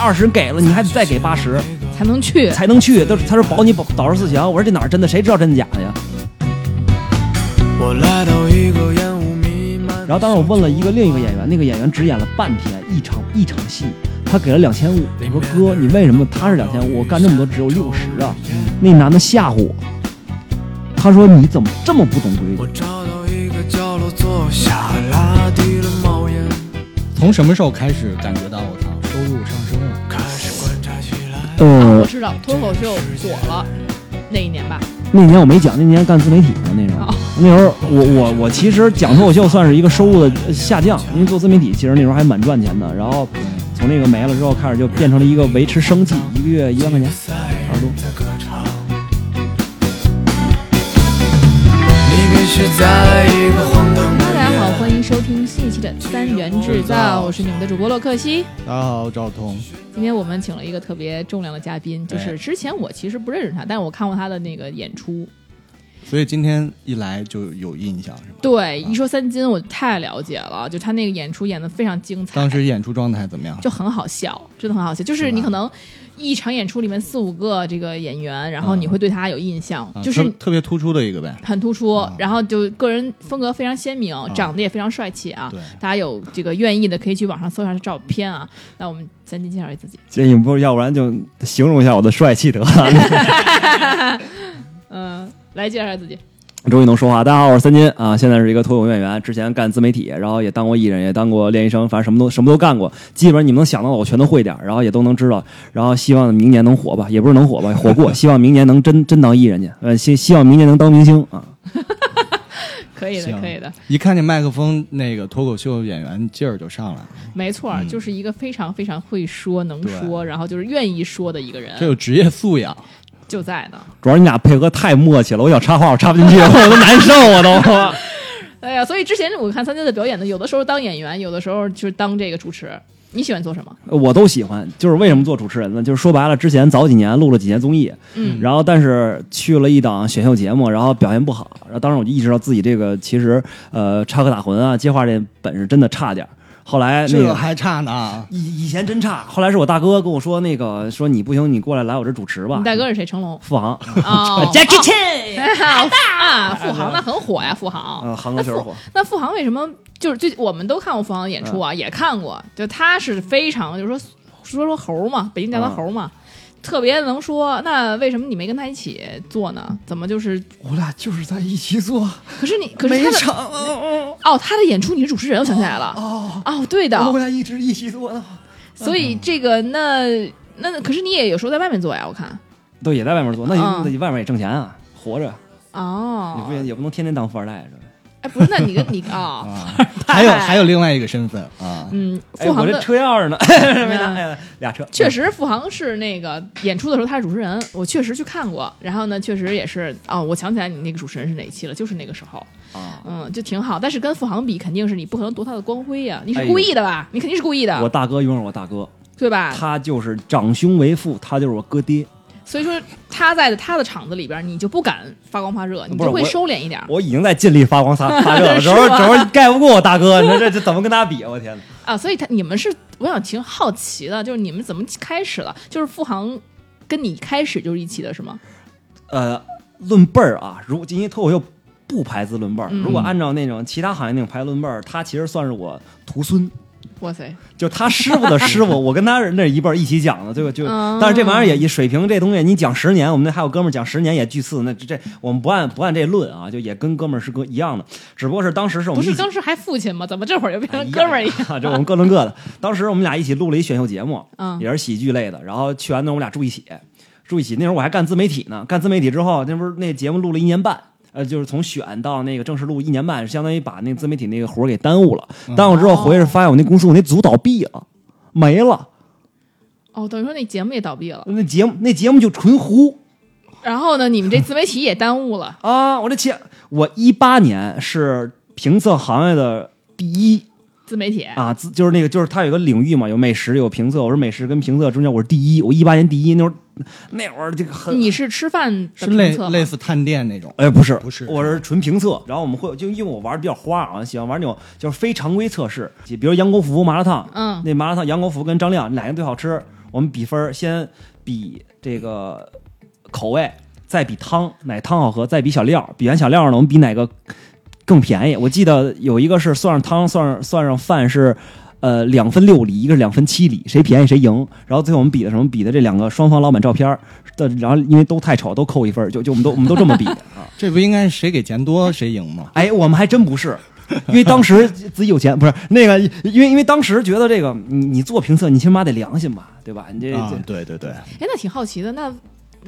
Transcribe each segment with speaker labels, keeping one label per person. Speaker 1: 二十给了，你还得再给八十
Speaker 2: 才能去。
Speaker 1: 才能去。都是他说保你保倒十四强，我说这哪儿真的？谁知道真的假的呀？
Speaker 3: 我来到一个烟雾弥漫。
Speaker 1: 然后当时我问了一个另一个演员，那个演员只演了半天，一场一场戏，他给了两千五。我说哥，你为什么他是两千五，我干这么多只有六十啊？
Speaker 3: 嗯
Speaker 1: 那男的吓唬我，他说你怎么这么不懂规
Speaker 3: 我
Speaker 1: 矩？
Speaker 3: 找到一个角落坐下，拉低了帽檐，
Speaker 4: 从什么时候开始感觉到我操收入上升了？
Speaker 3: 开始观察起来。
Speaker 1: 呃
Speaker 2: 我，知道脱口秀火了那一年吧，
Speaker 1: 那年我没讲，那年干自媒体呢。那时候
Speaker 2: 哦，
Speaker 1: 那时候我我我其实讲脱口秀算是一个收入的呃下降，因为做自媒体其实那时候还蛮赚钱的。然后从那个没了之后开始，就变成了一个维持生计，一个月一万块钱，差不多。
Speaker 3: 你必须在一个荒唐的
Speaker 2: 大
Speaker 3: 夜
Speaker 2: 家好，欢迎收听新一期的三元制
Speaker 4: 嗯啊
Speaker 2: 造，我是你们的主播洛克西。
Speaker 4: 大家好，我赵彤，
Speaker 2: 今天我们请了一个特别重量的嘉宾，
Speaker 4: 哎
Speaker 2: 就是之前我其实不认识他，但我看过他的那个演出。
Speaker 4: 所以今天一来就有印象是吧？
Speaker 2: 对，一说三金，我太了解了，就他那个演出演的非常精彩，
Speaker 4: 当时演出状态怎么样？
Speaker 2: 就很好笑，真的很好笑。就是你可能一场演出里面四五个这个演员，然后你会对他有印象，
Speaker 4: 嗯啊
Speaker 2: 就
Speaker 4: 特
Speaker 2: 是
Speaker 4: 特别突出的一个呗。
Speaker 2: 很突出，
Speaker 4: 啊
Speaker 2: 然后就个人风格非常鲜明，长得也非常帅气啊。
Speaker 4: 对
Speaker 2: 大家有这个愿意的，可以去网上搜一下他照片啊。那我们三金介绍一下自己，
Speaker 1: 这你不要不然就形容一下我的帅气得了。
Speaker 2: 嗯、来介绍一下自己。
Speaker 1: 终于能说话，大家好，我是三金啊，现在是一个脱口秀演员，之前干自媒体，然后也当过艺人，也当过练习生，反正什么都什么都干过，基本上你们能想到的我全都会点儿，然后也都能知道，然后希望明年能火吧，也不是能火吧， 火过，希望明年能真真当艺人去，呃，希希望明年能当明星啊，
Speaker 2: 可以的，
Speaker 4: 行
Speaker 2: 可以的，
Speaker 4: 一看见麦克风，那个脱口秀演员劲儿就上来了，
Speaker 2: 没错儿，就是一个非常非常会说、能
Speaker 4: 嗯对
Speaker 2: 说，然后就是愿意说的一个
Speaker 4: 这
Speaker 2: 人，
Speaker 4: 有职业素养。
Speaker 2: 就在呢。
Speaker 1: 主要你俩配合太默契了，我想插话我插不进去， 我都难受我都。
Speaker 2: 哎呀，所以之前我看三金的表演呢，有的时候当演员，有的时候就是当这个主持。你喜欢做什么？
Speaker 1: 我都喜欢，就是为什么做主持人呢？就是说白了，之前早几年录了几年综艺，
Speaker 2: 嗯
Speaker 1: 然后但是去了一档选秀节目，然后表现不好，然后当时我就意识到自己这个其实呃插科打诨啊、接话这本事真的差点儿。后来
Speaker 2: 嗯
Speaker 1: 那
Speaker 4: 这
Speaker 1: 个
Speaker 4: 还 差呢，
Speaker 1: 以以前真差，后来是我大哥跟我说，那个说你不行，你过来来我这主持吧
Speaker 2: 你。大哥是谁？成龙
Speaker 1: 付航，
Speaker 2: 啊
Speaker 1: Jackie Chan
Speaker 2: 啊，富航那很火呀，富航。
Speaker 1: 啊，韩国确实火。
Speaker 2: 那付航为什么就是最我们都看过付航的演
Speaker 4: 嗯
Speaker 2: 出啊，也看过，就他是非常就是说说说猴嘛，北京
Speaker 4: 嗯
Speaker 2: 叫他猴嘛，特别能说。那为什么你没跟他一起做呢？怎么就是？
Speaker 4: 我俩就是在一起做，
Speaker 2: 可是你可是他的
Speaker 4: 场，哦
Speaker 2: 哦，他的演出你是主持人，我想起来了。
Speaker 4: 哦，
Speaker 2: 哦，对的，
Speaker 4: 俩一直一起做嗯的。
Speaker 2: 所以这个那那可是你也有时候在外面做呀，我看。
Speaker 1: 对，也在外面做，那你
Speaker 2: 嗯
Speaker 1: 那你外面也挣钱啊，活着，你不
Speaker 2: 哦
Speaker 1: 也，也不能天天当富二代是吧？
Speaker 2: 哎，不是，那你跟你啊，
Speaker 4: 啊，还有还有另外一个身份啊，
Speaker 2: 嗯，
Speaker 1: 哎，
Speaker 2: 付
Speaker 1: 我
Speaker 2: 航
Speaker 1: 这
Speaker 2: 的
Speaker 1: 车钥匙呢？没拿，哎俩车。
Speaker 2: 确实，付航是那个演出的时候他是主持人，我确实去看过。然后呢，确实也是啊、我想起来你那个主持人是哪一期了，就是那个时候，
Speaker 1: 啊，
Speaker 2: 嗯，就挺好。但是跟付航比，肯定是你不可能夺他的光辉呀、你
Speaker 1: 哎
Speaker 2: 是
Speaker 1: 呦
Speaker 2: 故意的吧？你肯定是故意
Speaker 1: 我
Speaker 2: 的，
Speaker 1: 大哥永远是我大哥，
Speaker 2: 对吧？
Speaker 1: 他就是长兄为父，他就是我哥爹。
Speaker 2: 所以说他在他的场子里边，你就不敢发光发热，你
Speaker 1: 不是
Speaker 2: 就会
Speaker 1: 我
Speaker 2: 收敛一点。
Speaker 1: 我已经在尽力发光 发发热了，
Speaker 2: 啊
Speaker 1: 主
Speaker 2: 是吗
Speaker 1: 要主要盖不过我大哥，你说这这怎么跟他比啊？我天哪！
Speaker 2: 啊，所以他你们是我想挺好奇的，就是你们怎么开始了？就是付航跟你开始就是一起的是吗？
Speaker 1: 呃，论辈儿啊，如因为脱口秀不排资论辈儿，
Speaker 2: 嗯
Speaker 1: 如果按照那种其他行业那种排论辈儿，他其实算是我徒孙。
Speaker 2: 哇塞，
Speaker 1: 就他师傅的师 傅，我跟他那一辈儿一起讲的，对吧？就
Speaker 2: 嗯
Speaker 1: 但是这玩意儿也也水平这东西，你讲十年，我们那还有哥们儿讲十年也巨次，那这这我们不按不按这论啊，就也跟哥们儿是哥一样的，只不过是当时是我
Speaker 2: 不
Speaker 1: 们一
Speaker 2: 是
Speaker 1: 起
Speaker 2: 当时还父亲吗？怎么这会儿又变
Speaker 1: 哎
Speaker 2: 成哥们 儿一样？
Speaker 1: 样，就我们各论各的。当时我们俩一起录了一选秀节目，
Speaker 2: 嗯
Speaker 1: 也是喜剧类的。然后去完那我们俩住一起，住一起。那时候我还干自媒体呢，干自媒体之后，那不是那节目录了一年半。呃，就是从选到那个正式录一年半，相当于把那个自媒体那个活儿给耽误了。耽误
Speaker 2: 哦
Speaker 1: 之后回去发现我那公司我那组倒闭了，没了。
Speaker 2: 哦，等于说那节目也倒闭了。
Speaker 1: 那节目那节目就纯糊，
Speaker 2: 然后呢，你们这自媒体也耽误了
Speaker 1: 啊！我这钱，我一八年是评测行业的第一，
Speaker 2: 自媒体。
Speaker 1: 啊，自就是那个，就是它有个领域嘛，有美食，有评测。我是美食跟评测中间，我是第一，我一八年第一。那会儿，那会儿这个很，
Speaker 2: 你是吃饭
Speaker 4: 是
Speaker 2: 的
Speaker 4: 类
Speaker 2: 评测吗
Speaker 4: 类似探店那种，
Speaker 1: 哎，不是
Speaker 4: 不是
Speaker 1: 我是纯评测。然后我们会，就因为我玩的比较花啊，喜欢玩那种就是非常规测试，比如杨国福麻辣烫，
Speaker 2: 嗯
Speaker 1: 那麻辣烫杨国福跟张亮哪个最好吃？我们比分儿先比这个口味，再比汤，哪汤好喝，再比小料。比完小料呢，我们比哪个更便宜。我记得有一个是算上汤，算上算上饭是。呃，两分六厘，一个是两分七厘，谁便宜谁赢。然后最后我们比的什么？比的这两个双方老板照片儿，但然后因为都太丑，都扣一分儿，就就我们都我们都这么比啊。
Speaker 4: 这不应该谁给钱多谁赢吗？
Speaker 1: 哎，我们还真不是，因为当时自己有钱，不是那个，因为因为当时觉得这个，你你做评测，你起码得良心吧，对吧？你这、
Speaker 4: 啊
Speaker 1: 这，
Speaker 4: 对对对，
Speaker 2: 哎，那挺好奇的，那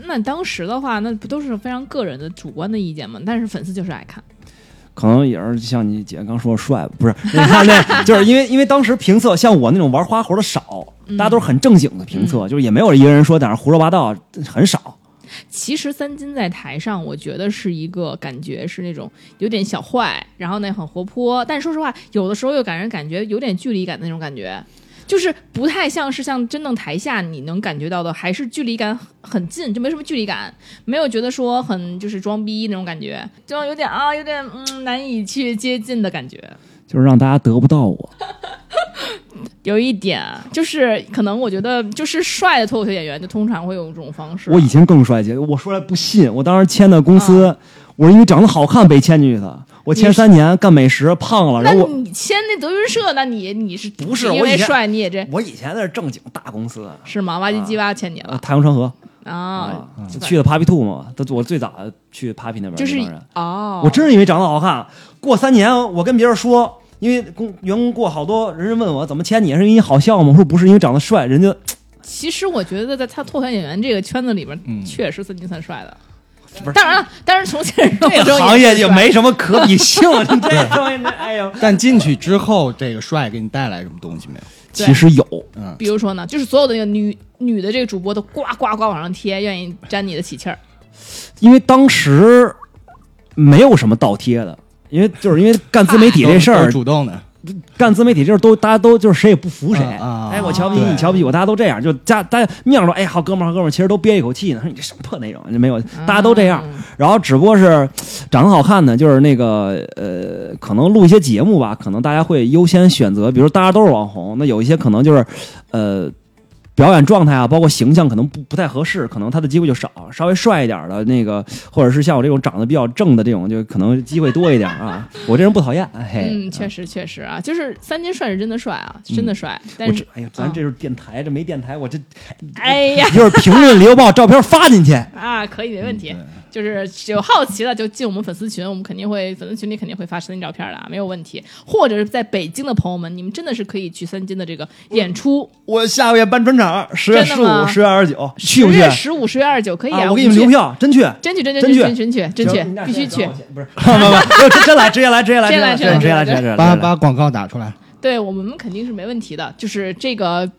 Speaker 2: 那当时的话，那不都是非常个人的主观的意见吗？但是粉丝就是爱看，
Speaker 1: 可能也是像你姐刚说帅吧，不是？ 你看那就是因为因为当时评测像我那种玩花活的少，
Speaker 2: 嗯
Speaker 1: 大家都是很正经的评测，就是也没有一个人说在那儿胡说八道，很少。
Speaker 2: 其实三金在台上，我觉得是一个感觉是那种有点小坏，然后呢很活泼，但说实话，有的时候又感人感觉有点距离感的那种感觉，就是不太像是像真正台下你能感觉到的，还是距离感很近，就没什么距离感，没有觉得说很就是装逼那种感觉，就有点啊有点嗯难以去接近的感觉。
Speaker 1: 就是让大家得不到我，
Speaker 2: 有一点，啊就是可能我觉得，就是帅的脱口秀演员，就通常会用这种方式。啊
Speaker 1: 我以前更帅气。我说来不信，我当时签的公司，我是因为长得好看被签进去的。我
Speaker 2: 啊你
Speaker 1: 签
Speaker 2: 是
Speaker 1: 三年，干美食胖了，
Speaker 2: 那
Speaker 1: 然后我
Speaker 2: 你签那德云社，那你你是
Speaker 1: 不是
Speaker 2: 你因
Speaker 1: 我以
Speaker 2: 为
Speaker 1: 前啊
Speaker 2: 帅你也这
Speaker 1: 我以前那是正经大公司，啊
Speaker 2: 是吗？哇唧唧哇签你
Speaker 1: 呃，
Speaker 2: 了
Speaker 1: 太阳川河
Speaker 2: 啊，
Speaker 1: 去的 Papi Two 嘛，都我最早去 Papi 那边，
Speaker 2: 就是
Speaker 1: 那帮人
Speaker 2: 哦，
Speaker 1: 我真是因为长得好看。过三年，我跟别人说，因为工员工过好多人问我怎么签你，是因为你好笑吗？我说不是，因为长得帅。人家
Speaker 2: 其实我觉得在他脱口秀演员这个圈子里边，
Speaker 4: 嗯
Speaker 2: 确实三金算帅的
Speaker 1: 不是。
Speaker 2: 当然了，当然从现实生活
Speaker 1: 这
Speaker 2: 中
Speaker 1: 行业
Speaker 2: 也
Speaker 1: 也
Speaker 2: 是帅
Speaker 1: 没什么可比性。你这东西，哎呦，
Speaker 4: 但进去之后，这个帅给你带来什么东西没有？
Speaker 2: 对
Speaker 1: 其实有，
Speaker 4: 嗯，
Speaker 2: 比如说呢，就是所有的那个女女的这个主播都呱呱呱往上贴，愿意沾你的喜气儿。
Speaker 1: 因为当时没有什么倒贴的。因为就是因为干自媒体这事
Speaker 4: 都
Speaker 1: 儿
Speaker 4: 是，主动的，
Speaker 1: 干自媒体这事儿都大家都就是谁也不服谁，
Speaker 4: 啊啊
Speaker 1: 哎，我瞧不起
Speaker 4: 对
Speaker 1: 你，瞧不起我，大家都这样，就加大家面上说，哎，好哥们儿，好哥们儿，其实都憋一口气呢，说你这什么破内容，就没有，大家都这样，
Speaker 2: 嗯
Speaker 1: 然后只不过是长得好看呢，就是那个呃，可能录一些节目吧，可能大家会优先选择，比如大家都是网红，那有一些可能就是呃。表演状态啊，包括形象，可能不不太合适，可能他的机会就少。稍微帅一点的那个，或者是像我这种长得比较正的这种，就可能机会多一点啊。我这人不讨厌，哎嘿，
Speaker 2: 嗯，确实确实啊，就是三金帅是真的帅啊，真的帅。
Speaker 1: 嗯我
Speaker 2: 但
Speaker 1: 这
Speaker 2: 是，啊
Speaker 1: 哎呀，咱这就是电台，这没电台，我这
Speaker 2: 哎呀
Speaker 1: 一会儿评论里我把我照片发进去。
Speaker 2: 啊，可以没问题
Speaker 4: 嗯。
Speaker 2: 就是有好奇的就进我们粉丝群，我们肯定会粉丝群里肯定会发三金照片的，啊，没有问题。或者是在北京的朋友们，你们真的是可以去三金的这个演出，
Speaker 1: 我下个月办专场，十月
Speaker 2: 真
Speaker 1: 十
Speaker 2: 的吗
Speaker 1: 五、十月二十九， 去
Speaker 2: 十
Speaker 1: 不去？
Speaker 2: 月
Speaker 1: 啊，
Speaker 2: 十五、十月二十九可以
Speaker 1: 我给你们留
Speaker 2: 去，
Speaker 1: 票，真去。
Speaker 2: 真去真去
Speaker 1: 真
Speaker 2: 真
Speaker 1: 去
Speaker 2: 去真去真
Speaker 1: 行你
Speaker 2: 去，
Speaker 1: 俩
Speaker 2: 必须
Speaker 1: 谁找
Speaker 2: 去
Speaker 1: 我。不是， 不不不，真真来，直接来，直接来，
Speaker 2: 直接来
Speaker 1: 直接来，直
Speaker 2: 直
Speaker 1: 接
Speaker 2: 接
Speaker 1: 来，
Speaker 2: 来
Speaker 1: 直接来，
Speaker 4: 把
Speaker 1: 直接来
Speaker 4: 把广告打出来。
Speaker 2: 对我们肯定是没问题的，就是这个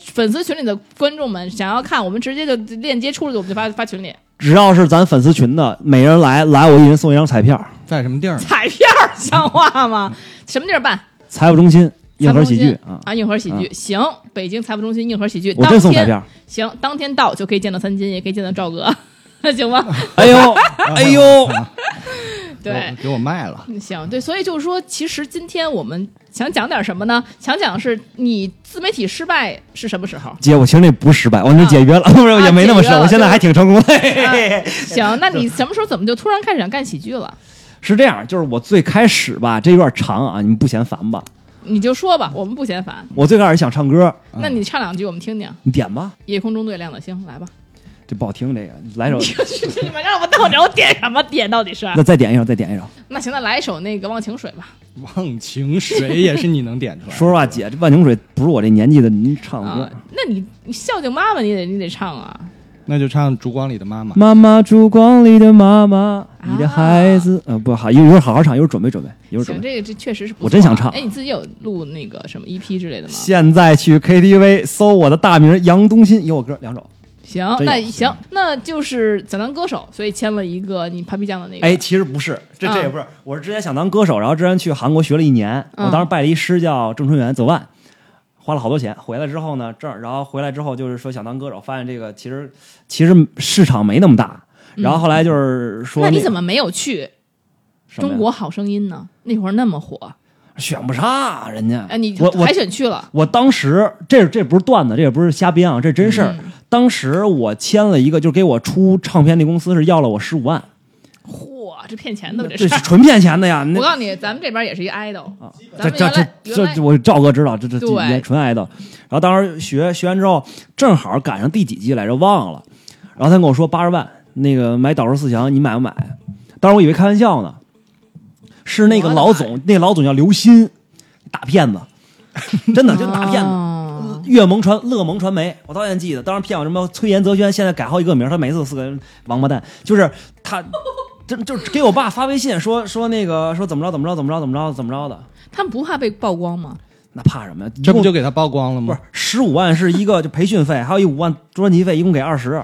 Speaker 2: 粉丝群里的观众们想要看，我们直接就链接出了，我们就发发群里
Speaker 1: 只要是咱粉丝群的，每人来来，我一人送一张彩票。
Speaker 4: 在什么地儿呢？
Speaker 2: 彩票儿， 像话吗？什么地儿办？
Speaker 1: 财务中心硬核喜
Speaker 2: 采
Speaker 1: 剧
Speaker 2: 风中心
Speaker 1: 啊，
Speaker 2: 啊，硬核喜剧行，北京财富中心硬核喜剧，
Speaker 1: 我
Speaker 2: 当
Speaker 1: 真送彩
Speaker 2: 天
Speaker 1: 票。
Speaker 2: 行，当天到就可以见到三金，也可以见到赵哥， 行吧？
Speaker 1: 哎呦， 哎呦，？
Speaker 2: 对。
Speaker 4: 给我卖了。
Speaker 2: 行，对，所以就是说，其实今天我们想讲点什么呢？想讲是你自媒体失败是什么时候
Speaker 1: 姐，我其实那不失败，我那解约了， 不是也没那么深，
Speaker 2: 啊解约了
Speaker 1: 我现在还挺成功的。嘿
Speaker 2: 啊
Speaker 1: 嘿嘿
Speaker 2: 行，那你什么时候怎么就突然开始想干喜剧了？
Speaker 1: 是这样，就是我最开始吧，这有点长啊，你们不嫌烦吧？
Speaker 2: 你就说吧，我们不嫌烦。
Speaker 1: 我最开始想唱歌，
Speaker 2: 那你唱两句我们听听。
Speaker 1: 你点吧，
Speaker 2: 夜空中最亮的星， 来吧。
Speaker 1: 这不好听，这个来一首，
Speaker 2: 你们让我等着，我点什么点到底是？
Speaker 1: 那再点一首，再点一 首。
Speaker 2: 那行，那来一首那个《忘情水》吧。
Speaker 4: 忘情水也是你能点出来的。
Speaker 1: 说实话，姐，这万宁水不是我这年纪的您唱的歌。
Speaker 2: 哎啊，那你你孝敬妈妈，你得你得唱啊。
Speaker 4: 那就唱《烛光里的妈妈》。
Speaker 1: 妈妈，烛光里的妈妈，
Speaker 2: 啊
Speaker 1: 你的孩子，呃，不好，一会儿好好唱，一会儿准备准备，一会儿准
Speaker 2: 行，
Speaker 1: 备。
Speaker 2: 这个这确实是不错啊
Speaker 1: 我真想唱
Speaker 2: 哎，你自己有录那个什么 EP 之类的吗？
Speaker 1: 现在去 KTV 搜我的大名杨东新，有我歌两首。
Speaker 2: 行，
Speaker 1: 真有
Speaker 2: 那行，那就是想当歌手，所以签了一个你 Papi 酱的那个。
Speaker 1: 哎，，其实不是，这这
Speaker 2: 嗯
Speaker 1: 也不是，我是之前想当歌手，然后之前去韩国学了一年，
Speaker 2: 嗯
Speaker 1: 我当时拜了一师叫郑春元走万，花了好多钱。回来之后呢，这儿然后回来之后就是说想当歌手，发现这个其实其实市场没那么大。然后后来就是说，
Speaker 2: 嗯那你怎
Speaker 1: 么
Speaker 2: 么没有去《中国好声音》呢？那会儿那么火，
Speaker 1: 选不上啊人家。
Speaker 2: 哎，你
Speaker 1: 我我
Speaker 2: 海选去了，
Speaker 1: 我当时这这不是段子，这也不是瞎编啊，这真事
Speaker 2: 嗯
Speaker 1: 儿。当时我签了一个，就是给我出唱片那公司是要了我十五万，
Speaker 2: 嚯，这骗钱的这
Speaker 1: 这
Speaker 2: 是
Speaker 1: 是。纯骗钱的呀！那
Speaker 2: 我告诉你，咱们这边也是一 idol，咱
Speaker 1: 这
Speaker 2: 们
Speaker 1: 这这
Speaker 2: 原来原
Speaker 1: 这
Speaker 2: 来
Speaker 1: 这，我赵哥知道，这这这
Speaker 2: 对
Speaker 1: 也纯挨的。然后当时学学完之后，正好赶上第几季来着忘了。然后他跟我说八十万，那个买导师四强，你买不买？当时我以为开玩笑呢，是那个
Speaker 2: 我的
Speaker 1: 老总，那老总叫刘鑫，大骗子，真的就是大骗
Speaker 2: 哦
Speaker 1: 子。
Speaker 2: 子，
Speaker 1: 岳蒙传乐蒙传媒，我到现在记得，当时骗我什么崔岩、泽轩，现在改好几个名儿，他每次四个人王八蛋，就是他，真就是给我爸发微信说说那个说怎么着怎么着怎么着怎么着怎么着的，
Speaker 2: 他们不怕被曝光吗？
Speaker 1: 那怕什么呀？
Speaker 4: 这不
Speaker 1: 一共
Speaker 4: 就给他曝光了
Speaker 1: 不是
Speaker 4: 吗？
Speaker 1: 十五万是一个就培训费，还有一五万专辑费，一共给二十，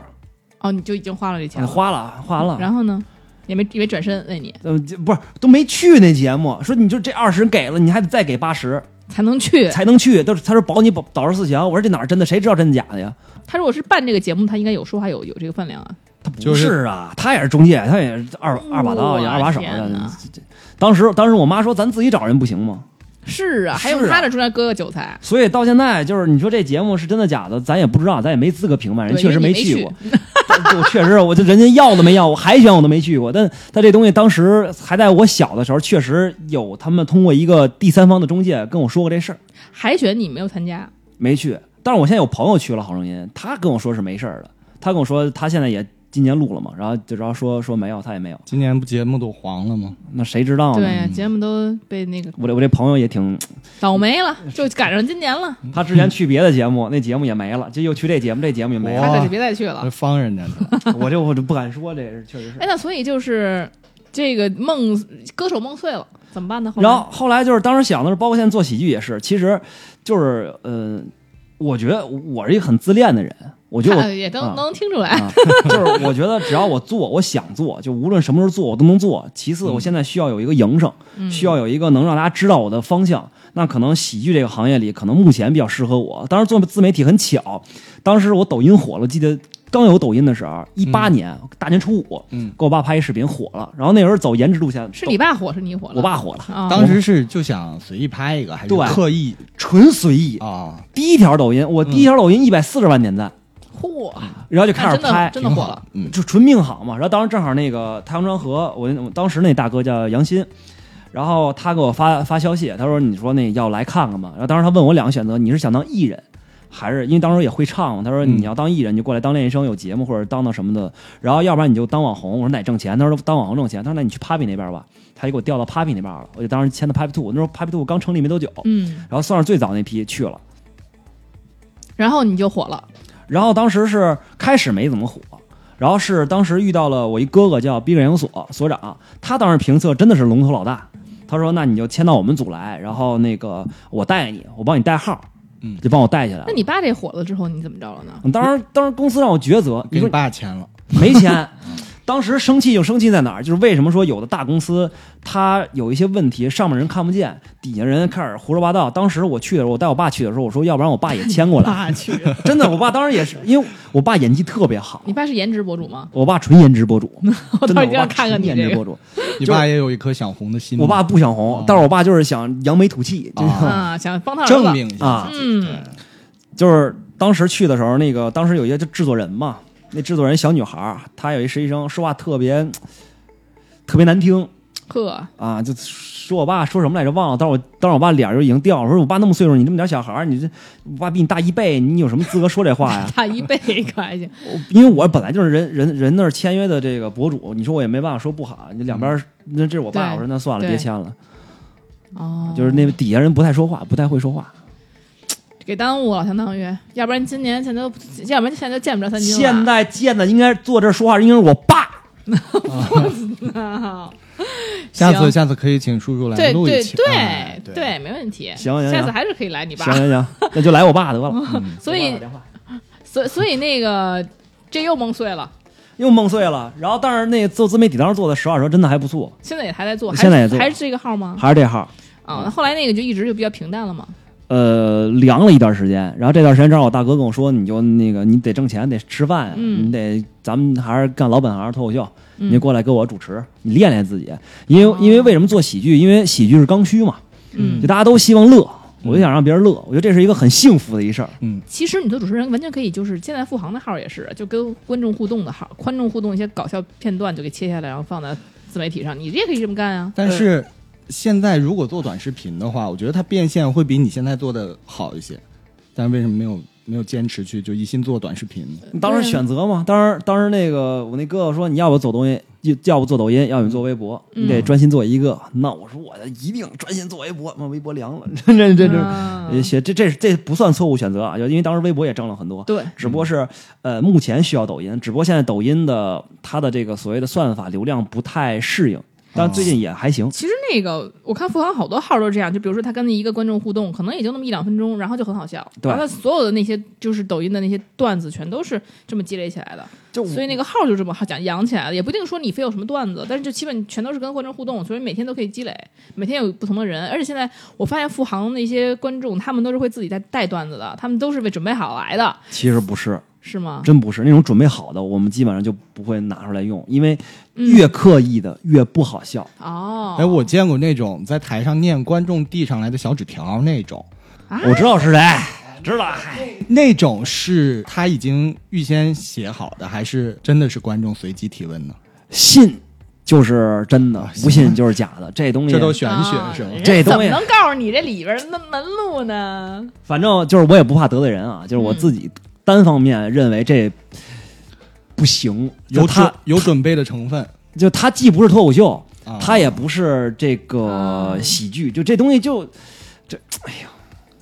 Speaker 2: 哦，你就已经花了这钱了，
Speaker 1: 花了花完了。
Speaker 2: 然后呢，也没也没转身为你
Speaker 1: 呃，这不是都没去那节目，说你就这二十给了，你还得再给八十
Speaker 2: 才能去。
Speaker 1: 才能去。都是他说保你保导师四强，我说这哪儿真的？谁知道真假的呀？
Speaker 2: 他如果是办这个节目，他应该有说话有有这个分量啊。
Speaker 1: 他不
Speaker 4: 就是
Speaker 1: 是啊，他也是中介，他也是二二把刀，
Speaker 2: 我
Speaker 1: 也二把手的
Speaker 2: 哦天哪。
Speaker 1: 这这当时当时我妈说咱自己找人不行吗？
Speaker 2: 是啊，还有
Speaker 1: 是啊
Speaker 2: 他的中间割个韭菜，
Speaker 1: 所以到现在就是你说这节目是真的假的，咱也不知道，咱也没资格评判，人
Speaker 2: 对
Speaker 1: 确实
Speaker 2: 因为你没
Speaker 1: 去过。 我确实，我就人家要都没要，我海选我都没去过。但但这东西当时还在我小的时候，确实有他们通过一个第三方的中介跟我说过这事儿，
Speaker 2: 海选你没有参加，
Speaker 1: 没去。但是我现在有朋友去了《好声音》，他跟我说是没事儿的，他跟我说他现在也今年录了嘛，然后就然后说说没有，他也没有，
Speaker 4: 今年不节目都黄了吗？
Speaker 1: 那谁知道呢？
Speaker 2: 对啊，节目都被那个
Speaker 1: 我这我这朋友也挺，
Speaker 2: 倒霉了，就赶上今年了，
Speaker 1: 他之前去别的节目，那节目也没了，就又去这节目，这节目也没了，
Speaker 2: 他可就别
Speaker 1: 啊
Speaker 2: 再去
Speaker 4: 这
Speaker 2: 了。
Speaker 4: 方人家的，
Speaker 1: 我就我就不敢说，这是确实是
Speaker 2: 哎，。那所以就是这个梦，歌手梦碎了，怎么办呢？后来
Speaker 1: 然后后来就是当时想的是，包括现在做喜剧也是，其实就是呃，我觉得我是一个很自恋的人，我觉得我
Speaker 2: 看也能
Speaker 1: 啊
Speaker 2: 能听出来，
Speaker 1: 啊， 就是我觉得只要我做，我想做，就无论什么时候做，我都能做。其次，我现在需要有一个营生，
Speaker 2: 嗯
Speaker 1: 需要有一个能让大家知道我的方向。那可能喜剧这个行业里，可能目前比较适合我。当时做自媒体很巧，当时我抖音火了，我记得刚有抖音的时候，一
Speaker 2: 嗯
Speaker 1: 八年、大年初五，
Speaker 4: 嗯
Speaker 1: 给我爸拍一视频火了。然后那时候走颜值路线，
Speaker 2: 是你爸火是你火了？
Speaker 1: 我爸火了，
Speaker 2: 啊，
Speaker 4: 当时是就想随意拍一个，还是
Speaker 1: 对
Speaker 4: 刻意
Speaker 1: 纯随意。
Speaker 4: 啊？
Speaker 1: 第一条抖音，我第一条抖音一百四十万点赞，
Speaker 2: 嚯，
Speaker 1: 然后就开始
Speaker 2: 那真的
Speaker 1: 拍，
Speaker 2: 真的
Speaker 4: 挺
Speaker 2: 火
Speaker 4: 好
Speaker 2: 了，
Speaker 4: 嗯，
Speaker 1: 就纯命好嘛。然后当时正好那个太阳庄河，我我当时那大哥叫杨鑫，然后他给我发发消息，他说你说那要来看看嘛。然后当时他问我两个选择，你是想当艺人，还是因为当时也会唱嘛？他说
Speaker 4: 嗯
Speaker 1: 你要当艺人你就过来当练习生有节目或者当当什么的，然后要不然你就当网红。我说哪挣钱？他说当网红挣钱。他说那你去 Papi 那边吧。他就给我调到 Papi 那边了，我就当时签的 Papi Two，那时候 Papi Two 刚成立没多久，
Speaker 2: 嗯，
Speaker 1: 然后算是最早那批去了。
Speaker 2: 然后你就火了，
Speaker 1: 然后当时是开始没怎么火，然后是当时遇到了我一哥哥叫逼格研究所所长，他当时评测真的是龙头老大。他说：“那你就签到我们组来，然后那个我带你，我帮你带号，
Speaker 4: 嗯
Speaker 1: 就帮我带起来了
Speaker 2: 那。你爸这火了之后你怎么着了 呢？
Speaker 1: 当时当时公司让我抉择，
Speaker 4: 给
Speaker 1: 你
Speaker 4: 你
Speaker 1: 说
Speaker 4: 爸钱了，
Speaker 1: 没钱， 当时生气就生气在哪儿？就是为什么说有的大公司它有一些问题，上面人看不见，底下人开始胡说八道。当时我去的时候，我带我爸去的时候，我说要不然我爸也签过 来，
Speaker 2: 爸去，
Speaker 1: 真的，我爸当时也是，因为我爸演技特别好，
Speaker 2: 你爸是颜值博主吗？
Speaker 1: 我爸纯颜值博主，
Speaker 2: 我
Speaker 1: 真的，
Speaker 2: 倒
Speaker 1: 我
Speaker 2: 是就要
Speaker 1: 爸
Speaker 2: 看看
Speaker 1: 纯
Speaker 2: 你
Speaker 1: 颜
Speaker 2: 这
Speaker 1: 值博
Speaker 2: 个
Speaker 1: 主。
Speaker 4: 你爸也有一颗想红的心吗。
Speaker 1: 我爸不想红
Speaker 4: 哦，
Speaker 1: 但是我爸就是想扬眉吐气，就是
Speaker 4: 啊
Speaker 2: 啊，想帮他儿子
Speaker 4: 证明一 下
Speaker 1: 啊
Speaker 4: 自己，
Speaker 2: 嗯，
Speaker 1: 就是当时去的时候，那个当时有一个就制作人嘛，那制作人小女孩儿，她有一实习生，说话特别特别难听
Speaker 2: 呵，？
Speaker 1: 啊，就说我爸说什么来着忘了，但是我当时我爸脸儿就已经掉了，我说我爸那么岁数，你这么点小孩儿，你这我爸比你大一倍，你有什么资格说这话呀
Speaker 2: 大一倍可还行，
Speaker 1: 我因为我本来就是人人人那儿签约的这个博主，你说我也没办法说不好，你两边儿那这是我爸，
Speaker 2: 嗯对
Speaker 1: 我说那算了，
Speaker 2: 对
Speaker 1: 别签了。
Speaker 2: 哦，
Speaker 1: 就是那底下人不太说话，不太会说话。
Speaker 2: 给耽误了，相当于，要不然今年现在都，要不然现在就见不着三金了。
Speaker 1: 现在见的应该坐这儿说话，应该是我爸。
Speaker 2: 啊，
Speaker 4: 下次
Speaker 2: 行
Speaker 4: 下次可以请叔叔 来
Speaker 2: 对
Speaker 4: 录一
Speaker 2: 对
Speaker 4: 期，哎
Speaker 2: 对
Speaker 4: 对，
Speaker 2: 对，没问题。
Speaker 1: 行行
Speaker 2: 下次
Speaker 1: 行
Speaker 2: 还是可以来你
Speaker 1: 行
Speaker 2: 爸。
Speaker 1: 行行，那就来我爸得了。嗯
Speaker 2: 所以，所所以那个这又蒙碎了，
Speaker 1: 又梦碎了。然后，但是那做自媒体当时做的实话说真的还不错，
Speaker 2: 现在也还在做，还
Speaker 1: 现在
Speaker 2: 是
Speaker 1: 也做
Speaker 2: 还是这个号吗？
Speaker 1: 还是这号。
Speaker 2: 啊，那后来那个就一直就比较平淡了嘛。
Speaker 1: 呃，凉了一段时间，然后这段时间正好我大哥跟我说，你就那个你得挣钱，得吃饭呀，啊
Speaker 2: 嗯
Speaker 1: 你得咱们还是干老本行脱口秀，
Speaker 2: 嗯
Speaker 1: 你就过来给我主持，你练练自己。因为、
Speaker 2: 哦
Speaker 1: 因为为什么做喜剧？因为喜剧是刚需嘛，
Speaker 2: 嗯
Speaker 1: 就大家都希望乐，我就想让别人乐，我觉得这是一个很幸福的一事儿。
Speaker 4: 嗯，
Speaker 2: 其实你做主持人完全可以，就是现在付航的号也是，就跟观众互动的号，观众互动一些搞笑片段就给切下来，然后放在自媒体上，你也可以这么干啊。
Speaker 4: 但是现在如果做短视频的话，我觉得它变现会比你现在做的好一些，但为什么没有没有坚持去就一心做短视频呢？
Speaker 1: 当时选择嘛，当时当时那个我那哥哥说你要不走抖音，要要不做抖音，要不你做微博，
Speaker 2: 嗯
Speaker 1: 你得专心做一个。那我说我一定专心做微博，妈微博凉了，真真真真，
Speaker 2: 啊
Speaker 1: 也写这这这不算错误选择啊，就因为当时微博也挣了很多，
Speaker 2: 对，
Speaker 1: 只不过是呃目前需要抖音，只不过现在抖音的它的这个所谓的算法流量不太适应，但最近也还行。
Speaker 2: 其实那个我看付航好多号都这样，就比如说他跟一个观众互动，可能也就那么一两分钟，然后就很好笑。
Speaker 1: 对
Speaker 2: 然后他所有的那些就是抖音的那些段子，全都是这么积累起来的。
Speaker 1: 就我
Speaker 2: 所以那个号就这么好讲养起来了，也不一定说你非有什么段子，但是就基本全都是跟观众互动，所以每天都可以积累，每天有不同的人。而且现在我发现富航那些观众，他们都是会自己带带段子的，他们都是为准备好来的，
Speaker 1: 其实不是，
Speaker 2: 是吗？
Speaker 1: 真不是那种准备好的，我们基本上就不会拿出来用，因为
Speaker 2: 嗯
Speaker 1: 越刻意的越不好笑。
Speaker 2: 哦，
Speaker 4: 哎，我见过那种在台上念观众递上来的小纸条那种，
Speaker 2: 啊
Speaker 1: 我知道是谁，知道。啊
Speaker 4: 那种是他已经预先写好的，还是真的是观众随机提问呢？
Speaker 1: 信就是真的，不信就是假 的。这东西，
Speaker 4: 啊这都玄学
Speaker 2: 啊
Speaker 4: 是吗？
Speaker 1: 这
Speaker 2: 人怎
Speaker 1: 东
Speaker 2: 么
Speaker 1: 西
Speaker 2: 能告诉你这里边的门路呢？
Speaker 1: 反正就是我也不怕得罪人
Speaker 4: 嗯
Speaker 1: 啊，就是我自己单方面认为这不行。就
Speaker 4: 有准
Speaker 1: 他，
Speaker 4: 有准备的成分，
Speaker 1: 就他既不是脱口秀，
Speaker 4: 啊
Speaker 1: 他也不是这个
Speaker 2: 啊
Speaker 1: 喜剧，就这东西就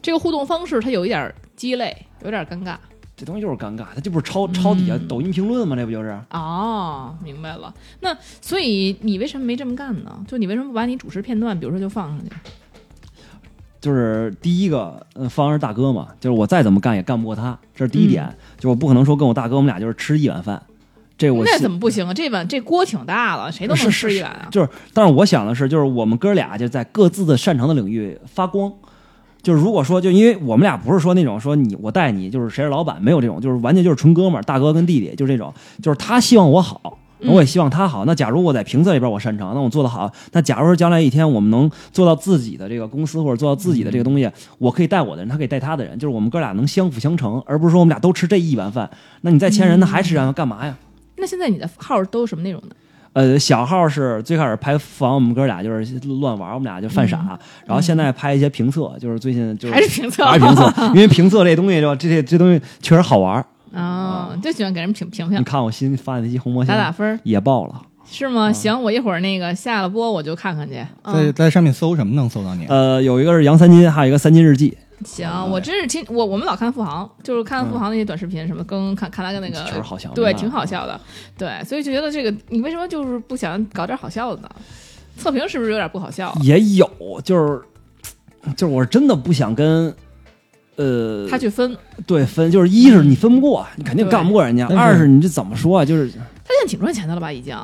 Speaker 2: 这个互动方式它有一点鸡肋，有点尴尬。
Speaker 1: 这东西就是尴尬，他这不是抄
Speaker 4: 嗯
Speaker 1: 抄底下抖音评论吗？这不就是？
Speaker 2: 哦，明白了。那所以你为什么没这么干呢？就你为什么不把你主持片段，比如说就放上去？
Speaker 1: 就是第一个，嗯，方是大哥嘛，就是我再怎么干也干不过他，这是第一点。
Speaker 4: 嗯
Speaker 1: 就我不可能说跟我大哥我们俩就是吃一碗饭，这我
Speaker 2: 那
Speaker 1: 信
Speaker 2: 怎么不行啊？这碗这锅挺大了，谁都能
Speaker 1: 是是
Speaker 2: 吃一碗 啊。
Speaker 1: 就是，但是我想的是，就是我们哥俩就在各自的擅长的领域发光。就是如果说，就因为我们俩不是说那种说你我带你，就是谁是老板，没有这种，就是完全就是纯哥们儿，大哥跟弟弟，就是这种，就是他希望我好。
Speaker 2: 嗯
Speaker 1: 我也希望他好。那假如我在评测里边我擅长，那我做得好。那假如说将来一天我们能做到自己的这个公司或者做到自己的这个东西，我可以带我的人，他可以带他的人，就是我们哥俩能相辅相成，而不是说我们俩都吃这一碗饭。那你再签人，那还吃这碗饭干嘛呀？
Speaker 2: 那现在你的号都是什么内容呢？
Speaker 1: 呃，小号是最开始拍房，我们哥俩就是乱玩，我们俩就犯傻。然后现在拍一些评测，就是最近就是
Speaker 2: 嗯还是评测
Speaker 1: 还是评 测，因为评测这东西就这这这东西确实好玩。
Speaker 2: 啊？就喜欢给人评评
Speaker 1: 你
Speaker 2: 评，
Speaker 1: 看我新发的那期红魔星
Speaker 2: 打打分儿
Speaker 1: 也爆了，
Speaker 2: 是吗？
Speaker 1: 嗯
Speaker 2: 行，我一会儿那个下了播我就看看去。
Speaker 4: 在
Speaker 2: 嗯，
Speaker 4: 在上面搜什么能搜到你？
Speaker 1: 呃，有一个是杨三金，还有一个三金日记，
Speaker 2: 行，我真是听我我们老看富航，就是看
Speaker 1: 嗯
Speaker 2: 富航那些短视频什么，跟看看他跟那
Speaker 1: 确实
Speaker 2: 个。
Speaker 1: 好笑，
Speaker 2: 对，挺好。笑的，对，所以就觉得这个，你为什么就是不想搞点好笑的呢？测评是不是有点不好笑啊？
Speaker 1: 也有，就是就是我是真的不想跟。呃，
Speaker 2: 他去分，
Speaker 1: 对分就是一是你分不过，你肯定
Speaker 2: 嗯对
Speaker 1: 干不过人家；
Speaker 4: 但是
Speaker 1: 二是你这怎么说啊？就是，
Speaker 2: 他现在挺赚钱的了吧？已经，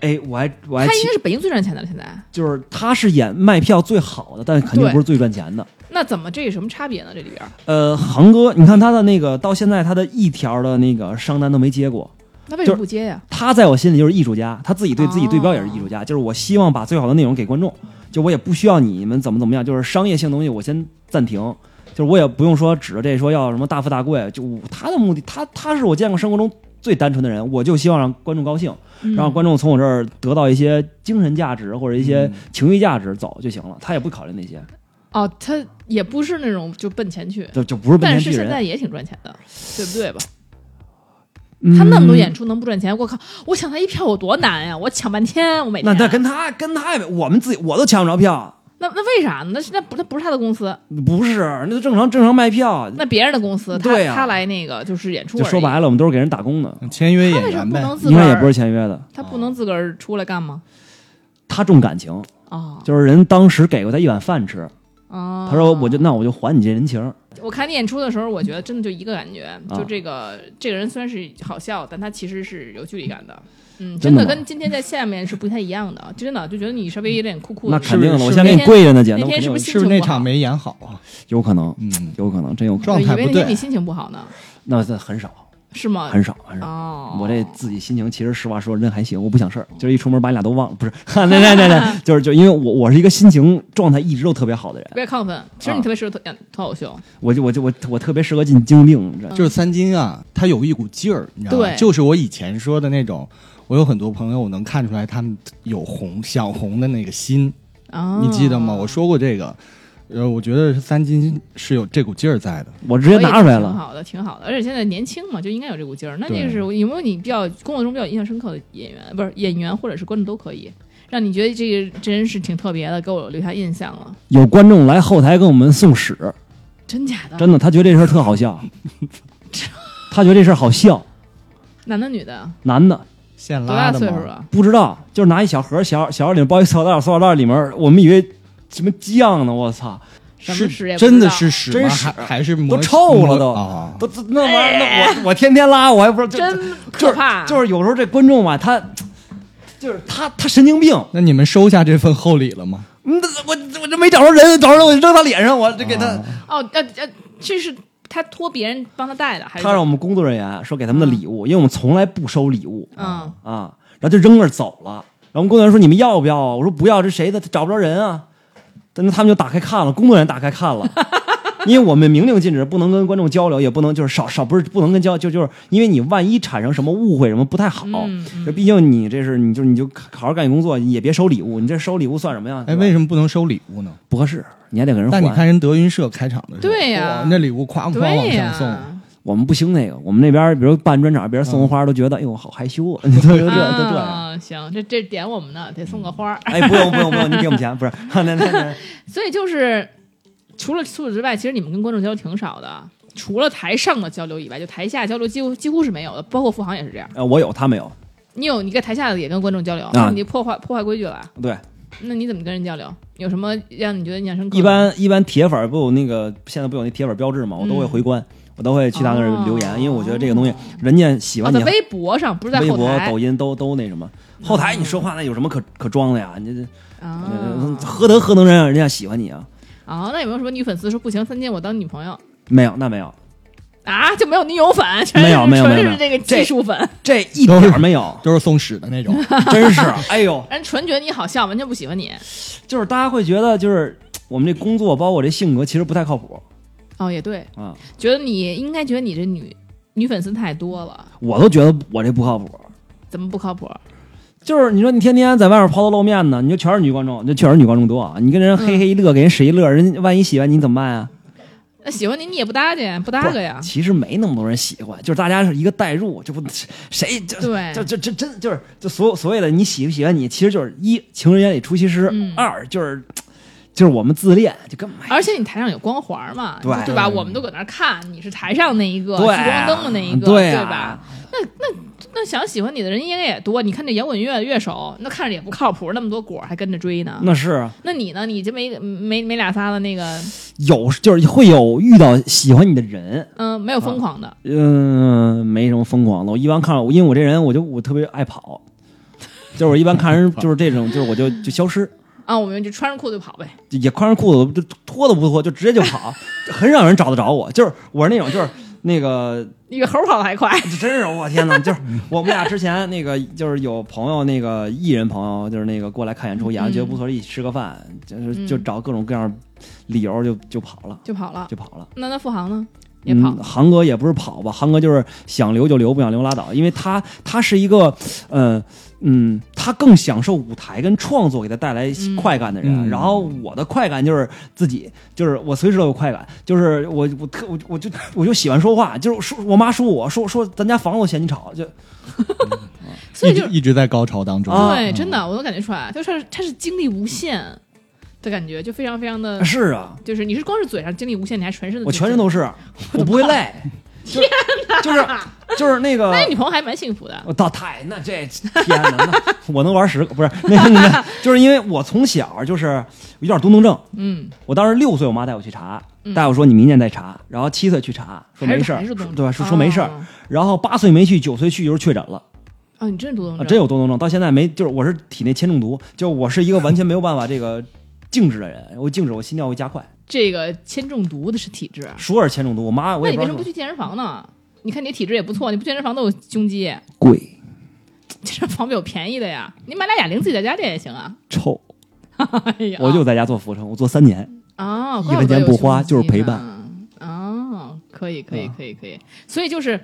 Speaker 1: 哎，我还我
Speaker 2: 他
Speaker 1: 还
Speaker 2: 应该是北京最赚钱的了。现在，
Speaker 1: 就是他是演卖票最好的，但肯定
Speaker 2: 对
Speaker 1: 不是最赚钱的。
Speaker 2: 那怎么这有什么差别呢？这里边儿，
Speaker 1: 呃，航哥，你看他的那个到现在他的一条的那个商单都没接过，
Speaker 2: 那为什
Speaker 1: 就
Speaker 2: 么
Speaker 1: 是
Speaker 2: 不接呀？
Speaker 1: 他在我心里就是艺术家，他自己对自己
Speaker 2: 哦
Speaker 1: 对标也是艺术家，就是我希望把最好的内容给观众，就我也不需要你们怎么怎么样，就是商业性东西我先暂停，就是我也不用说指着这说要什么大富大贵，就我他的目的，他他是我见过生活中最单纯的人，我就希望让观众高兴，
Speaker 2: 嗯
Speaker 1: 让观众从我这儿得到一些精神价值或者一些
Speaker 4: 嗯
Speaker 1: 情绪价值走就行了，他也不考虑那些，
Speaker 2: 哦，他也不是那种就奔钱去，
Speaker 1: 就就不是奔
Speaker 2: 但
Speaker 1: 钱
Speaker 2: 是
Speaker 1: 巨
Speaker 2: 现
Speaker 1: 人。啊
Speaker 2: 在也挺赚钱的，对不对吧？
Speaker 1: 嗯
Speaker 2: 他那么多演出能不赚钱？我靠，我抢他一票有多难呀！我抢半天，我每
Speaker 1: 嗯那
Speaker 2: 天啊
Speaker 1: 那跟他跟他也没，我们自己我都抢不着票，
Speaker 2: 那那为啥呢？那是那不那不是他的公司，
Speaker 1: 不是，那就正常正常卖票。
Speaker 2: 那别人的公司，他
Speaker 1: 对呀啊
Speaker 2: 他来那个就是演出而
Speaker 1: 就
Speaker 2: 已，
Speaker 1: 说白了，我们都是给人打工的，
Speaker 4: 签约
Speaker 2: 他
Speaker 4: 演
Speaker 2: 为什
Speaker 4: 员
Speaker 2: 么不
Speaker 4: 呗。
Speaker 2: 能自
Speaker 1: 应
Speaker 2: 个
Speaker 1: 该也不
Speaker 2: 儿？
Speaker 1: 是签约的。
Speaker 2: 他不能自个儿出来干吗？
Speaker 1: 他重感情，
Speaker 2: 啊
Speaker 1: 就是人当时给过他一碗饭吃，
Speaker 2: 啊！
Speaker 1: 他说我就那我就还你这人情。
Speaker 2: 我看你演出的时候，我觉得真的就一个感觉，
Speaker 1: 啊
Speaker 2: 就这个这个人虽然是好笑，但他其实是有距离感的。嗯，
Speaker 1: 真
Speaker 2: 真
Speaker 1: 的吗
Speaker 2: 的跟今天在下面是不太一样的，真的就觉得你稍微有点酷酷的。
Speaker 1: 那肯定的，
Speaker 4: 是
Speaker 1: 我先给你跪着呢，姐，我
Speaker 2: 那
Speaker 1: 肯
Speaker 2: 天
Speaker 1: 定
Speaker 2: 是不
Speaker 1: 有
Speaker 2: 是
Speaker 4: 是不是那场没演好啊？
Speaker 1: 有可能，
Speaker 4: 嗯，
Speaker 1: 有可能真有可能，
Speaker 4: 状态
Speaker 2: 对以为
Speaker 4: 不
Speaker 2: 那天
Speaker 4: 对
Speaker 2: 你。心情不好呢。
Speaker 1: 那这很少。
Speaker 2: 是吗？
Speaker 1: 很少很少。
Speaker 2: 哦，
Speaker 1: 我这自己心情其实实话说真还行，我不想事儿，就是一出门把你俩都忘了，不是？ 那那那那， 就是就因为我我是一个心情状态一直都特别好的人
Speaker 2: 特，别亢奋。其实
Speaker 1: 啊
Speaker 2: 你特别适合演脱口秀，
Speaker 1: 我就我就我我特别适合进精英病，你
Speaker 2: 嗯
Speaker 1: 知道吗？
Speaker 4: 就是三金啊，他有一股劲儿，你知道吗？
Speaker 2: 对
Speaker 4: 就是我以前说的那种，我有很多朋友，我能看出来他们有红想红的那个心，
Speaker 2: 啊
Speaker 4: 你记得吗？我说过这个，呃，我觉得三金是有这股劲儿在的。
Speaker 1: 我直接拿出来
Speaker 2: 挺
Speaker 1: 了。
Speaker 2: 好的，挺好的。而且现在年轻嘛，就应该有这股劲儿。那
Speaker 4: 对
Speaker 2: 这个是有没有你比较工作中比较印象深刻的演员，不是演员或者是观众都可以，让你觉得这个真是挺特别的，给我留下印象了。
Speaker 1: 有观众来后台给我们送屎，
Speaker 2: 真假的？
Speaker 1: 真的，他觉得这事儿特好笑，他觉得这事儿好笑。
Speaker 2: 男的女的？
Speaker 1: 男的
Speaker 4: 现
Speaker 2: 多
Speaker 4: 拉
Speaker 2: 大
Speaker 4: 的
Speaker 2: 岁数啊
Speaker 4: 嘛，
Speaker 2: 了？
Speaker 1: 不知道，就是拿一小盒小小盒里包一塑料袋，塑料袋里面我们以为什么酱呢？我操，
Speaker 2: 什么屎也
Speaker 4: 是
Speaker 2: 不
Speaker 4: 真的
Speaker 2: 知道
Speaker 4: 是屎
Speaker 1: 真
Speaker 4: 吗？
Speaker 1: 屎
Speaker 4: 还还是磨
Speaker 1: 都臭了
Speaker 4: 磨
Speaker 1: 都
Speaker 4: 啊
Speaker 1: 都都那玩意儿，那我我天天拉，我也不知道，就
Speaker 2: 真可怕，
Speaker 1: 就是有时候这观众吧，他就是他他神经病，
Speaker 4: 那你们收下这份厚礼了吗？
Speaker 1: 嗯我我这没找着人，找着人我就扔他脸上，我就给他。
Speaker 2: 哦，呃呃，这是他托别人帮他带的，还是
Speaker 1: 他让我们工作人员说给他们的礼物，因为我们从来不收礼物，
Speaker 2: 嗯
Speaker 1: 啊，然后就扔那儿走了。然后我们工作人员说你们要不要啊？我说不要，这谁的？他找不着人啊。但那他们就打开看了，工作人员打开看了，因为我们明令禁止，不能跟观众交流，也不能就是少少不是不能跟交，就就是因为你万一产生什么误会什么不太好。
Speaker 2: 嗯
Speaker 1: 这毕竟你这是你就你就好好干你工作，也别收礼物，你这收礼物算什么呀？
Speaker 4: 哎，为什么不能收礼物呢？
Speaker 1: 么不合适？你还得嗯给人
Speaker 4: 但你
Speaker 1: 还。
Speaker 4: 看人德云社开场的时候，
Speaker 2: 对呀
Speaker 4: 哇那礼物哐哐往
Speaker 2: 对
Speaker 4: 上
Speaker 2: 呀、
Speaker 4: 送，
Speaker 1: 我们不兴那个，我们那边比如办专场，别人送花都觉得，哎呦好害羞啊， 都这都这样。
Speaker 2: 啊，行，这这点我们呢得送个花儿。
Speaker 1: 哎，不用不用不用，你给我们钱不是？那那那
Speaker 2: 所以就是除了除此之外，其实你们跟观众交流挺少的，除了台上的交流以外，就台下交流几乎几乎是没有的，包括付航也是这样。
Speaker 1: 呃，我有，他没有。
Speaker 2: 你有你跟台下的也跟观众交流，
Speaker 1: 啊
Speaker 2: 你破坏破坏规矩了，
Speaker 1: 对，
Speaker 2: 那你怎么跟人交流？有什么让你觉得印象深刻的？
Speaker 1: 一般一般铁粉不有那个现在不有那铁粉标志嘛，我
Speaker 2: 嗯
Speaker 1: 都会回关，我都会去他那儿留言，因为我觉得这个东西人家喜
Speaker 2: 哦，
Speaker 1: 欢
Speaker 2: 在
Speaker 1: 你，啊
Speaker 2: 微博上不是在
Speaker 1: 微
Speaker 2: 后
Speaker 1: 博、
Speaker 2: 台啊
Speaker 1: 抖音都都那什么。后台你说话那有什么可可装的呀？你这
Speaker 2: 啊
Speaker 1: 呃何德何能让人家喜欢你啊？
Speaker 2: 啊，那有没有什么女粉丝说不行，三金我当女朋友
Speaker 1: 没有，那没有，
Speaker 2: 啊？就没有女友粉，全是
Speaker 1: 没有没有没有
Speaker 2: 全是这个技术粉，
Speaker 1: 这一点儿没有，
Speaker 4: 都是送屎的那种。
Speaker 1: 真是，哎呦，
Speaker 2: 人纯觉得你好笑，完全不喜欢你。
Speaker 1: 就是大家会觉得就是我们这工作，包括我这性格，其实不太靠谱
Speaker 2: 哦，也对，
Speaker 1: 啊。
Speaker 2: 觉得你应该觉得你这女女粉丝太多了，
Speaker 1: 我都觉得我这不靠谱，
Speaker 2: 怎么不靠谱？
Speaker 1: 就是你说你天天在外面抛头露面呢，你就全是女观众，这确实女观众多啊。你跟人嘿嘿一乐，给人使一乐，人万一喜欢你怎么办啊？
Speaker 2: 那喜欢你你也不搭理，不搭
Speaker 1: 不
Speaker 2: 个
Speaker 1: 是
Speaker 2: 呀。
Speaker 1: 其实没那么多人喜欢，就是大家是一个代入，这不谁这
Speaker 2: 对
Speaker 1: 这这这真就是就所有所谓的你喜不喜欢你，其实就是一情人眼里出西施，
Speaker 2: 嗯
Speaker 1: 二就是就是我们自恋，就根本没
Speaker 2: 而且你台上有光环嘛，
Speaker 1: 对
Speaker 2: 就对吧？我们都搁那儿看，你是台上那一个，聚
Speaker 1: 对啊
Speaker 2: 光灯的那一个，
Speaker 1: 对
Speaker 2: 对
Speaker 1: 啊
Speaker 2: 吧？那那那想喜欢你的人应该也多。你看这摇滚乐乐手，那看着也不靠谱，那么多果儿还跟着追呢。
Speaker 1: 那是啊
Speaker 2: 那你呢？你这没没没俩仨的那个，
Speaker 1: 有就是会有遇到喜欢你的人，
Speaker 2: 嗯，没有疯狂的，
Speaker 1: 嗯，没什么疯狂的。我一般看，因为我这人，我就我特别爱跑，就是我一般看人就是这种，就是我就就消失，
Speaker 2: 啊，我们就穿上裤子就跑呗。
Speaker 1: 就也穿上裤子，就脱都不脱，就直接就跑，很少有人找得着我。就是我是那种，就是那个，
Speaker 2: 你比猴跑的还快，
Speaker 1: 就真是我天哪！就是我们俩之前那个，就是有朋友那个艺人朋友，就是那个过来看演出，演完觉得不错，一起吃个饭，就是就找各种各样理由就就跑了，
Speaker 2: 就跑了。
Speaker 1: 就跑了。
Speaker 2: 那那付航呢？也跑
Speaker 1: 嗯。航哥也不是跑吧，航哥就是想留就留，不想留拉倒，因为他他是一个，呃，嗯，他更享受舞台跟创作给他带来快感的人。
Speaker 4: 嗯
Speaker 1: 然后我的快感就是自己，就是我随时都有快感，就是我我特我我就我就喜欢说话，就是说我妈说我说说咱家房子嫌你吵，就
Speaker 2: 所以
Speaker 4: 一
Speaker 2: 就哦
Speaker 4: 直一直在高潮当中。
Speaker 1: 啊
Speaker 2: 对，真的我能感觉出来，就是他是精力无限的感觉，就非常非常的，
Speaker 1: 是啊，
Speaker 2: 就是你是光是嘴上精力无限，你还全身的，
Speaker 1: 我全身都。是，我不会 累。就是就是就是那个，
Speaker 2: 那你女朋友还蛮幸福的，
Speaker 1: 我哦倒太那这天哪，那我能玩十个不是那个那，就是因为我从小就是有点多动症，
Speaker 2: 嗯，
Speaker 1: 我当时六岁，我妈带我去查，大夫说你明年再查，然后七岁去查，说没事儿
Speaker 2: 还是还是多，动
Speaker 1: 对吧？
Speaker 2: 症
Speaker 1: 说说没事儿
Speaker 2: 哦，
Speaker 1: 然后八岁没去，九岁去就是确诊了，
Speaker 2: 啊，你真是多动
Speaker 1: 啊
Speaker 2: 症，
Speaker 1: 真有多动症，到现在没就是我是体内铅中毒，就我是一个完全没有办法这个静止的人，我静止我心跳会加快，
Speaker 2: 这个铅中毒的是体质啊。
Speaker 1: 说是铅中毒，我妈我也
Speaker 2: 那你
Speaker 1: 不知
Speaker 2: 为
Speaker 1: 道
Speaker 2: 什么不
Speaker 1: 是，
Speaker 2: 去健身房呢？你看你体质也不错，你不健身房都有 胸肌，
Speaker 1: 贵
Speaker 2: 健身房没有便宜的呀，你买俩哑铃自己在家练也行啊。
Speaker 1: 臭，
Speaker 2: 哎呀，
Speaker 1: 我就在家做俯卧撑，我做三年，
Speaker 2: 啊，
Speaker 1: 一
Speaker 2: 怪
Speaker 1: 分
Speaker 2: 不得
Speaker 1: 钱
Speaker 2: 有
Speaker 1: 不
Speaker 2: 胸
Speaker 1: 花就是
Speaker 2: 肌
Speaker 1: 陪
Speaker 2: 呢
Speaker 1: 伴。
Speaker 2: 啊，可以可以
Speaker 1: 啊
Speaker 2: 可以可以，所以就是。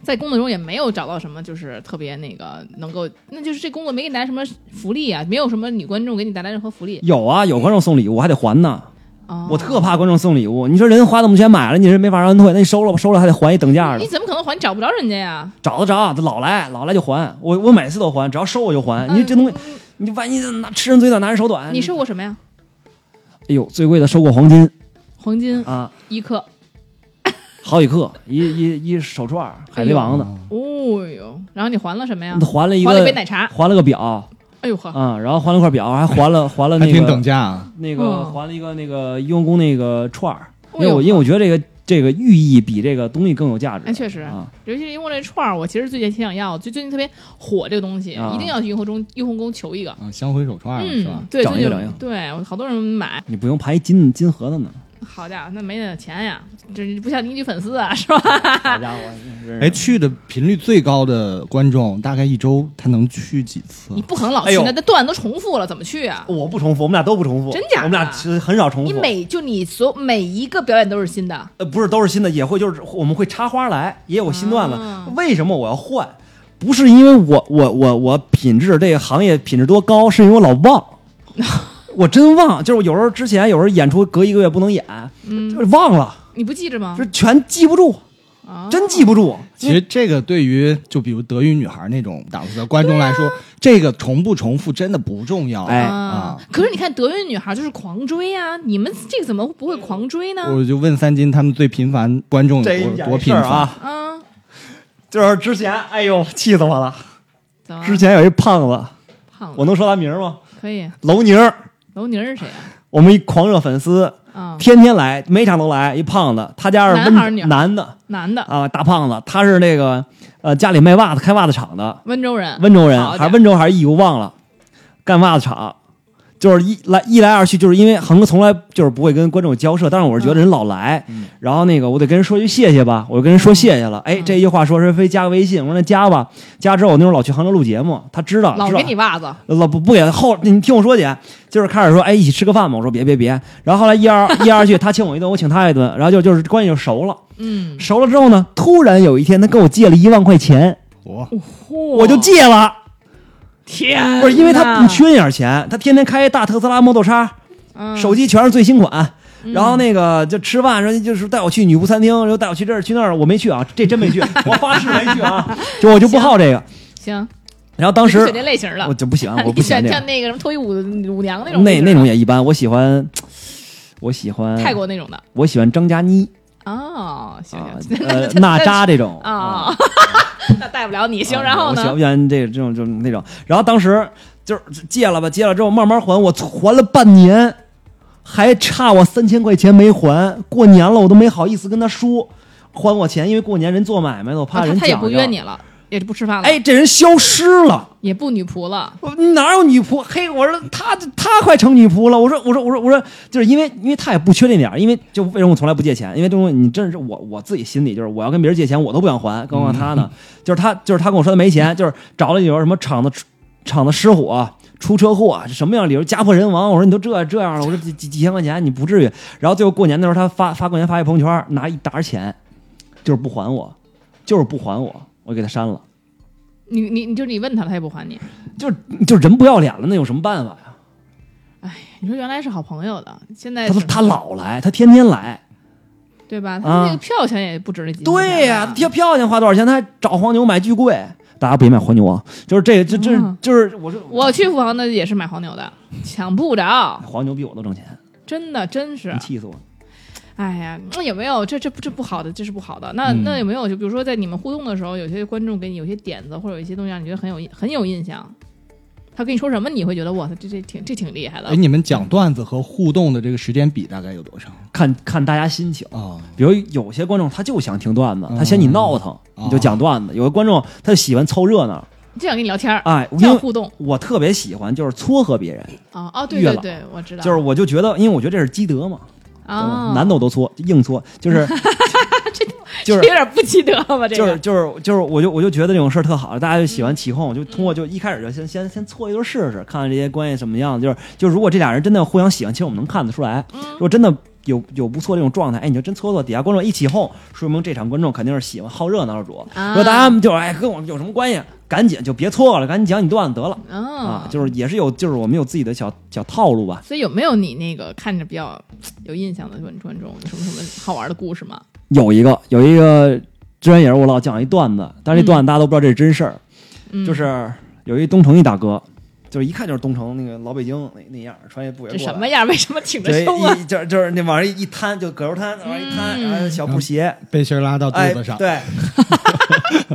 Speaker 2: 在工作中也没有找到什么，就是特别那个能够，那就是这工作没给你带来什么福利啊，没有什么女观众给你带来任何福利。
Speaker 1: 有啊，有观众送礼物我还得还呢。
Speaker 2: 啊、
Speaker 1: 我特怕观众送礼物，你说人花那么多钱买了，你人没法让人退，那你收了吧，收了还得还一等价的
Speaker 2: 哦你，怎么可能还？你找不着人家呀？
Speaker 1: 找得着，他老来老来就还，我我每次都还，只要收我就还。你这东西，你万一拿吃人嘴短，拿人手短，
Speaker 2: 你收过什么呀？
Speaker 1: 哎呦，最贵的收过黄金
Speaker 2: 黄金
Speaker 1: 啊，
Speaker 2: 一克。
Speaker 1: 好几克，一一一手串儿，海贼王的，
Speaker 4: 哎
Speaker 2: 哦呦，然后你还了什么呀？
Speaker 1: 还了一个
Speaker 2: 还了一杯奶茶
Speaker 1: 还了个表
Speaker 2: 哎呦呵，
Speaker 1: 嗯啊，然后还了块表，还还了还了
Speaker 4: 还
Speaker 1: 那
Speaker 4: 挺等
Speaker 1: 个
Speaker 4: 价啊。
Speaker 1: 那个
Speaker 2: 嗯
Speaker 1: 还了一个那个雍宫那个串儿，因
Speaker 2: 哎
Speaker 1: 为
Speaker 2: 呦
Speaker 1: 我因为我觉得这个这个寓意比这个东西更有价值。
Speaker 2: 哎，确实，
Speaker 1: 啊，
Speaker 2: 尤其是雍和这串儿，我其实最近挺想要，就最近特别火这个东西，
Speaker 1: 啊
Speaker 2: 一定要去雍和中雍和宫求一个。
Speaker 4: 啊，香灰手串是吧
Speaker 2: 嗯，？对，
Speaker 1: 整一
Speaker 2: 最
Speaker 1: 个
Speaker 2: 近
Speaker 1: 整一个
Speaker 2: 对我好多人买，
Speaker 1: 你不用排金金盒子呢，
Speaker 2: 好家伙，那没那钱呀，这不像你女粉丝啊，是 吧？
Speaker 1: 好 家伙，真是
Speaker 4: 哎，去的频率最高的观众，大概一周他能去几次
Speaker 2: 你？不可能老
Speaker 1: 哎
Speaker 2: 去，
Speaker 1: 呦
Speaker 2: 那那段都重复了，怎么去啊？
Speaker 1: 我不重复，我们俩都不重复，
Speaker 2: 真假的
Speaker 1: 我们俩其实很少重复。
Speaker 2: 你每就你所每一个表演都是新的，
Speaker 1: 呃不是都是新的，也会就是我们会插花来，也有新段子。
Speaker 2: 啊
Speaker 1: 为什么我要换？不是因为我我我我品质这个行业品质多高，是因为我老 忘。我真忘，就是有时候之前有时候演出隔一个月不能演，
Speaker 2: 嗯
Speaker 1: 就是忘了，
Speaker 2: 你不记着吗
Speaker 1: 就？全记不住，
Speaker 2: 啊，
Speaker 1: 真记不住。
Speaker 4: 其实这个对于就比如德云女孩那种档次的观众来说，这个重不重复真的不重要。
Speaker 1: 哎
Speaker 2: 啊
Speaker 4: 啊！
Speaker 2: 可是你看德云女孩就是狂追啊，你们这个怎么不会狂追呢？
Speaker 4: 我就问三金他们最频繁观众
Speaker 1: 这
Speaker 4: 有
Speaker 1: 一
Speaker 4: 多
Speaker 1: 件
Speaker 4: 多
Speaker 1: 事
Speaker 4: 频
Speaker 1: 儿
Speaker 4: 繁？
Speaker 1: 啊，
Speaker 2: 啊，
Speaker 1: 就是之前，哎呦，气死我了！
Speaker 2: 怎么了
Speaker 1: 之前有一胖子，
Speaker 2: 啊胖
Speaker 1: 我
Speaker 2: 子
Speaker 1: 能说他名儿吗？
Speaker 2: 可以？
Speaker 1: 楼宁儿，
Speaker 2: 楼宁是谁啊？
Speaker 1: 我们一狂热粉丝，
Speaker 2: 啊，
Speaker 1: 天天来，每场都来。一胖子，他家是温
Speaker 2: 男孩儿女孩儿
Speaker 1: 男的
Speaker 2: 男的，
Speaker 1: 啊，大胖子，他是那个呃家里卖袜子开袜子厂的
Speaker 2: 温州人，
Speaker 1: 温州人，
Speaker 2: 嗯好家伙
Speaker 1: 还是温州还是义乌忘了，干袜子厂。就是一来一来二去，就是因为恒哥从来就是不会跟观众交涉，但是我是觉得人老来，然后那个我得跟人说句谢谢吧，我就跟人说谢谢了。哎，
Speaker 2: 嗯
Speaker 1: 这一句话说是非加个微信，我说那加吧，加之后我那时候老去杭州录节目，他知道，
Speaker 2: 老
Speaker 1: 知道
Speaker 2: 给你袜子，
Speaker 1: 老不不给他后，你听我说姐，就是开始说，哎，一起吃个饭吧。我说别别别，然后后来一二一二去，他请我一顿，我请他一顿，然后就就是关系就熟了。
Speaker 2: 嗯，
Speaker 1: 熟了之后呢，突然有一天他跟我借了一万块钱，
Speaker 4: 我
Speaker 1: 我
Speaker 2: 我
Speaker 1: 就借了，
Speaker 2: 天，
Speaker 1: 不是因为他不缺那点钱，他天天开一大特斯拉 Model 叉，
Speaker 2: 缺
Speaker 1: 手机全是最新款。然后那个就吃饭，然后就是带我去女仆餐厅，然后带我去这儿去那儿，我没去啊，这真没去，我发誓没去啊， 就我就不好这个。
Speaker 2: 行，
Speaker 1: 然后当
Speaker 2: 你不
Speaker 1: 时
Speaker 2: 选这类型
Speaker 1: 我
Speaker 2: 了，
Speaker 1: 就不喜欢，我
Speaker 2: 你
Speaker 1: 不喜欢
Speaker 2: 选
Speaker 1: 这个
Speaker 2: 像。那个什么脱衣舞舞娘那种类
Speaker 1: 那
Speaker 2: 型
Speaker 1: 那种也一般，我喜欢，我喜欢
Speaker 2: 泰，国那种的
Speaker 1: 我喜欢张嘉 倪
Speaker 2: 哦，行
Speaker 1: 啊，
Speaker 2: 行，
Speaker 1: 呃， 娜扎这种
Speaker 2: 啊，， 那带不了你，行，
Speaker 1: 啊
Speaker 2: 然后
Speaker 1: 我喜
Speaker 2: 呢？
Speaker 1: 不喜欢这这种这种那种？然后当时就是借了吧，借了之后慢慢还，我还了半年，还差我三千块钱没还。过年了，我都没好意思跟他说还我钱，因为过年人做买卖的，我
Speaker 2: 啊
Speaker 1: 怕
Speaker 2: 他
Speaker 1: 人
Speaker 2: 他也
Speaker 1: 讲
Speaker 2: 不
Speaker 1: 究。
Speaker 2: 约你了，也不吃饭了，，
Speaker 1: 哎，这人消失了。
Speaker 2: 也不女仆了，
Speaker 1: 我哪有女仆？嘿，我说她她快成女仆了。我说我说我说我说，就是因为因为她也不缺那点儿，因为就为什么我从来不借钱？因为这东西你真是我我自己心里就是我要跟别人借钱，我都不想还，更何况她呢？ 就是她就是她跟我说她没钱，就是找了理由什么厂子厂子失火。出车祸什么样理由家破人亡？我说你都这这样了，我说几几几千块钱你不至于。然后最后过年的时候，她发发过年发一朋友圈，拿一沓钱，就是不还我，就是不还我，我给她删了。
Speaker 2: 你你你就你问他了，他也不还你，
Speaker 1: 就是就是人不要脸了，那有什么办法呀？
Speaker 2: 你说原来是好朋友的，现在
Speaker 1: 他都
Speaker 2: 是
Speaker 1: 他老来，他天天来。
Speaker 2: 对吧？
Speaker 1: 啊
Speaker 2: 他那个票钱也不值那几千块钱
Speaker 1: 对呀、
Speaker 2: 啊
Speaker 1: 他票票钱花多少钱？他还找黄牛买巨贵。大家别买黄牛啊！就是这这这
Speaker 2: 嗯
Speaker 1: 就是我说
Speaker 2: 我去富航的也是买黄牛的，抢不着，
Speaker 1: 黄牛比我都挣钱，
Speaker 2: 真的真是
Speaker 1: 你，气死我！
Speaker 2: 哎呀，那有没有这这不这不好的，这是不好的。
Speaker 1: 嗯
Speaker 2: 那、那有没有就比如说在你们互动的时候，有些观众给你有些点子，或者有一些东西让你觉得很有印很有印象，他跟你说什么，你会觉得哇塞，这这挺这挺厉害的
Speaker 4: 哎，。你们讲段子和互动的这个时间比大概有多少
Speaker 1: 看看大家心情。
Speaker 4: 啊？
Speaker 1: 比如有些观众他就想听段子，
Speaker 4: 嗯
Speaker 1: 他嫌你闹腾，
Speaker 4: 哦
Speaker 1: 你就讲段子；有的观众他就喜欢凑热闹，
Speaker 2: 就想跟你聊天儿，
Speaker 1: 哎，
Speaker 2: 就
Speaker 1: 因
Speaker 2: 想
Speaker 1: 为
Speaker 2: 互动
Speaker 1: 我特别喜欢就是撮合别人，
Speaker 2: 啊哦，对
Speaker 1: 月
Speaker 2: 对
Speaker 1: 老
Speaker 2: 对，我知道，
Speaker 1: 哦就是我就觉得，因为我觉得这是积德嘛，
Speaker 2: 啊，
Speaker 1: 男的我都搓，硬搓，就是就是
Speaker 2: 有点不积德吧？这个嗯
Speaker 1: 就是就是就是，我就我就觉得这种事儿特好，大家就喜欢起哄，就通过就一开始就先先先搓一顿试试，看看这些关系什么样。就是就是，如果这俩人真的互相喜欢，其实我们能看得出来。
Speaker 2: 嗯
Speaker 1: 如果真的有有不错这种状态，哎，你就真搓搓，底下观众一起哄，说明这场观众肯定是喜欢好热闹的主。
Speaker 2: 啊
Speaker 1: 如果大家就是哎跟我有什么关系，赶紧就别搓了，赶紧讲你段子得了。
Speaker 2: 嗯、
Speaker 1: 啊，就是也是有，就是我们有自己的小小套路吧。
Speaker 2: 所以有没有你那个看着比较有印象的观观众什么什么好玩的故事吗？
Speaker 1: 有一个有一个，之前也是我老讲一段子，但是这段子大家都不知道这是真事儿。
Speaker 2: 嗯、
Speaker 1: 就是有一东城一大哥，就是一看就是东城那个老北京那那样儿，穿一布鞋过
Speaker 2: 这
Speaker 1: 来
Speaker 2: 什么样？为什么挺着
Speaker 1: 对，
Speaker 2: 胸啊？
Speaker 1: 一就是就是那往上一摊，就葛优瘫，往上一摊，
Speaker 2: 嗯
Speaker 1: 然后小布鞋，
Speaker 4: 背心儿拉到肚
Speaker 1: 哎，
Speaker 4: 子上，
Speaker 1: 对，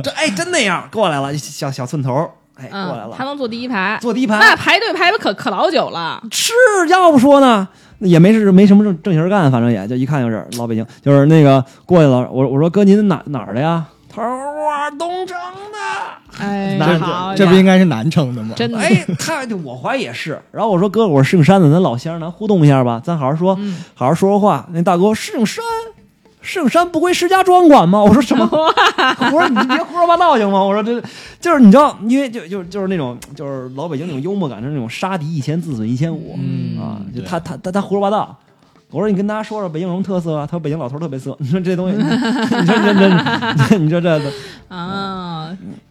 Speaker 1: 这哎真那样过来了，小小寸头儿，哎过来
Speaker 2: 嗯，
Speaker 1: 了
Speaker 2: 他，能坐第一排，
Speaker 1: 坐第一
Speaker 2: 那
Speaker 1: 排
Speaker 2: 排队排的可可老久了。
Speaker 1: 吃，要不说呢。那也没事，没什么正正形儿干，反正也就一看就是老北京，就是那个过去了。我我说哥，您哪哪儿的呀？他说我是东城的。
Speaker 2: 哎，
Speaker 1: 那
Speaker 2: 好
Speaker 4: 这
Speaker 2: 呀
Speaker 4: 不应该是南城的吗？
Speaker 2: 真的
Speaker 1: 哎，他就我怀疑也是。然后我说哥，我是姓山的，咱老乡，咱互动一下吧，咱好好说，
Speaker 2: 嗯
Speaker 1: 好好说说话。那大哥是姓山，是姓山不归石家庄管吗？我说 什么？我说你别胡说八道行吗？我说这就是你知道，因为就就就是那种就是老北京那种幽默感，就是那种杀敌一千自损一千五、
Speaker 2: 嗯
Speaker 1: 啊，就
Speaker 4: 对
Speaker 1: 他他他他胡说八道。我说你跟大家说说北京有什么特色啊？他说北京老头儿特别色。 你说这东西，你说这这，你说这这，
Speaker 2: 啊，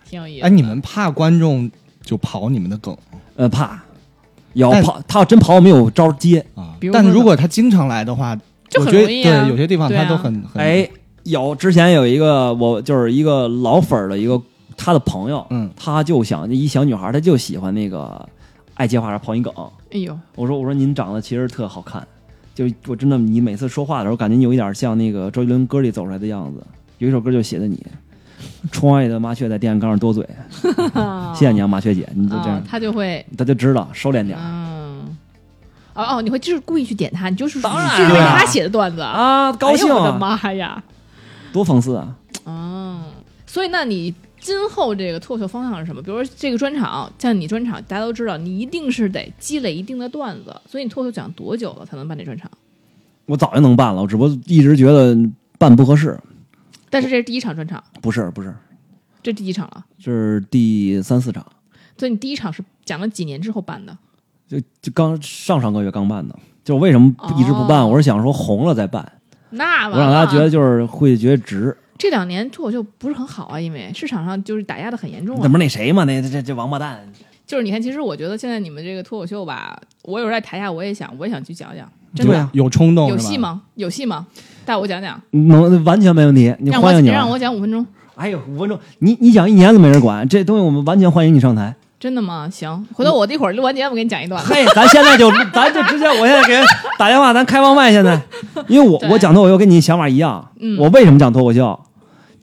Speaker 2: 挺有意思。
Speaker 4: 哎，你们怕观众就刨你们的梗
Speaker 1: 呃，怕有
Speaker 4: 但
Speaker 1: 跑，他要真跑，我们有招儿接。
Speaker 4: 啊
Speaker 2: 比如？说
Speaker 4: 但
Speaker 2: 呢
Speaker 4: 如果他经常来的话，
Speaker 2: 就
Speaker 4: 我
Speaker 2: 很
Speaker 4: 觉得
Speaker 2: 容易啊
Speaker 4: 对有些地方
Speaker 2: 对啊
Speaker 4: 他都很很
Speaker 1: 哎，有之前有一个我就是一个老粉儿的一个他的朋友，
Speaker 4: 嗯
Speaker 1: 他就想一小女孩儿，她就喜欢那个爱接话茬跑你梗。
Speaker 2: 哎 呦，
Speaker 1: 我说我说您长得其实特好看，就我真的你每次说话的时候，感觉你有一点像那个周杰伦歌里走出来的样子。有一首歌就写的 你，窗外的麻雀在电线杆上多嘴，
Speaker 2: 哦
Speaker 1: 谢谢你啊，麻雀姐，你就这样
Speaker 2: 啊，，他就会
Speaker 1: 他就知道收敛点儿
Speaker 2: 嗯。哦哦，你会就是故意去点他，你就是
Speaker 1: 当然啊
Speaker 2: 就是为他写的段子，
Speaker 1: 啊，高兴
Speaker 2: 哎呦我的
Speaker 1: 啊，
Speaker 2: 妈呀！
Speaker 1: 多讽刺啊！
Speaker 2: 嗯，所以那你今后这个脱口秀方向是什么？比如说这个专场，像你专场，大家都知道，你一定是得积累一定的段子，所以你脱口秀讲多久了才能办这专场？
Speaker 1: 我早就能办了，我只不过一直觉得办不合适。
Speaker 2: 但是这是第一场专场，
Speaker 1: 不是不是，
Speaker 2: 这是第一场了，
Speaker 1: 这是第三四场，
Speaker 2: 所以你第一场是讲了几年之后办的？
Speaker 1: 就就刚上上个月刚办的。就为什么不一直不办？
Speaker 2: 哦
Speaker 1: 我是想说红了再办，
Speaker 2: 那完
Speaker 1: 我
Speaker 2: 了
Speaker 1: 让大家觉得就是会觉得值。
Speaker 2: 这两年脱口秀不是很好啊，因为市场上就是打压的很严重
Speaker 1: 怎
Speaker 2: 啊。
Speaker 1: 么那谁嘛，那这这王八蛋，
Speaker 2: 就是你看，其实我觉得现在你们这个脱口秀吧，我有时候在台下我也想，我也想去讲讲，真
Speaker 1: 对
Speaker 2: 的
Speaker 1: 啊
Speaker 4: 有冲动
Speaker 2: 有
Speaker 4: 是吧
Speaker 2: 戏？吗？有戏吗？带我讲讲，
Speaker 1: 能完全没问题，你
Speaker 2: 让
Speaker 1: 欢
Speaker 2: 我
Speaker 1: 迎你
Speaker 2: 让
Speaker 1: 来。
Speaker 2: 我讲五分钟。
Speaker 1: 哎呦，五分钟，你你讲一年都没人管，这东西我们完全欢迎你上 台。
Speaker 2: 真的吗？行，回头我一会儿录完节目给你讲一段。
Speaker 1: 嘿，咱现在就咱就直接，我现在给人打电话，咱开放麦现在，因为我
Speaker 2: 对
Speaker 1: 我讲脱口秀跟你想法一样，
Speaker 2: 嗯
Speaker 1: 我为什么讲脱口秀，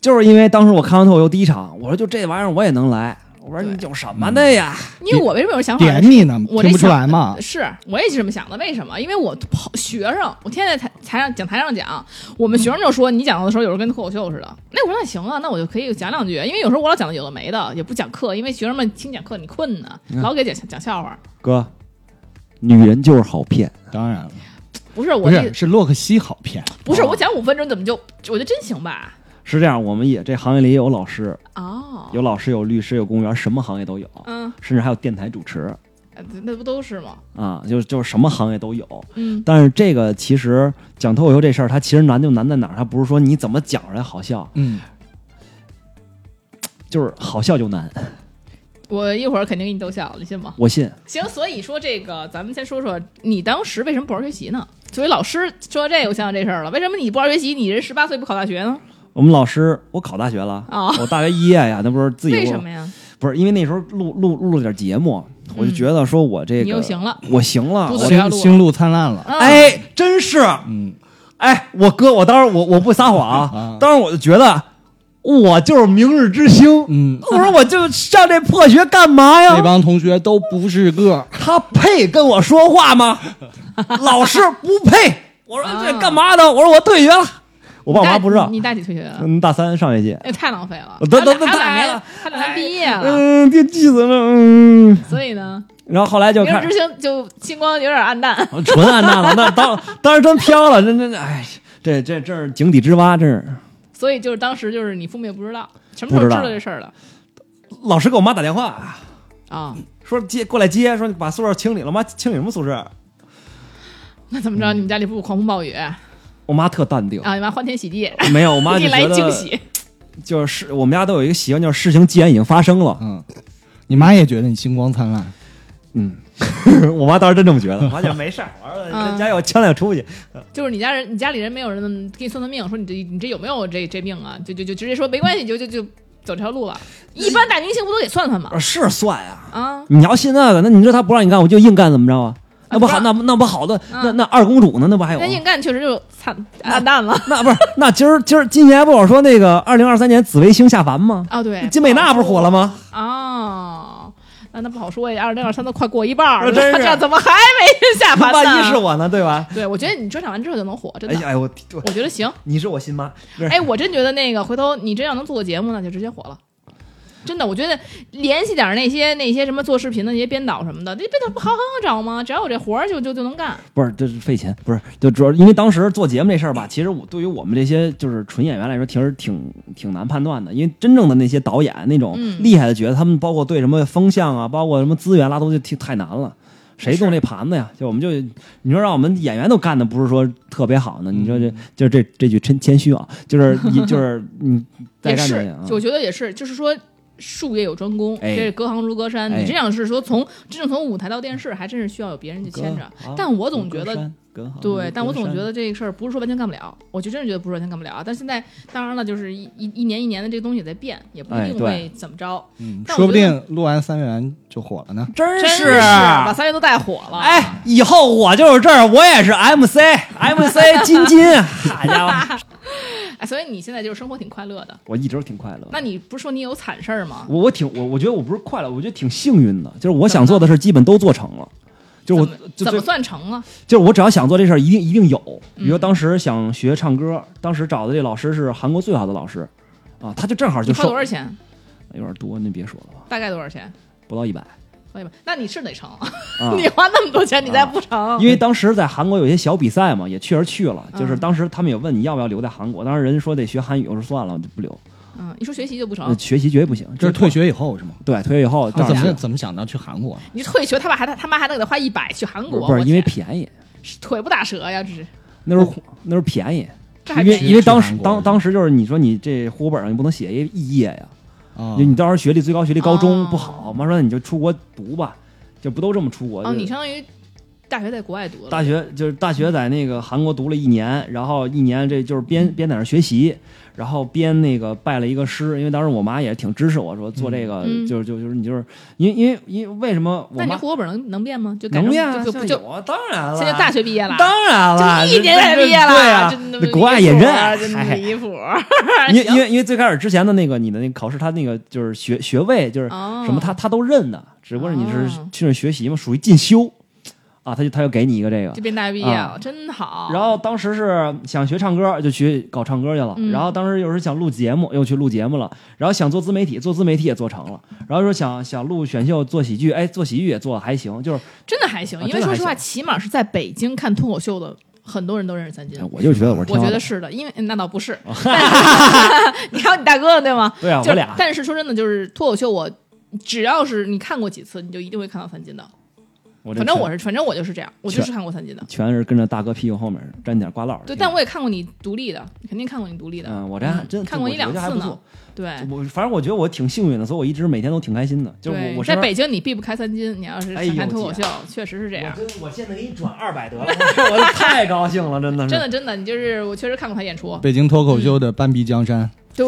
Speaker 1: 就是因为当时我看完脱口秀第一场，我说就这玩意儿我也能来，我说
Speaker 2: 对
Speaker 1: 你有什么的呀？
Speaker 2: 因为我为什么有想法？
Speaker 4: 点你呢，
Speaker 2: 我这
Speaker 4: 听不出
Speaker 2: 想
Speaker 4: 来吗？
Speaker 2: 是，我也是这么想的。为什么？因为我跑学生，我天天在台台上讲台上讲，我们学生就说你讲的时候有时候跟脱口秀似的。那我说那行啊，那我就可以讲两句。因为有时候我老讲的有的没的，也不讲课，因为学生们听讲课你困呢，老给讲讲笑话。
Speaker 1: 哥，女人就是好骗。
Speaker 4: 当然了，
Speaker 2: 不是我
Speaker 4: 不
Speaker 2: 这
Speaker 4: 是是洛克希好骗，
Speaker 2: 不是我讲五分钟怎么就我觉得真行吧？
Speaker 1: 是这样，我们也这行业里也有老师，
Speaker 2: 哦，
Speaker 1: 有老师，有律师，有公务员，什么行业都有，
Speaker 2: 嗯，
Speaker 1: 甚至还有电台主持
Speaker 2: 呃那不都是吗？
Speaker 1: 啊，就是就是什么行业都有。
Speaker 2: 嗯
Speaker 1: 但是这个其实讲脱口秀这事儿，它其实难就难在哪儿？它不是说你怎么讲出来好笑，
Speaker 4: 嗯，
Speaker 1: 就是好笑就难。
Speaker 2: 我一会儿肯定给你逗笑了，你信吗？
Speaker 1: 我信，
Speaker 2: 行，所以说这个，咱们先说说你当时为什么不好好学习呢？作为老师说到这个，我想想这事儿了，为什么你不好好学习？你人十八岁不考大学呢？
Speaker 1: 我们老师，我考大学了，
Speaker 2: 哦
Speaker 1: 我大学一夜呀，那不是自己
Speaker 2: 为什么呀？
Speaker 1: 不是因为那时候录录录了点节目，我就觉得说我这个、
Speaker 2: 嗯你又行了，
Speaker 1: 我行了，
Speaker 2: 不
Speaker 1: 我
Speaker 2: 走要
Speaker 4: 星
Speaker 2: 录
Speaker 4: 星路灿烂了，
Speaker 2: 嗯、，
Speaker 1: 哎，真是，
Speaker 4: 嗯，
Speaker 1: 哎，我哥，我当时我我不撒谎啊
Speaker 4: 啊，
Speaker 1: 当时我就觉得我就是明日之星，
Speaker 4: 嗯
Speaker 1: 我说我就上这破学干嘛
Speaker 2: 嗯
Speaker 4: 那
Speaker 1: 呀？
Speaker 4: 帮同学都不是个儿，
Speaker 1: 他配跟我说话 吗？老师不配。我说这干嘛呢？我说我退学了，我
Speaker 2: 我
Speaker 1: 爸我妈不知道
Speaker 2: 啊你，啊大几退学的？
Speaker 1: 嗯，大三上学期，
Speaker 2: 那太浪费了，
Speaker 1: 我都都都
Speaker 2: 他俩
Speaker 1: 太
Speaker 2: 还
Speaker 1: 浪费
Speaker 2: 俩
Speaker 1: 了
Speaker 2: 他俩还毕业了，
Speaker 1: 嗯，别气死了，嗯，
Speaker 2: 所以 呢，
Speaker 1: 然后后来就
Speaker 2: 明日
Speaker 1: 看
Speaker 2: 之星就星光有点暗淡。
Speaker 1: 纯暗淡了，那当当时真飘了，真真哎，这这这是井底之蛙，真是。
Speaker 2: 所以就是当时就是你父母也不知道，什么
Speaker 1: 不
Speaker 2: 时候
Speaker 1: 知
Speaker 2: 知
Speaker 1: 道
Speaker 2: 道这事儿了
Speaker 1: 老师给我妈打电话，
Speaker 2: 啊？
Speaker 1: 说接过来接，说你把宿舍清理了，妈清理什么宿舍？
Speaker 2: 那怎么
Speaker 1: 嗯
Speaker 2: 着？你们家里不狂风暴雨啊？
Speaker 1: 我妈特淡定，
Speaker 2: 你妈欢天喜地，
Speaker 1: 没有，我妈
Speaker 2: 给
Speaker 1: 就
Speaker 2: 啊你来
Speaker 1: 觉
Speaker 2: 一惊
Speaker 1: 得
Speaker 2: 喜，
Speaker 1: 就是我们家都有一个习惯，就是事情既然已经发生了，
Speaker 4: 嗯，你妈也觉得你星光灿烂，
Speaker 1: 嗯，我妈当时真这么觉 得，我妈就没事儿，儿子
Speaker 2: 嗯
Speaker 1: 家有前两出去，
Speaker 2: 就是你家人，你家里人没有人给你算算命，说你这你这有没有这这病啊？就就就直接说没关系，就就就走这条路了。一般大明星不都得算算吗
Speaker 1: 我？说是算啊，
Speaker 2: 啊，
Speaker 1: 你要信那个，那你说他不让你干，我就硬干，怎么着啊？那不
Speaker 2: 啊
Speaker 1: 好，
Speaker 2: 不嗯
Speaker 1: 那不那不好的，那那二公主呢？那不还有
Speaker 2: 那
Speaker 1: 吗？
Speaker 2: 硬干确实就惨暗淡了。
Speaker 1: 那不是，那今儿今儿今年不老说那个二零二三年紫微星下凡吗？
Speaker 2: 哦，对，
Speaker 1: 金美娜不是火了吗？
Speaker 2: 哦，那那不好说呀，二零二三都快过一半儿了，
Speaker 1: 真是
Speaker 2: 这样怎么还没人下凡呢？
Speaker 1: 万一是我呢，对吧？
Speaker 2: 对，我觉得你专场完之后就能火，真
Speaker 1: 哎呀，
Speaker 2: 的，
Speaker 1: 哎呦我我
Speaker 2: 我觉得行。
Speaker 1: 你是我亲妈，不是
Speaker 2: 哎，我真觉得那个回头你真要能做个节目呢，就直接火了。真的，我觉得联系点儿那些那些什么做视频的那些编导什么的，这编导不好好找吗？只要有这活儿就就就能干。
Speaker 1: 不是，这是费钱，不是，就主要因为当时做节目这事儿吧，其实我对于我们这些就是纯演员来说，其实挺挺难判断的，因为真正的那些导演那种
Speaker 2: 嗯
Speaker 1: 厉害的角色，他们包括对什么风向啊，包括什么资源拉动，就挺太难了。谁动这盘子呀？就我们就你说让我们演员都干的不是说特别好
Speaker 2: 嗯
Speaker 1: 呢，你说这就这这句谦谦虚啊，就是 你就是你再
Speaker 2: 也
Speaker 1: 干这
Speaker 2: 是
Speaker 1: 个啊，，
Speaker 2: 我觉得也是，就是说术业有专攻，
Speaker 1: 哎
Speaker 2: 这是隔行如隔山。
Speaker 1: 哎
Speaker 2: 你这样是说从真正从舞台到电视，还真是需要有别人去
Speaker 1: 隔
Speaker 2: 牵着。
Speaker 1: 啊
Speaker 2: 但我总觉
Speaker 1: 隔
Speaker 2: 得
Speaker 1: 山隔行如
Speaker 2: 对，但我
Speaker 1: 隔
Speaker 2: 总觉
Speaker 1: 山
Speaker 2: 得这个事儿不是说完全干不了，我就真是觉得不是完全干不了。啊但现在当然了，就是一一一年一年的这个东西也在变，也不一
Speaker 1: 哎
Speaker 2: 定
Speaker 1: 对
Speaker 2: 会怎么着。
Speaker 4: 嗯，
Speaker 2: 但我
Speaker 4: 说不
Speaker 2: 觉
Speaker 4: 定录完三元就火了呢。
Speaker 1: 真
Speaker 2: 真啊
Speaker 1: 是啊
Speaker 2: 把三月都带火了。，
Speaker 1: 哎，以后我就是这儿，我也是 MC，MC 金金，好家伙，
Speaker 2: 哎，所以你现在就是生活挺快乐的。
Speaker 1: 我一直挺快乐。
Speaker 2: 那你不是说你有惨事儿吗？
Speaker 1: 我我挺我我觉得我不是快乐，我觉得挺幸运的，就是我想做的事儿基本都做成了。就是我
Speaker 2: 怎么
Speaker 1: 就
Speaker 2: 怎
Speaker 1: 最
Speaker 2: 么算成啊了？
Speaker 1: 就是我只要想做这事儿，一定一定有。比如
Speaker 2: 嗯
Speaker 1: 当时想学唱歌，当时找的这老师是韩国最好的老师，啊，他就正好
Speaker 2: 你
Speaker 1: 就
Speaker 2: 花多
Speaker 1: 说哎
Speaker 2: 少钱？
Speaker 1: 有点多，那别说了吧，
Speaker 2: 大概多少钱？
Speaker 1: 不到一百
Speaker 2: 朋友们，那你是得成，。
Speaker 1: 啊
Speaker 2: 你花那么多钱，你再不成，
Speaker 1: 因为当时在韩国有一些小比赛嘛，也确实去了。就是
Speaker 2: 嗯
Speaker 1: 当时他们也问你要不要留在韩国，当时人家说得学韩语，我说算了，我就不留，
Speaker 2: 嗯，一说学习就不
Speaker 1: 呃
Speaker 2: 成，
Speaker 1: 学习绝对不行。
Speaker 4: 这是
Speaker 1: 退。
Speaker 4: 退学以后是吗？
Speaker 1: 对，退学以
Speaker 2: 啊
Speaker 1: 后
Speaker 4: 那
Speaker 1: 当
Speaker 4: 怎
Speaker 1: 然
Speaker 4: 么
Speaker 1: 是
Speaker 4: 怎么想到去韩国？
Speaker 2: 你退学，他爸还他他妈还能给他花一百去韩国，
Speaker 1: 不是
Speaker 2: 我
Speaker 1: 因为
Speaker 2: 天
Speaker 1: 便宜，
Speaker 2: 腿不打折呀，这是
Speaker 1: 那 时候那时候便宜，
Speaker 2: 这还
Speaker 1: 因为
Speaker 2: 便宜
Speaker 1: 因为当
Speaker 4: 去
Speaker 1: 时
Speaker 4: 韩国
Speaker 1: 当
Speaker 4: 是
Speaker 1: 当时就是你说你这户口本上你不能写一肄业呀，
Speaker 4: 啊
Speaker 1: 就你到时候学历最高学历高中不好，
Speaker 2: 哦
Speaker 1: 妈说你就出国读吧，就不都这么出国？
Speaker 2: 哦，
Speaker 1: 就
Speaker 2: 你相当于大学在国外读了，
Speaker 1: 大学就是大学在那个韩国读了一年，然后一年这就是
Speaker 2: 嗯
Speaker 1: 边边在那儿学习，然后边那个拜了一个师，因为当时我妈也挺支持我说做这个，
Speaker 2: 嗯
Speaker 1: 就是就就是你就是因为因为因为为什么我
Speaker 2: 那你
Speaker 1: 妈
Speaker 2: 户口本能能变吗？就改
Speaker 1: 能
Speaker 2: 成
Speaker 1: 呀？
Speaker 2: 就
Speaker 1: 像
Speaker 2: 就就
Speaker 1: 有啊当然了，
Speaker 2: 现在大学毕业了，
Speaker 1: 当然了，
Speaker 2: 就一年才
Speaker 1: 这这
Speaker 2: 毕业了，
Speaker 1: 对啊
Speaker 2: 真的，
Speaker 1: 那
Speaker 2: 离谱
Speaker 1: 国外也认，
Speaker 2: 真
Speaker 1: 嗨
Speaker 2: 离谱。
Speaker 1: 因为因为因为最开始之前的那个你的那个考试，他那个就是学学位就是
Speaker 2: 哦
Speaker 1: 什么他他都认的，只不过是你是
Speaker 2: 哦
Speaker 1: 去那学习嘛，属于进修啊，他就他就给你一个这个
Speaker 2: 就。变大学毕业了
Speaker 1: 啊，
Speaker 2: 真好。
Speaker 1: 然后当时是想学唱歌，就去搞唱歌去了。
Speaker 2: 嗯
Speaker 1: 然后当时又是想录节目，又去录节目了。然后想做自媒体，做自媒体也做成了。然后说想想录选秀，做喜剧，哎，做喜剧也做得还行。就是
Speaker 2: 真的还行
Speaker 1: 啊，
Speaker 2: 因
Speaker 1: 真
Speaker 2: 为
Speaker 1: 的还
Speaker 2: 说实话，
Speaker 1: 行
Speaker 2: 起码是在北京看脱口秀的，很多人都认识三金
Speaker 1: 哎。我就觉得我是
Speaker 2: 我
Speaker 1: 挺好
Speaker 2: 觉
Speaker 1: 的
Speaker 2: 得是的，因为那倒不是， 你还有你大哥呢，对吗？
Speaker 1: 对哦啊，
Speaker 2: 就
Speaker 1: 我
Speaker 2: 是
Speaker 1: 俩
Speaker 2: 但是说真的，就是脱口秀我。只要是你看过几次，你就一定会看到三金的。
Speaker 1: 我这
Speaker 2: 反正
Speaker 1: 全
Speaker 2: 我是，反正我就是这样，我就是看过三金的。
Speaker 1: 全是跟着大哥屁股后面沾点瓜烙儿。
Speaker 2: 对，但我也看过你独立的，肯定看过你独立的。
Speaker 1: 嗯，我这还真
Speaker 2: 看过一两
Speaker 1: 我觉
Speaker 2: 次
Speaker 1: 得还不
Speaker 2: 呢
Speaker 1: 错。。
Speaker 2: 对，
Speaker 1: 我反正我觉得我挺幸运的，所以我一直每天都挺开心的。就是
Speaker 2: 对
Speaker 1: 我我
Speaker 2: 在
Speaker 1: 身边
Speaker 2: 北京你避不开三金，你要是
Speaker 1: 哎呦
Speaker 2: 想看脱口秀，确实是这样
Speaker 1: 我。跟我现在给你转二百得了， 我我太高兴了，真的是。
Speaker 2: 真的真的，你就是我确实看过他演出，
Speaker 4: 北京脱口秀的半壁江山，
Speaker 2: 对，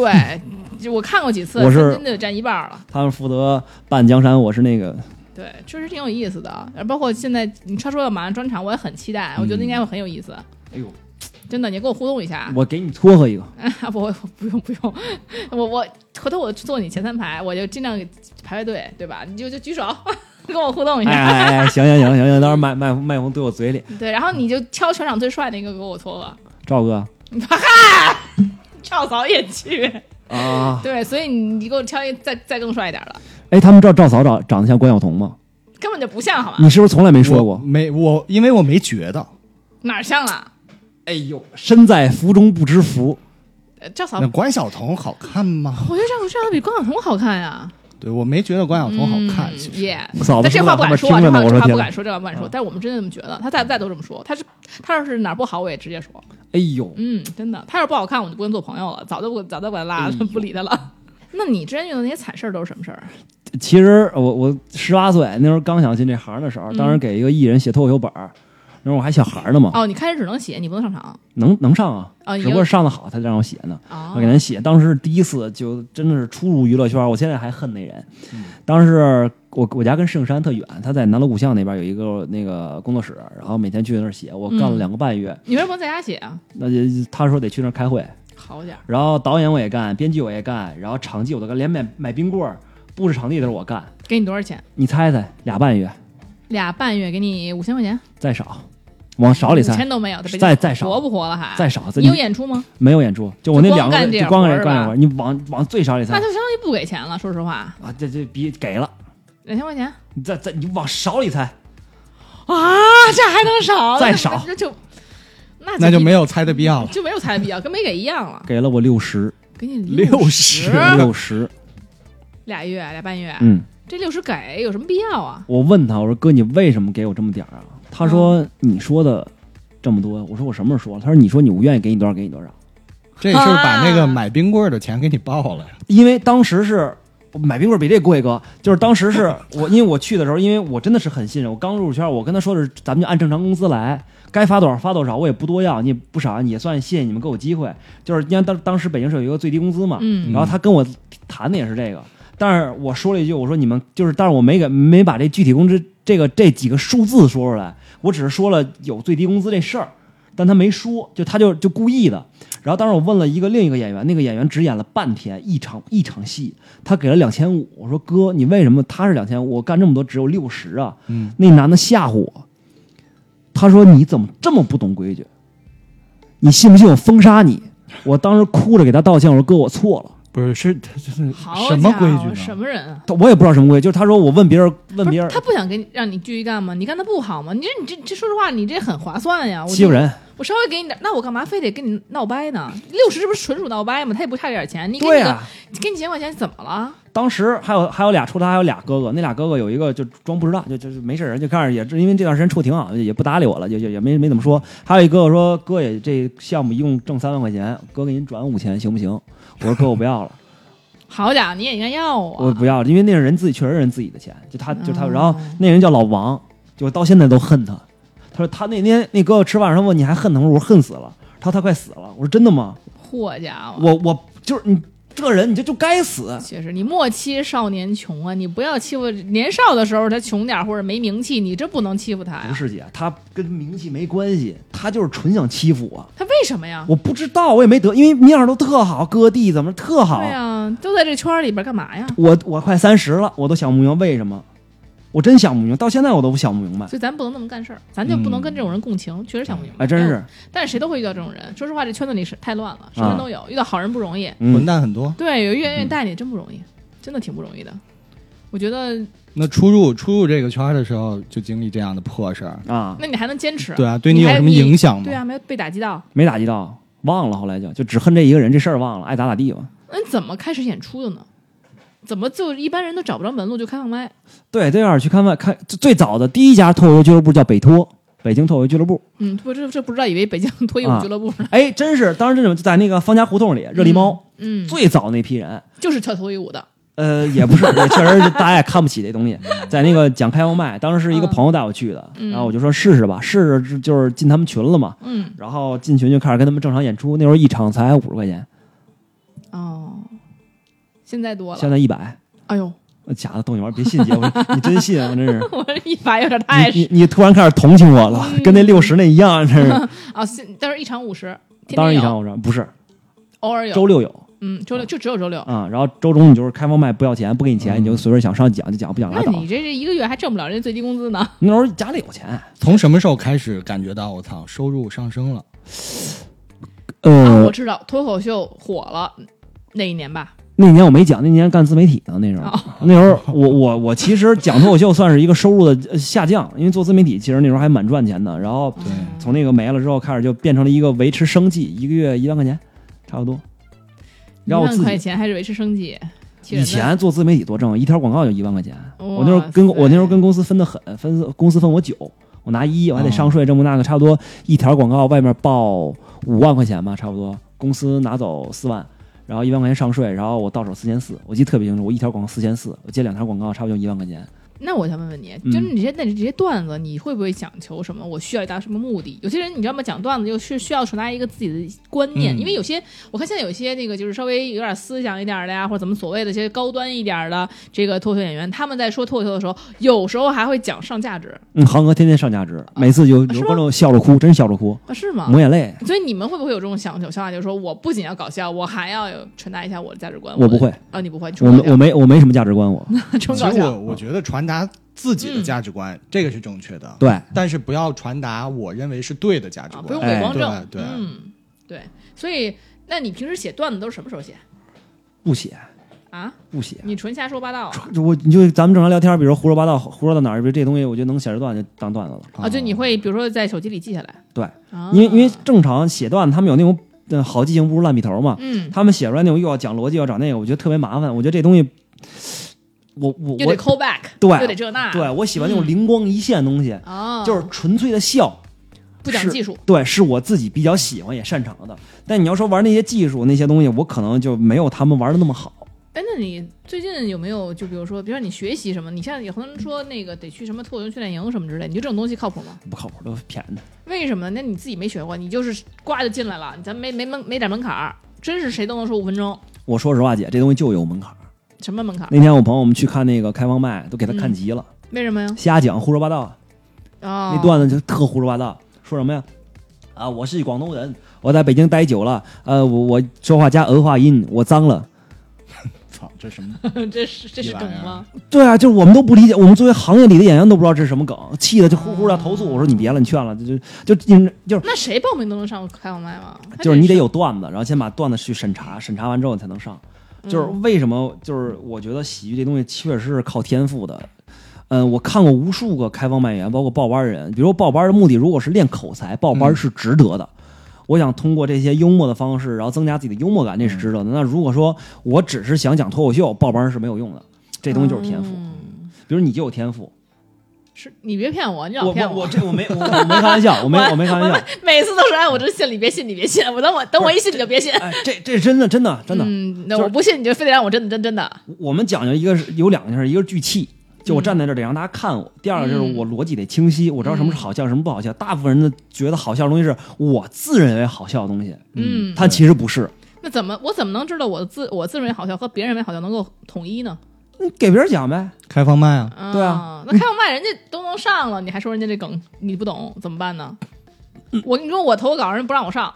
Speaker 2: 就我看过几次，
Speaker 1: 我是
Speaker 2: 真的占一半了。
Speaker 1: 他们负责办江山，我是那个
Speaker 2: 对，确实挺有意思的。然后包括现在你他说要马上专场，我也很期待，我觉得应该会很有意思。
Speaker 1: 哎呦，
Speaker 2: 真的，你给我互动一下。
Speaker 1: 我给你撮合一个，
Speaker 2: 我我不用不用，我我回头我坐你前三排，我就尽量给排排队，对吧？你就就举手 跟我互动一
Speaker 1: 哎
Speaker 2: 下。
Speaker 1: 哎哎，行行行行行，到时候麦麦麦红对我嘴里，
Speaker 2: 对，然后你就挑全场最帅那个给我撮合，
Speaker 1: 赵哥
Speaker 2: 你怕嗨，跳槽也去。
Speaker 1: 啊，
Speaker 2: 对，所以你你给我挑一再再更帅一点的，
Speaker 1: 哎，他们知道赵嫂长长得像关晓彤吗？
Speaker 2: 根本就不像好吗？
Speaker 1: 你是不是从来没
Speaker 4: 没
Speaker 1: 说过？
Speaker 4: 没我，因为我没觉得。
Speaker 2: 哪儿像了？啊
Speaker 1: 哎呦，身在福中不知福，
Speaker 2: 呃赵小
Speaker 4: 那，关晓彤好看吗？
Speaker 2: 我觉得赵小彤比关晓彤好看呀。
Speaker 4: 对我没觉得关晓彤好看，
Speaker 2: 嗯
Speaker 4: 其实
Speaker 2: 耶、
Speaker 1: 嫂子
Speaker 2: 但这话不敢说，
Speaker 1: 听
Speaker 2: 啊，
Speaker 1: 着
Speaker 2: 这
Speaker 1: 呢，
Speaker 2: 话
Speaker 1: 我
Speaker 2: 这
Speaker 1: 说
Speaker 2: 话
Speaker 1: 天
Speaker 2: 不
Speaker 1: 哪
Speaker 2: 敢，说，这话不敢说。但是我们真的这么觉得，他再再都这么说。他是他要是哪儿不好，我也直接说。
Speaker 1: 哎呦，
Speaker 2: 嗯，真的，他要是不好看，我就不跟他做朋友了，早就不早就把他拉
Speaker 1: 嗯
Speaker 2: 了， 不理他了。那你之前遇到那些惨事儿都是什么事儿？啊
Speaker 1: 其实我我十八岁那时候刚想进这行的时候，
Speaker 2: 嗯
Speaker 1: 当时给一个艺人写脱口秀本儿，那时候我还小孩呢嘛，
Speaker 2: 哦，你开始只能写，你不能上场
Speaker 1: 能能上啊，
Speaker 2: 哦已
Speaker 1: 只
Speaker 2: 经
Speaker 1: 不过上的好，他就让我写呢。
Speaker 2: 啊
Speaker 1: 我给人写，当时第一次就真的是初入娱乐圈，我现在还恨那人。
Speaker 2: 嗯
Speaker 1: 当时我我家跟圣山特远，他在南锣鼓巷那边有一个那个工作室，然后每天去那儿写，我干了
Speaker 2: 嗯
Speaker 1: 两个半月。
Speaker 2: 你为什么不在家写啊？
Speaker 1: 那就他说得去那儿开会，
Speaker 2: 好点儿，
Speaker 1: 然后导演我也干，编剧我也干，然后场记我都干，连买买冰棍儿、布置场地都是我干。
Speaker 2: 给你多少钱？
Speaker 1: 你猜猜，俩半月
Speaker 2: 俩半月给你五千块钱，
Speaker 1: 再少，往少里
Speaker 2: 五
Speaker 1: 猜
Speaker 2: 嗯千，都没有，在北京
Speaker 1: 再再少
Speaker 2: 活不活了还？
Speaker 1: 再少，再
Speaker 2: 你有演出吗？
Speaker 1: 没有演出，就我那两个
Speaker 2: 就光干这
Speaker 1: 就光干
Speaker 2: 活儿
Speaker 1: 干
Speaker 2: 吧
Speaker 1: 活儿，你往往最少里
Speaker 2: 那
Speaker 1: 猜
Speaker 2: 就相当于不给钱了。说实话，
Speaker 1: 啊，这这比给了，
Speaker 2: 两千块钱
Speaker 1: 你再再你往少里猜。
Speaker 2: 啊，这还能少？
Speaker 1: 再
Speaker 2: 那
Speaker 1: 少
Speaker 2: 那就那
Speaker 4: 那就没
Speaker 2: 有
Speaker 4: 有猜的必要了。
Speaker 2: 就没有猜的必要，跟没给一样了。
Speaker 1: 给了我六十，
Speaker 2: 给你
Speaker 4: 60
Speaker 2: 啊
Speaker 1: 六十，
Speaker 2: 俩月俩半月，
Speaker 1: 嗯，
Speaker 2: 这六十给有什么必要啊？
Speaker 1: 我问他，我说哥，你为什么给我这么点儿啊？他
Speaker 2: 嗯
Speaker 1: 说你说的这么多，我说我什么时候说了？他说你说你我愿意给你多少给你多少，
Speaker 4: 这是把那个买冰棍儿的钱给你报了呀。
Speaker 1: 因为当时是。我买冰棍比这贵，哥，就是当时是我，因为我去的时候，因为我真的是很信任，我刚入圈，我跟他说的是，咱们就按正常工资来，该发多少发多少，我也不多要，你也不少，你也算谢谢你们给我机会，就是因为当当时北京是有一个最低工资嘛，
Speaker 2: 嗯
Speaker 1: 然后他跟我谈的也是这个，但是我说了一句，我说你们就是，但是我没给没把这具体工资这个这几个数字说出来，我只是说了有最低工资这事儿，但他没说，就他就就故意的。然后当时我问了一个另一个演员，那个演员只演了半天一场一场戏，他给了两千五，我说哥，你为什么他是两千五，我干这么多只有六十啊？
Speaker 4: 嗯，
Speaker 1: 那男的吓唬我，他说你怎么这么不懂规矩？你信不信我封杀你？我当时哭着给他道歉，我说哥，我错了。
Speaker 4: 不是，是他这是
Speaker 2: 好
Speaker 4: 什么
Speaker 2: 家伙
Speaker 4: 规矩呢？
Speaker 2: 什么人啊？
Speaker 1: 他我也不知道什么规矩，就是他说我问别人问
Speaker 2: 不
Speaker 1: 别
Speaker 2: 是
Speaker 1: 人
Speaker 2: 他不想给你让你继续干吗？你干的不好吗？你这你这这说实话，你这很划算呀！我
Speaker 1: 欺负人，
Speaker 2: 我稍微给你点，那我干嘛非得跟你闹掰呢？六十这不是纯属闹掰吗？他也不差这点钱，你给
Speaker 1: 对啊
Speaker 2: 你
Speaker 1: 呀
Speaker 2: 个，给你几千块钱怎么了？
Speaker 1: 当时还有还有俩，除了他还有俩哥哥，那俩哥哥有一个就装不知道，就就就没事人，就看着也是因为这段时间处挺好，也不搭理我了，也也也没没怎么说。还有一哥哥说哥也这项目一共挣三万块钱，哥给您转五千行不行？我说哥我不要了，
Speaker 2: 好家伙，你也应该要
Speaker 1: 我
Speaker 2: 啊！
Speaker 1: 不要了，因为那是人自己确实是人自己的钱，就他就他，
Speaker 2: 哦
Speaker 1: 然后那人叫老王，就我到现在都恨他。他说他那天那哥哥吃饭，他问你还恨他吗？我说恨死了。他说他快死了。我说真的吗？
Speaker 2: 霍家伙，
Speaker 1: 我我就是你这人，你这就该死。
Speaker 2: 确实，你莫欺少年穷啊！你不要欺负年少的时候他穷点儿或者没名气，你这不能欺负他
Speaker 1: 不
Speaker 2: 呀。
Speaker 1: 是姐，他跟名气没关系，他就是纯想欺负我。
Speaker 2: 他为什么呀？
Speaker 1: 我不知道，我也没得，因为面儿都特好，哥弟怎么特好
Speaker 2: 对。啊呀，都在这圈儿里边儿干嘛呀？
Speaker 1: 我我快三十了，我都想不明白为什么，我真想不明白，到现在我都不想不明白。
Speaker 2: 所以咱不能那么干事儿，咱就不能跟这种人共
Speaker 4: 嗯
Speaker 2: 情，确实想不明白。
Speaker 4: 哎
Speaker 1: 还真是，
Speaker 2: 但是谁都会遇到这种人。说实话，这圈子里是太乱
Speaker 4: 啊
Speaker 2: 了，什么人都有，遇到好人不容易。
Speaker 4: 混
Speaker 1: 嗯，
Speaker 4: 蛋很多。
Speaker 2: 对，有
Speaker 4: 嗯
Speaker 2: 越愿意带你，真不容易，真的挺不容易的。我觉得，
Speaker 4: 那出入出入这个圈儿的时候，就经历这样的破事儿，
Speaker 1: 啊，
Speaker 2: 那你还能坚持？
Speaker 4: 对啊，对你有
Speaker 2: 还
Speaker 4: 什么影响吗？
Speaker 2: 对啊，没有被打击到。
Speaker 1: 没打击到，忘了，后来就就只恨这一个人，这事儿忘了，爱咋咋地吧。
Speaker 2: 那你怎么开始演出的呢？怎么就一般人都找不着门路就开放麦？
Speaker 1: 对，这样去看外看最最早的第一家脱口秀俱乐部叫北托，北京脱口秀俱乐部。
Speaker 2: 嗯，不，这这不知道，以为北京脱衣舞俱乐部呢。
Speaker 1: 哎，真是，当时这种就在那个方家胡同里，热力猫、
Speaker 2: 嗯，
Speaker 1: 最早那批人，
Speaker 2: 就是跳脱衣舞的。
Speaker 1: 呃，也不是，也确实是大家也看不起这东西。在那个讲开放麦，当时是一个朋友带我去的，
Speaker 2: 嗯
Speaker 1: 然后我就说试试吧，试试就是进他们群了嘛。
Speaker 2: 嗯，
Speaker 1: 然后进群就开始跟他们正常演出，那时候一场才五十块钱，
Speaker 2: 哦，现在多
Speaker 1: 现
Speaker 2: 了。
Speaker 1: 在一百。呃
Speaker 2: 哎呦，
Speaker 1: 假的，逗你玩儿，别信姐，我你真信，啊我真是。
Speaker 2: 我这一百有点太
Speaker 1: 你你你突然开始同情我
Speaker 2: 嗯
Speaker 1: 了，跟那六十那一样，真是。
Speaker 2: 啊！现但是一场五十， 天天
Speaker 1: 当然一
Speaker 2: 有
Speaker 1: 场我说不是，
Speaker 2: 偶尔有，
Speaker 1: 周六有
Speaker 2: 嗯，周六就只有周六。
Speaker 1: 啊、然后周中你就是开放麦不要钱，不给你钱，
Speaker 4: 嗯
Speaker 1: 你就随便想上讲就讲，不讲拉
Speaker 2: 那
Speaker 1: 倒。
Speaker 2: 你这这一个月还挣不了人家最低工资呢？
Speaker 1: 那时候家里有钱，
Speaker 4: 从什么时候开始感觉到我操收入上升了？
Speaker 2: 啊，
Speaker 1: 呃
Speaker 2: 我，知道脱口秀火了那一年吧，
Speaker 1: 那年我没讲，那年干自媒体呢。那时候，
Speaker 2: 哦
Speaker 1: 那时候我我我其实讲脱口秀算是一个收入的呃下降，因为做自媒体其实那时候还蛮赚钱的。然后
Speaker 4: 对
Speaker 2: 嗯
Speaker 1: 从那个没了之后开始，就变成了一个维持生计，一个月一万块钱，差不多。让我
Speaker 2: 一万
Speaker 1: 自
Speaker 2: 块
Speaker 1: 己。
Speaker 2: 钱还是维持生计。气人
Speaker 1: 以
Speaker 2: 的
Speaker 1: 前做自媒体多挣，一条广告就一万块钱。我那时
Speaker 2: 哇
Speaker 1: 候跟我那时候
Speaker 2: 塞
Speaker 1: 跟公司分的很，分公司分我九，我拿一，我还得上税，这么那个，差不多一条广告外面报五万块钱吧，差不多公司拿走四万，然后一万块钱上税，然后我到手四千四，我记得特别清楚，我一条广告四千四，我接两条广告差不多就一万块钱。
Speaker 2: 那我想问问你，
Speaker 1: 嗯
Speaker 2: 就是你这那你这些段子，你会不会讲求什么？我需要达到什么目的？有些人你知道吗？讲段子就是需要传达一个自己的观念，
Speaker 4: 嗯
Speaker 2: 因为有些我看现在有些那个就是稍微有点思想一点的呀，或者怎么所谓的一些高端一点的这个脱口秀演员，他们在说脱口秀的时候，有时候还会讲上价值
Speaker 1: 嗯，航哥天天上价值，每次有
Speaker 2: 啊是
Speaker 1: 有
Speaker 2: 吗
Speaker 1: 观众笑着哭，真笑着哭，
Speaker 2: 啊，是吗？
Speaker 1: 抹眼泪。
Speaker 2: 所以你们会不会有这种想想法，就是说我不仅要搞笑，我还要有传达一下我的价值观？
Speaker 1: 我不会
Speaker 2: 的啊，你不会，
Speaker 1: 我没我没我没什么价值观， 我
Speaker 2: 我纯
Speaker 5: 其
Speaker 2: 搞
Speaker 5: 实我
Speaker 2: 笑。
Speaker 5: 我觉得传达自己的价值观，这个是正确的，
Speaker 1: 对。
Speaker 5: 但是不要传达我认为是对的价值
Speaker 2: 啊，
Speaker 5: 观。
Speaker 2: 不用
Speaker 4: 哎
Speaker 2: 伪光正，
Speaker 5: 哎对对
Speaker 2: 嗯，对，所以那你平时写段子都是什么时候写
Speaker 1: 不写
Speaker 2: 啊？
Speaker 1: 不写。
Speaker 2: 你纯瞎说八道啊？
Speaker 1: 我你就咱们正常聊天，比如胡说八道，胡说到哪儿，比如这东西，我觉得能写成段就当段子了。
Speaker 2: 啊，就你会比如说在手机里记下来，
Speaker 1: 对，
Speaker 2: 啊、
Speaker 1: 因为因为正常写段子，他们有那种呃好记性不如烂笔头嘛，
Speaker 2: 嗯，
Speaker 1: 他们写出来那种又要讲逻辑，又要找那个，我觉得特别麻烦。我觉得这东西，我我
Speaker 2: 又
Speaker 1: 我
Speaker 2: 得 call back，
Speaker 1: 对
Speaker 2: 又得这那，
Speaker 1: 对我喜欢那种
Speaker 2: 嗯
Speaker 1: 灵光一现的东西，
Speaker 2: 啊，
Speaker 1: 就是纯粹的笑。
Speaker 2: 不讲
Speaker 1: 是
Speaker 2: 技术，
Speaker 1: 对，是我自己比较喜欢也擅长的。但你要说玩那些技术那些东西，我可能就没有他们玩的那么好。
Speaker 2: 哎，那你最近有没有就比如说，比如说你学习什么？你像有很多人说那个得去什么脱口秀训练营什么之类，你觉得这种东西靠谱吗？
Speaker 1: 不靠谱，都是骗人的。
Speaker 2: 为什么呢？那你自己没学过，你就是呱就进来了，咱没没门没点门槛儿，真是谁都能说五分钟，
Speaker 1: 我说实话，姐，这东西就有门槛儿。
Speaker 2: 什么门槛儿？
Speaker 1: 那天我朋友我们去看那个开放麦，都给他看急了，
Speaker 2: 为什么呀？
Speaker 1: 瞎讲胡说八道。
Speaker 2: 啊、
Speaker 1: 那段子就特胡说八道，说什么呀？啊，我是广东人，我在北京待久了，呃，我我说话加俄化音，我脏了。
Speaker 4: 操，这什么？
Speaker 2: 这是这是
Speaker 4: 一
Speaker 2: 梗
Speaker 4: 玩意儿
Speaker 2: 吗？
Speaker 1: 对啊，就是我们都不理解，我们作为行业里的演员都不知道这是什么梗，气的就呼呼的投诉。我说你别了，你劝了，就就就就就是
Speaker 2: 那谁报名都能上开放麦吗？还
Speaker 1: 就是你得
Speaker 2: 是
Speaker 1: 有段子，然后先把段子去审查，审查完之后你才能上。就是为什么？就是我觉得喜剧这东西确实是靠天赋的。嗯，我看过无数个开放麦演员，包括报班人。比如报班的目的，如果是练口才，报班是值得的。我想通过这些幽默的方式，然后增加自己的幽默感，这是值得的。那如果说我只是想讲脱口秀，报班是没有用的。这东西就是天赋。
Speaker 2: 嗯
Speaker 1: 比如你就有天赋，
Speaker 2: 是你别骗我，你
Speaker 1: 我
Speaker 2: 老骗
Speaker 1: 我我这我没我我没开玩笑，我没 我没开玩笑。
Speaker 2: 每次都是 哎，我这信你别信，你别信，我等我等我一信你就别信。
Speaker 1: 哎，这这真的真的 真的，
Speaker 2: 嗯，那
Speaker 1: 就是
Speaker 2: 我不信你就非得让我真的真真的。
Speaker 1: 我们讲究一个是有两件事，一个是聚气，就我站在这儿得让大家看我；第二个就是
Speaker 2: 嗯
Speaker 1: 我逻辑得清晰，我知道什么是好笑，什么不好笑。大部分人的觉得好笑的东西是我自认为好笑的东西，
Speaker 2: 嗯，
Speaker 1: 它其实不是。
Speaker 2: 那怎么我怎么能知道我自我自认为好笑和别人认为好笑能够统一呢？
Speaker 1: 你给别人讲 呗，
Speaker 4: 开放麦啊，
Speaker 1: 对
Speaker 2: 啊
Speaker 1: 啊，
Speaker 2: 那开放麦人家都能上了，你还说人家这梗你不懂，怎么办呢？
Speaker 1: 嗯
Speaker 2: 我跟你说，我投稿人家不让我上，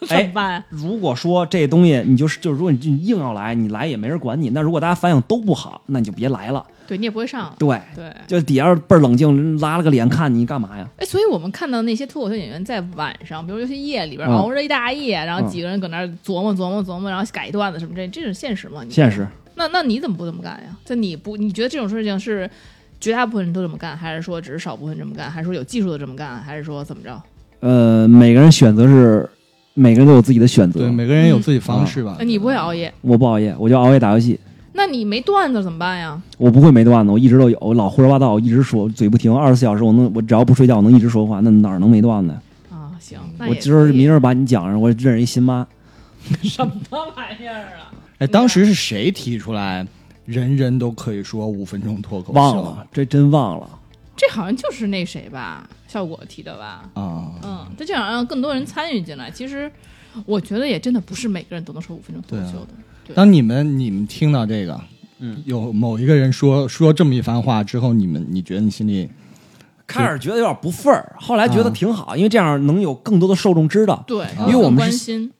Speaker 2: 怎么
Speaker 1: 哎。
Speaker 2: 办？
Speaker 1: 如果说这东西你就是就是，如果你你硬要来，你来也没人管你。那如果大家反应都不好，那你就别来了。
Speaker 2: 对你也不会上，
Speaker 1: 对，
Speaker 2: 对。
Speaker 1: 就底下倍儿冷静，拉了个脸看你干嘛呀？
Speaker 2: 哎，所以我们看到那些脱口秀演员在晚上，比如尤其夜里边
Speaker 1: 嗯
Speaker 2: 熬着一大夜，然
Speaker 1: 嗯
Speaker 2: 后几个人搁那儿琢磨琢磨琢磨，然后改段子什么这，这是现实吗？你
Speaker 1: 现实，
Speaker 2: 那那你怎么不这么干呀？就你不你觉得这种事情是绝大部分人都这么干，还是说只是少部分这么干，还是说有技术的这么干，还是说怎么着？
Speaker 1: 呃，每个人选择是每个人都有自己的选择
Speaker 4: 对，。每个人有自己方
Speaker 5: 嗯
Speaker 4: 式哎吧。
Speaker 2: 那你不会熬夜，
Speaker 1: 我不熬夜，我就熬夜打游戏。
Speaker 2: 那你没段子怎么办呀？
Speaker 1: 我不会没段子，我一直都有，我老胡说八道，我一直说，嘴不停，二十四小时，我能，我只要不睡觉，我能一直说话，那哪儿能没段子呀？
Speaker 2: 啊，行，那
Speaker 1: 我
Speaker 2: 也
Speaker 1: 今儿
Speaker 2: 可以
Speaker 1: 明儿把你讲上，我认识一新妈，
Speaker 2: 什么玩意儿啊？
Speaker 4: 哎，当时是谁提出来，人人都可以说五分钟脱口秀？
Speaker 1: 忘了，这真忘了。
Speaker 2: 这好像就是那谁吧，效果提的吧？
Speaker 4: 啊，
Speaker 2: 嗯，他这样让更多人参与进来。其实，我觉得也真的不是每个人都能说五分钟脱口秀的。对
Speaker 4: 当你们你们听到这个，
Speaker 1: 嗯，
Speaker 4: 有某一个人说说这么一番话之后，你们你觉得你心里
Speaker 1: 开始觉得有点不忿儿，后来觉得挺好，因为这样能有更多的受众知道。
Speaker 2: 对，
Speaker 1: 啊因为我们
Speaker 2: 更关
Speaker 1: 是
Speaker 2: 心，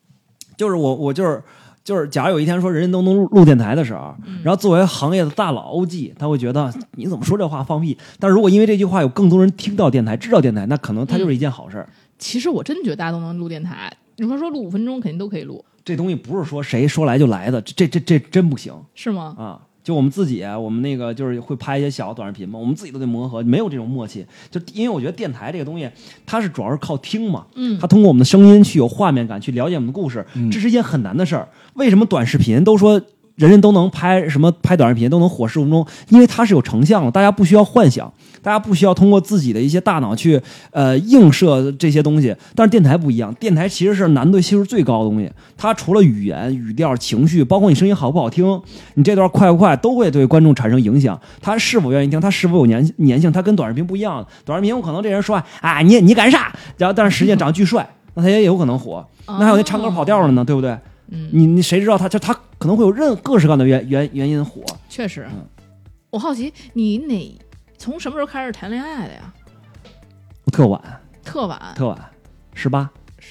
Speaker 1: 就是我，我就是就是，假如有一天说人人都能录录电台的时候，然后作为行业的大佬 OG，他会觉得你怎么说这话放屁？但如果因为这句话有更多人听到电台、知道电台，那可能它就是一件好事儿。
Speaker 2: 其实我真觉得大家都能录电台。你说说录五分钟肯定都可以录，
Speaker 1: 这东西不是说谁说来就来的，这这这这真不行
Speaker 2: 是吗？
Speaker 1: 啊！就我们自己，我们那个就是会拍一些小的短视频嘛，我们自己都得磨合，没有这种默契。就因为我觉得电台这个东西，它是主要是靠听嘛，
Speaker 2: 嗯
Speaker 1: 它通过我们的声音去有画面感，去了解我们的故事，这是一件很难的事儿。为什么短视频都说人人都能拍什么拍短视频都能火十五分钟？因为它是有成像的，大家不需要幻想，大家不需要通过自己的一些大脑去呃映射这些东西。但是电台不一样，电台其实是难度系数最高的东西，它除了语言、语调、情绪，包括你声音好不好听，你这段快不快，都会对观众产生影响。他是否愿意听，他是否有粘粘性，他跟短视频不一样。短视频我可能这人说啊，啊你你干啥？然后但是实际上长得巨帅，那他也有可能火。那还有那唱
Speaker 2: 哦
Speaker 1: 歌跑调的呢，对不对？
Speaker 2: 嗯，
Speaker 1: 你你谁知道他就他可能会有任各式各样的原原原因火。
Speaker 2: 确实
Speaker 1: 嗯。
Speaker 2: 我好奇你哪从什么时候开始谈恋爱的呀？
Speaker 1: 特晚，
Speaker 2: 特晚，
Speaker 1: 特晚，十八。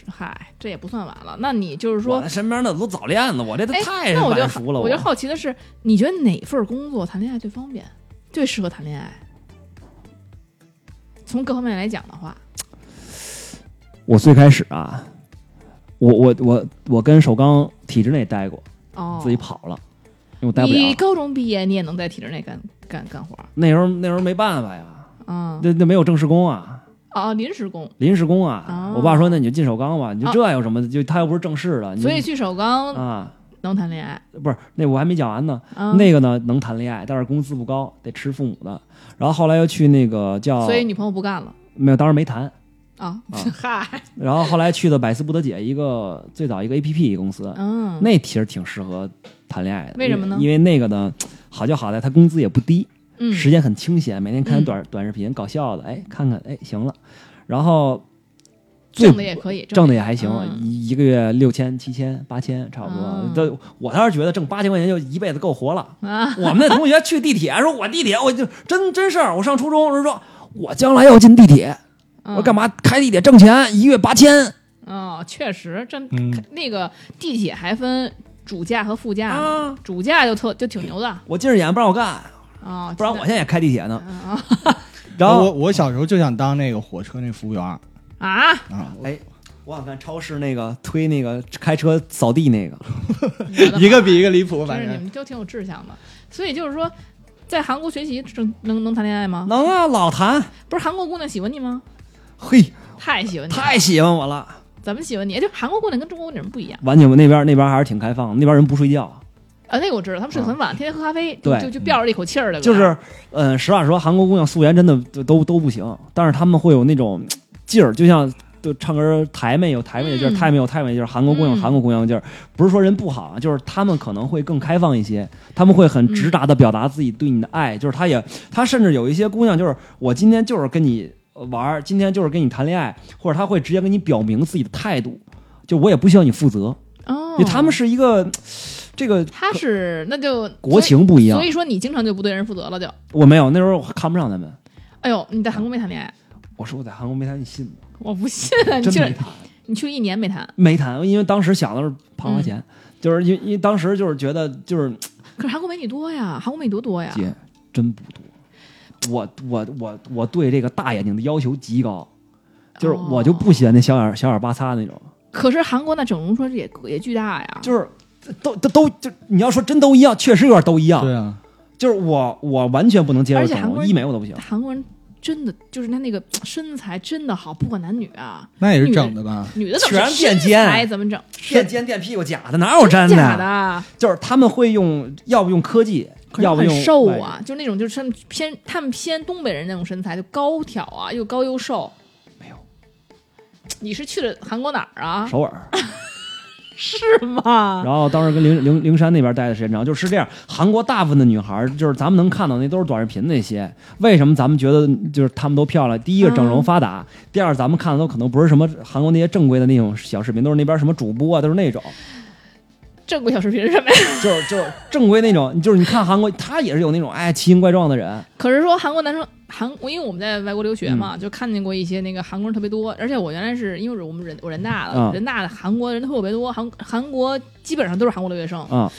Speaker 2: 嗨，这也不算晚了。那你就是说
Speaker 1: 我那，身边的都早恋了，我这都
Speaker 2: 哎，
Speaker 1: 太
Speaker 2: 那我就
Speaker 1: 晚
Speaker 2: 好
Speaker 1: 熟了。
Speaker 2: 我就好奇的是，你觉得哪份工作谈恋爱最方便，最适合谈恋爱？从各方面来讲的话，
Speaker 1: 我最开始啊，我我我我跟首钢体制内待过，
Speaker 2: 哦，
Speaker 1: 自己跑了，因为我待不
Speaker 2: 你
Speaker 1: 了。
Speaker 2: 高中毕业，你也能在体制内干干干活儿
Speaker 1: 那时候那时候没办法呀，
Speaker 2: 啊？
Speaker 1: 那那没有正式工啊，
Speaker 2: 啊，临时工，
Speaker 1: 临时工啊。
Speaker 2: 哦
Speaker 1: 我爸说，那你就进首钢吧，你就这有什么的？就他又不是正式的，你就
Speaker 2: 所以去首钢
Speaker 1: 啊，
Speaker 2: 能谈恋爱。
Speaker 1: 不是那我还没讲完呢。
Speaker 2: 啊、
Speaker 1: 那个呢能谈恋爱，但是工资不高，得吃父母的。然后后来又去那个叫，
Speaker 2: 所以女朋友不干了
Speaker 1: 没有，当时没谈。
Speaker 2: 啊？
Speaker 1: 啊
Speaker 2: 嗨，
Speaker 1: 然后后来去的百思不得解一个最早一个 A P P 公司，
Speaker 2: 嗯，
Speaker 1: 那其实挺适合谈恋爱的。
Speaker 2: 为什么呢
Speaker 1: 因为因为那个呢，好就好在它工资也不低，
Speaker 2: 嗯
Speaker 1: 时间很清闲，每天看短、短视频搞笑的，哎，看看哎行了。然后最
Speaker 2: 挣的也可以，
Speaker 1: 挣的
Speaker 2: 也
Speaker 1: 也还行，
Speaker 2: 嗯
Speaker 1: 一一个月六千、七千、八千，差不
Speaker 2: 嗯
Speaker 1: 多。这、我倒是觉得挣八千块钱就一辈子够活了。
Speaker 2: 啊，
Speaker 1: 我们那同学去地铁，说我地铁，我就真真事儿。我上初中人说，我将来要进地铁，我干
Speaker 2: 嘛？
Speaker 1: 嘛开地铁挣钱，一月八千
Speaker 2: 哦，确实，这、
Speaker 4: 嗯
Speaker 2: 那个地铁还分主驾和副驾呢，
Speaker 1: 啊！
Speaker 2: 主驾就特就挺牛的啊、
Speaker 1: 我近视眼不让我干，
Speaker 2: 哦，
Speaker 1: 不然我现在也开地铁呢。
Speaker 2: 啊
Speaker 1: 然后
Speaker 4: 我我小时候就想当那个火车那服务员儿
Speaker 2: 啊，
Speaker 4: 啊，
Speaker 1: 哎，我想看超市那个推那个开车扫地那个，
Speaker 2: 我的
Speaker 4: 一个比一个离谱，
Speaker 2: 妈
Speaker 4: 反
Speaker 2: 真是你
Speaker 4: 正
Speaker 2: 们都挺有志向的。所以就是说，在韩国学习正能能谈恋爱吗？
Speaker 1: 能啊，老谭，
Speaker 2: 不是韩国姑娘喜欢你吗？
Speaker 1: 嘿，
Speaker 2: 太喜欢你了，
Speaker 1: 太喜欢我了。
Speaker 2: 怎么喜欢你？就韩国姑娘跟中国姑娘不一样
Speaker 1: 晚景那边那边还是挺开放的，那边人不睡觉，
Speaker 2: 啊，那个我知道，他们睡得很晚，天天喝咖啡，就
Speaker 1: 对
Speaker 2: 就就吊着一口气儿的，
Speaker 1: 就是，嗯、实话实说，韩国姑娘素颜真的都都都不行，但是他们会有那种嘖劲儿，就像。就唱歌台妹有台妹的劲儿，
Speaker 2: 嗯
Speaker 1: 台妹有台妹的劲儿，韩国姑娘
Speaker 2: 嗯
Speaker 1: 有韩国姑娘的劲儿，不是说人不好啊，就是他们可能会更开放一些，他们会很
Speaker 2: 嗯
Speaker 1: 直达的表达自己对你的爱，就是他也他甚至有一些姑娘，就是我今天就是跟你玩儿，今天就是跟你谈恋爱，或者他会直接跟你表明自己的态度，就我也不需要你负责，
Speaker 2: 哦
Speaker 1: 因为，他们是一个嘖这个
Speaker 2: 他是那就
Speaker 1: 国情不一
Speaker 2: 所以，
Speaker 1: 样
Speaker 2: 所。以说你经常就不对人负责了，就，
Speaker 1: 我没有那时候我看不上他们，
Speaker 2: 哎呦，你在韩国没谈恋爱，
Speaker 1: 我说我在韩国没谈，你信吗？
Speaker 2: 我不信啊，你
Speaker 1: 真
Speaker 2: 去
Speaker 1: 没
Speaker 2: 了
Speaker 1: 谈，
Speaker 2: 你去了一年没谈，
Speaker 1: 没谈，因为当时想的是怕
Speaker 2: 嗯
Speaker 1: 花钱，就是因因为当时就是觉得就是
Speaker 2: 可是韩国美女多呀，韩国美女多多呀，
Speaker 1: 姐真不多，我我我我对这个大眼睛的要求极高，就是
Speaker 2: 哦啊
Speaker 1: 我就不喜欢那小眼小眼巴擦那种，
Speaker 2: 可是韩国那整容说也也巨大呀，
Speaker 1: 就是都都都就你要说真都一样，确实有点都一样，
Speaker 4: 对啊，
Speaker 1: 就是我我完全不能接
Speaker 2: 而
Speaker 1: 受
Speaker 2: 且
Speaker 1: 整
Speaker 2: 韩国
Speaker 1: 容，
Speaker 2: 人
Speaker 1: 医美我都不行。
Speaker 2: 韩国人真的就是他那个身材真的好，不管男女啊，
Speaker 4: 那也是整的吧？
Speaker 2: 女的怎么
Speaker 1: 全
Speaker 2: 整
Speaker 1: 是垫肩
Speaker 2: 身材怎么整？
Speaker 1: 垫肩垫屁股假的，哪有真的？
Speaker 2: 假的，
Speaker 1: 就是他们会用，要不用科技，
Speaker 2: 可是
Speaker 1: 要不
Speaker 2: 很
Speaker 1: 用
Speaker 2: 瘦
Speaker 1: 外
Speaker 2: 啊，就那种就是他们偏他们偏东北人那种身材，就高挑啊，又高又瘦。
Speaker 1: 没有
Speaker 2: 你是去了韩国哪儿啊？
Speaker 1: 首尔。
Speaker 2: 是吗？
Speaker 1: 然后当时跟灵灵灵山那边待的时间长，就是这样。韩国大部分的女孩儿，就是咱们能看到那都是短视频那些。为什么咱们觉得就是她们都漂亮？第一个整容发达，第二咱们看的都可能不是什么韩国那些正规的那种小视频，都是那边什么主播啊，都是那种，
Speaker 2: 正规小视频是什么呀？
Speaker 1: 就是就是正规那种，就是你看韩国，他也是有那种哎奇形怪状的人，
Speaker 2: 可是说韩国男生韩，我因为我们在外国留学嘛，
Speaker 1: 嗯
Speaker 2: 就看见过一些那个韩国人特别多，而且我原来是因为我们人我人大的，
Speaker 1: 嗯
Speaker 2: 人大的韩国人特别多，韩韩国基本上都是韩国留学生，
Speaker 1: 啊、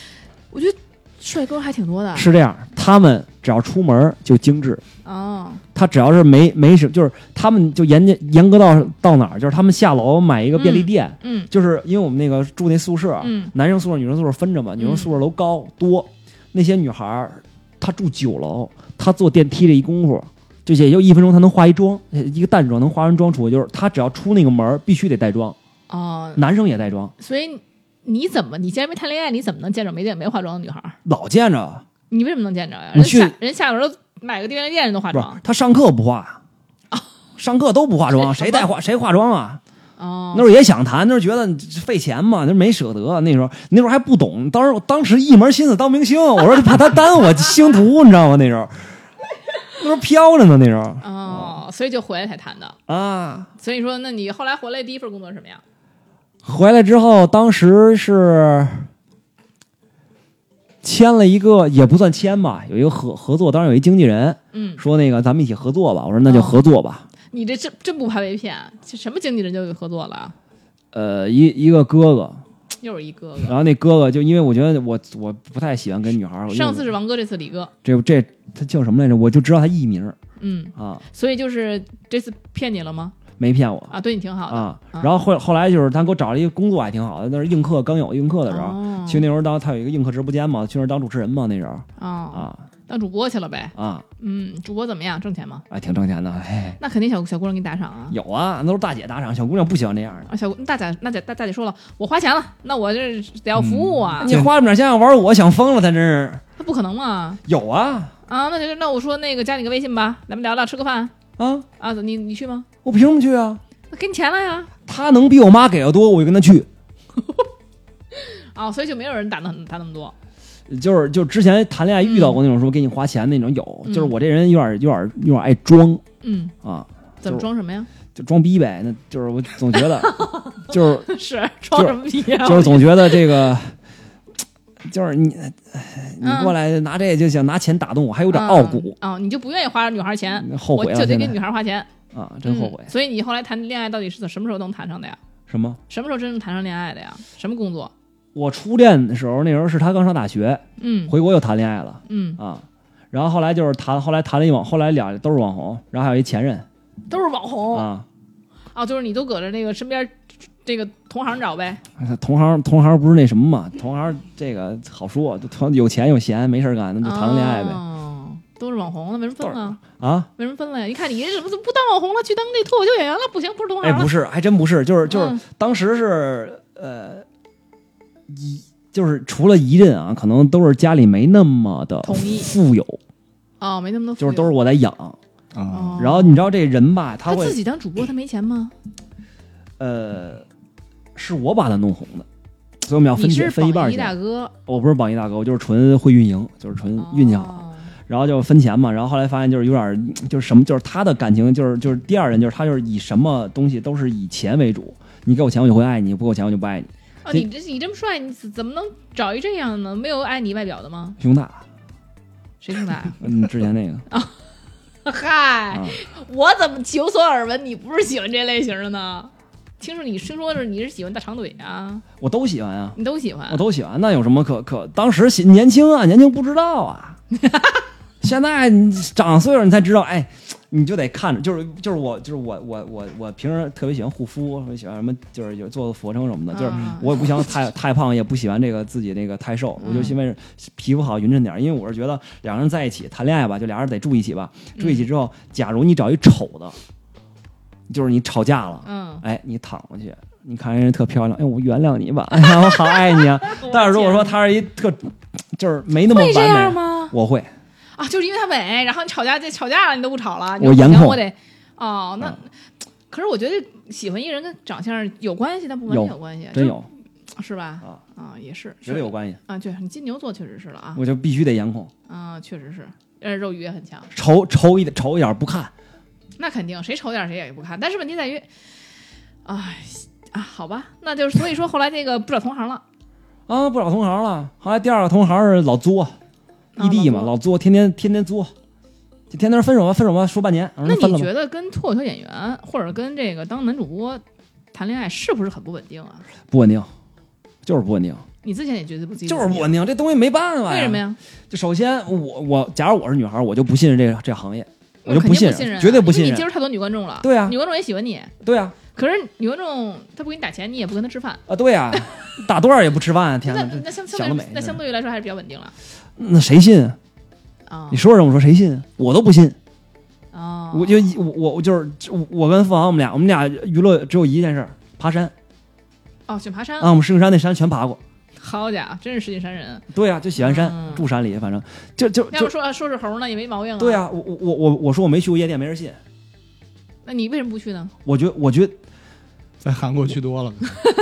Speaker 2: 我觉得帅哥还挺多的。
Speaker 1: 是这样。他们只要出门儿就精致，
Speaker 2: 哦，
Speaker 1: 他只要是没没什，就是他们就严严格到到哪儿，就是他们下楼买一个便利店。
Speaker 2: 嗯
Speaker 1: 就是因为我们那个住那宿舍，
Speaker 2: 嗯
Speaker 1: 男生宿舍、女生宿舍分着嘛，女生宿舍楼高多，那些女孩儿，她住九楼，她坐电梯这一功夫，就也就一分钟，她能化一妆，一个淡妆能化完妆出去，就是她只要出那个门儿必须得带妆，
Speaker 2: 哦，
Speaker 1: 男生也带妆，
Speaker 2: 所以你怎么，你既然没谈恋爱，你怎么能见着没见没化妆的女孩儿？
Speaker 1: 老见着，
Speaker 2: 你为什么能见着呀？
Speaker 1: 你
Speaker 2: 人
Speaker 1: 去
Speaker 2: 下人下轮买个电源店人都化
Speaker 1: 不是
Speaker 2: 妆
Speaker 1: 她上课不化，上课都不化妆，谁带化谁化妆啊？
Speaker 2: 哦，
Speaker 1: 那时候也想谈，那时候觉得费钱嘛，那没舍得。那时候那时候还不懂，当时当时一门心思当明星，我说怕他耽误我星途，你知道吗？那时候那时候飘着呢，那时候
Speaker 2: 哦，所以就回来才谈的。
Speaker 1: 啊。
Speaker 2: 所以说，那你后来回来第一份工作是什么呀？
Speaker 1: 回来之后，当时是签了一个，也不算签吧，有一个合合作，当时有一经纪人
Speaker 2: 嗯，
Speaker 1: 说那个咱们一起合作吧，我说那就合作吧。
Speaker 2: 你这真真不怕被骗，啊这什么经纪人就有合作了，啊
Speaker 1: 呃，一一个哥哥，
Speaker 2: 又是一哥哥。
Speaker 1: 然后那哥哥就因为我觉得我我不太喜欢跟女孩儿，我就
Speaker 2: 上次是王哥，这次李哥，
Speaker 1: 这这他叫什么来着？我就知道他艺名儿
Speaker 2: 嗯，
Speaker 1: 啊，
Speaker 2: 所以就是这次骗你了吗？
Speaker 1: 没骗我
Speaker 2: 啊，对你挺好的。
Speaker 1: 啊。
Speaker 2: 啊
Speaker 1: 然后后后来就是他给我找了一个工作，还挺好的，那是映客刚有映客的时候，
Speaker 2: 哦
Speaker 1: 去那时候当他有一个映客直播间嘛，去那儿当主持人嘛，那时候
Speaker 2: 哦，
Speaker 1: 啊
Speaker 2: 当主播去了呗。
Speaker 1: 啊，
Speaker 2: 嗯，主播怎么样？挣钱吗？
Speaker 1: 哎，挺挣钱的。嘿，
Speaker 2: 那肯定小小姑娘给你打赏啊。
Speaker 1: 有啊，那都是大姐打赏，小姑娘不喜欢这样的。
Speaker 2: 啊，小姑大姐，那姐大大姐说了，我花钱了，那我这得要服务啊，
Speaker 1: 你花这么点钱玩我，想疯了，他真是
Speaker 2: 那不可能嘛
Speaker 1: 有啊
Speaker 2: 啊！那就那我说那个加你个微信吧，咱们聊聊，吃个饭
Speaker 1: 啊！
Speaker 2: 啊，你你去吗？
Speaker 1: 我凭什么去啊？
Speaker 2: 那给你钱了呀
Speaker 1: 他能比我妈给的多，我就跟他去。
Speaker 2: 啊，所以就没有人打那打那么多，
Speaker 1: 就是就之前谈恋爱遇到过那种说给你花钱那种有，
Speaker 2: 嗯
Speaker 1: 就是我这人有点有点有点爱装
Speaker 2: 嗯，
Speaker 1: 啊，
Speaker 2: 怎么装什么呀？
Speaker 1: 就装逼呗。那就是我总觉 得就是
Speaker 2: 是装什么逼啊呀？
Speaker 1: 就是总觉得这个， 就是你你
Speaker 2: 嗯
Speaker 1: 过来拿这就想拿钱打动我，还有点傲骨，嗯
Speaker 2: 啊，你就不愿意花女孩钱，
Speaker 1: 后悔
Speaker 2: 我
Speaker 1: 了
Speaker 2: 就得
Speaker 1: 现
Speaker 2: 给
Speaker 1: 在
Speaker 2: 女孩花钱，
Speaker 1: 啊，真后悔
Speaker 2: 嗯。所以你后来谈恋爱到底是什么时候能谈上的呀？
Speaker 1: 什么？
Speaker 2: 什么时候真正谈上恋爱的呀？什么工作？
Speaker 1: 我初恋的时候，那时候是他刚上大学，
Speaker 2: 嗯
Speaker 1: 回国又谈恋爱了
Speaker 2: 嗯，
Speaker 1: 啊。然后后来就是谈，后来谈了一网，后来俩都是网红，然后还有一前任
Speaker 2: 都是网红
Speaker 1: 啊，
Speaker 2: 哦，就是你都搁着那个身边这个同行找呗。
Speaker 1: 同行同行不是那什么嘛，同行这个好说，就同有钱有闲，没事儿干，那就谈个恋爱呗
Speaker 2: 哦都是网红了，没人分啊，
Speaker 1: 啊。
Speaker 2: 没人分了呀！你看你这怎么怎么不当网红了，去当这脱口秀演员了？不行，不是同
Speaker 1: 哎，
Speaker 2: 行了。
Speaker 1: 不是，还真不是，就是就是、
Speaker 2: 嗯
Speaker 1: 当时是呃一就是除了一任啊，可能都是家里没那么的
Speaker 2: 同意
Speaker 1: 富有，
Speaker 2: 哦，没那么多富
Speaker 1: 就
Speaker 2: 有，
Speaker 1: 是都是我在养。
Speaker 4: 啊，
Speaker 2: 哦。
Speaker 1: 然后你知道这人吧，
Speaker 2: 他
Speaker 1: 会
Speaker 2: 自己当主播，他没钱吗？
Speaker 1: 呃，是我把他弄红的，所以我们要分
Speaker 2: 你
Speaker 1: 解
Speaker 2: 是
Speaker 1: 分一半
Speaker 2: 榜
Speaker 1: 儿
Speaker 2: 一大
Speaker 1: 钱。
Speaker 2: 哥，
Speaker 1: 我不是榜一大哥，我就是纯会运营，就是纯运气好。
Speaker 2: 哦
Speaker 1: 然后就分钱嘛，然后后来发现就是有点儿，就是什么，就是他的感情，就是就是第二人，就是他就是以什么东西都是以钱为主，你给我钱我就会爱你，不给我钱我就不爱你，
Speaker 2: 哦，
Speaker 1: 这
Speaker 2: 你这你这么帅，你怎怎么能找一这样的呢？没有爱你外表的吗？
Speaker 1: 胸大，
Speaker 2: 谁啊更大呀？
Speaker 1: 嗯，之前那个。
Speaker 2: 嗨
Speaker 1: 啊，
Speaker 2: 我怎么有所耳闻，你不是喜欢这类型的呢？听说你听说是你是喜欢大长腿啊，
Speaker 1: 我都喜欢啊，
Speaker 2: 你都喜欢
Speaker 1: 我。都喜欢。那有什么可可？当时喜年轻啊，年轻不知道啊。 现在你长岁数你才知道，哎，你就得看着，就是就是我就是我我我我平时特别喜欢护肤，我喜欢什么就是有做俯卧撑什么的，就是
Speaker 2: 啊
Speaker 1: 我也不想太太胖，也不喜欢这个自己那个太瘦，我就因为皮肤好匀称点儿。因为我是觉得两个人在一起谈恋爱吧，就俩人得住一起吧，住一起之后，假如你找一丑的，就是你吵架了，
Speaker 2: 嗯，
Speaker 1: 哎，你躺过去，你看人家特漂亮，哎，我原谅你吧， 哎呀，我好爱你啊。 但是如果说她是一特，就是没那么
Speaker 2: 会这样
Speaker 1: 完美，
Speaker 2: 吗？
Speaker 1: 我会，
Speaker 2: 啊，就是因为他美，然后你吵架就吵架了，你都不吵了，你
Speaker 1: 我
Speaker 2: 就
Speaker 1: 颜
Speaker 2: 不行
Speaker 1: 控
Speaker 2: 我得哦，那、
Speaker 1: 嗯
Speaker 2: 可是我觉得喜欢一个人跟长相有关系，但不完全有关系，
Speaker 1: 真
Speaker 2: 就
Speaker 1: 有，
Speaker 2: 是是吧？
Speaker 1: 啊
Speaker 2: 也哎是
Speaker 1: 绝对有关系。
Speaker 2: 啊，确实你金牛座确实是了啊
Speaker 1: 我就必须得颜控，
Speaker 2: 啊，确实是，呃，肉欲也很强，
Speaker 1: 丑丑一点，丑一点不看。
Speaker 2: 那肯定谁丑点儿谁也不看，但是问题在于，哎啊，好吧，那就是所以说后来那个不找同行了，
Speaker 1: 啊，不找同行了。后来第二个同行是老作，
Speaker 2: 啊
Speaker 1: 异地嘛，
Speaker 2: 老作
Speaker 1: 老作，天天天天作，就天天分手吧，分手吧，说半年。我说
Speaker 2: 那
Speaker 1: 分
Speaker 2: 你
Speaker 1: 了吧
Speaker 2: 觉得跟脱口秀演员或者跟这个当男主播谈恋爱是不是很不稳定啊？
Speaker 1: 不稳定，就是不稳定，
Speaker 2: 你之前也觉得不自己啊
Speaker 1: 就是不稳定，这东西没办法呀。
Speaker 2: 为什么？呀？
Speaker 1: 就首先，我我假如我是女孩，我就不信任这个这行业，我就
Speaker 2: 肯定不
Speaker 1: 信
Speaker 2: 任啊，
Speaker 1: 绝对
Speaker 2: 因为
Speaker 1: 信
Speaker 2: 你接
Speaker 1: 任。
Speaker 2: 触太多女观众了，
Speaker 1: 对啊
Speaker 2: 女观众也喜欢你，
Speaker 1: 对啊，
Speaker 2: 可是女观众她不给你打钱，你也不跟她吃饭，
Speaker 1: 啊，对呀、打多少也不吃饭，天
Speaker 2: 那
Speaker 1: 哪！
Speaker 2: 那
Speaker 1: 这
Speaker 2: 相
Speaker 1: 想得
Speaker 2: 相
Speaker 1: 美
Speaker 2: 对那相对于来说还是比较稳定了
Speaker 1: 那谁信？啊？
Speaker 2: 啊
Speaker 1: 你说什么？我说谁信？我都不信。
Speaker 2: 啊！
Speaker 1: 我就我我就是我我跟付航，我们俩我们俩娱乐只有一件事儿，爬山
Speaker 2: 哦，去爬山
Speaker 1: 啊。我们石景山那山全爬过。
Speaker 2: 好家伙，真是石景山人。
Speaker 1: 对啊呀、就喜欢山，
Speaker 2: 嗯
Speaker 1: 住山里，反正就就
Speaker 2: 要不
Speaker 1: 就
Speaker 2: 说说是猴呢，也没毛病啊。
Speaker 1: 对呀、我我我我我说我没去过夜店，没人信。
Speaker 2: 那你为什么不去呢？
Speaker 1: 我觉我觉
Speaker 4: 在韩国去多了，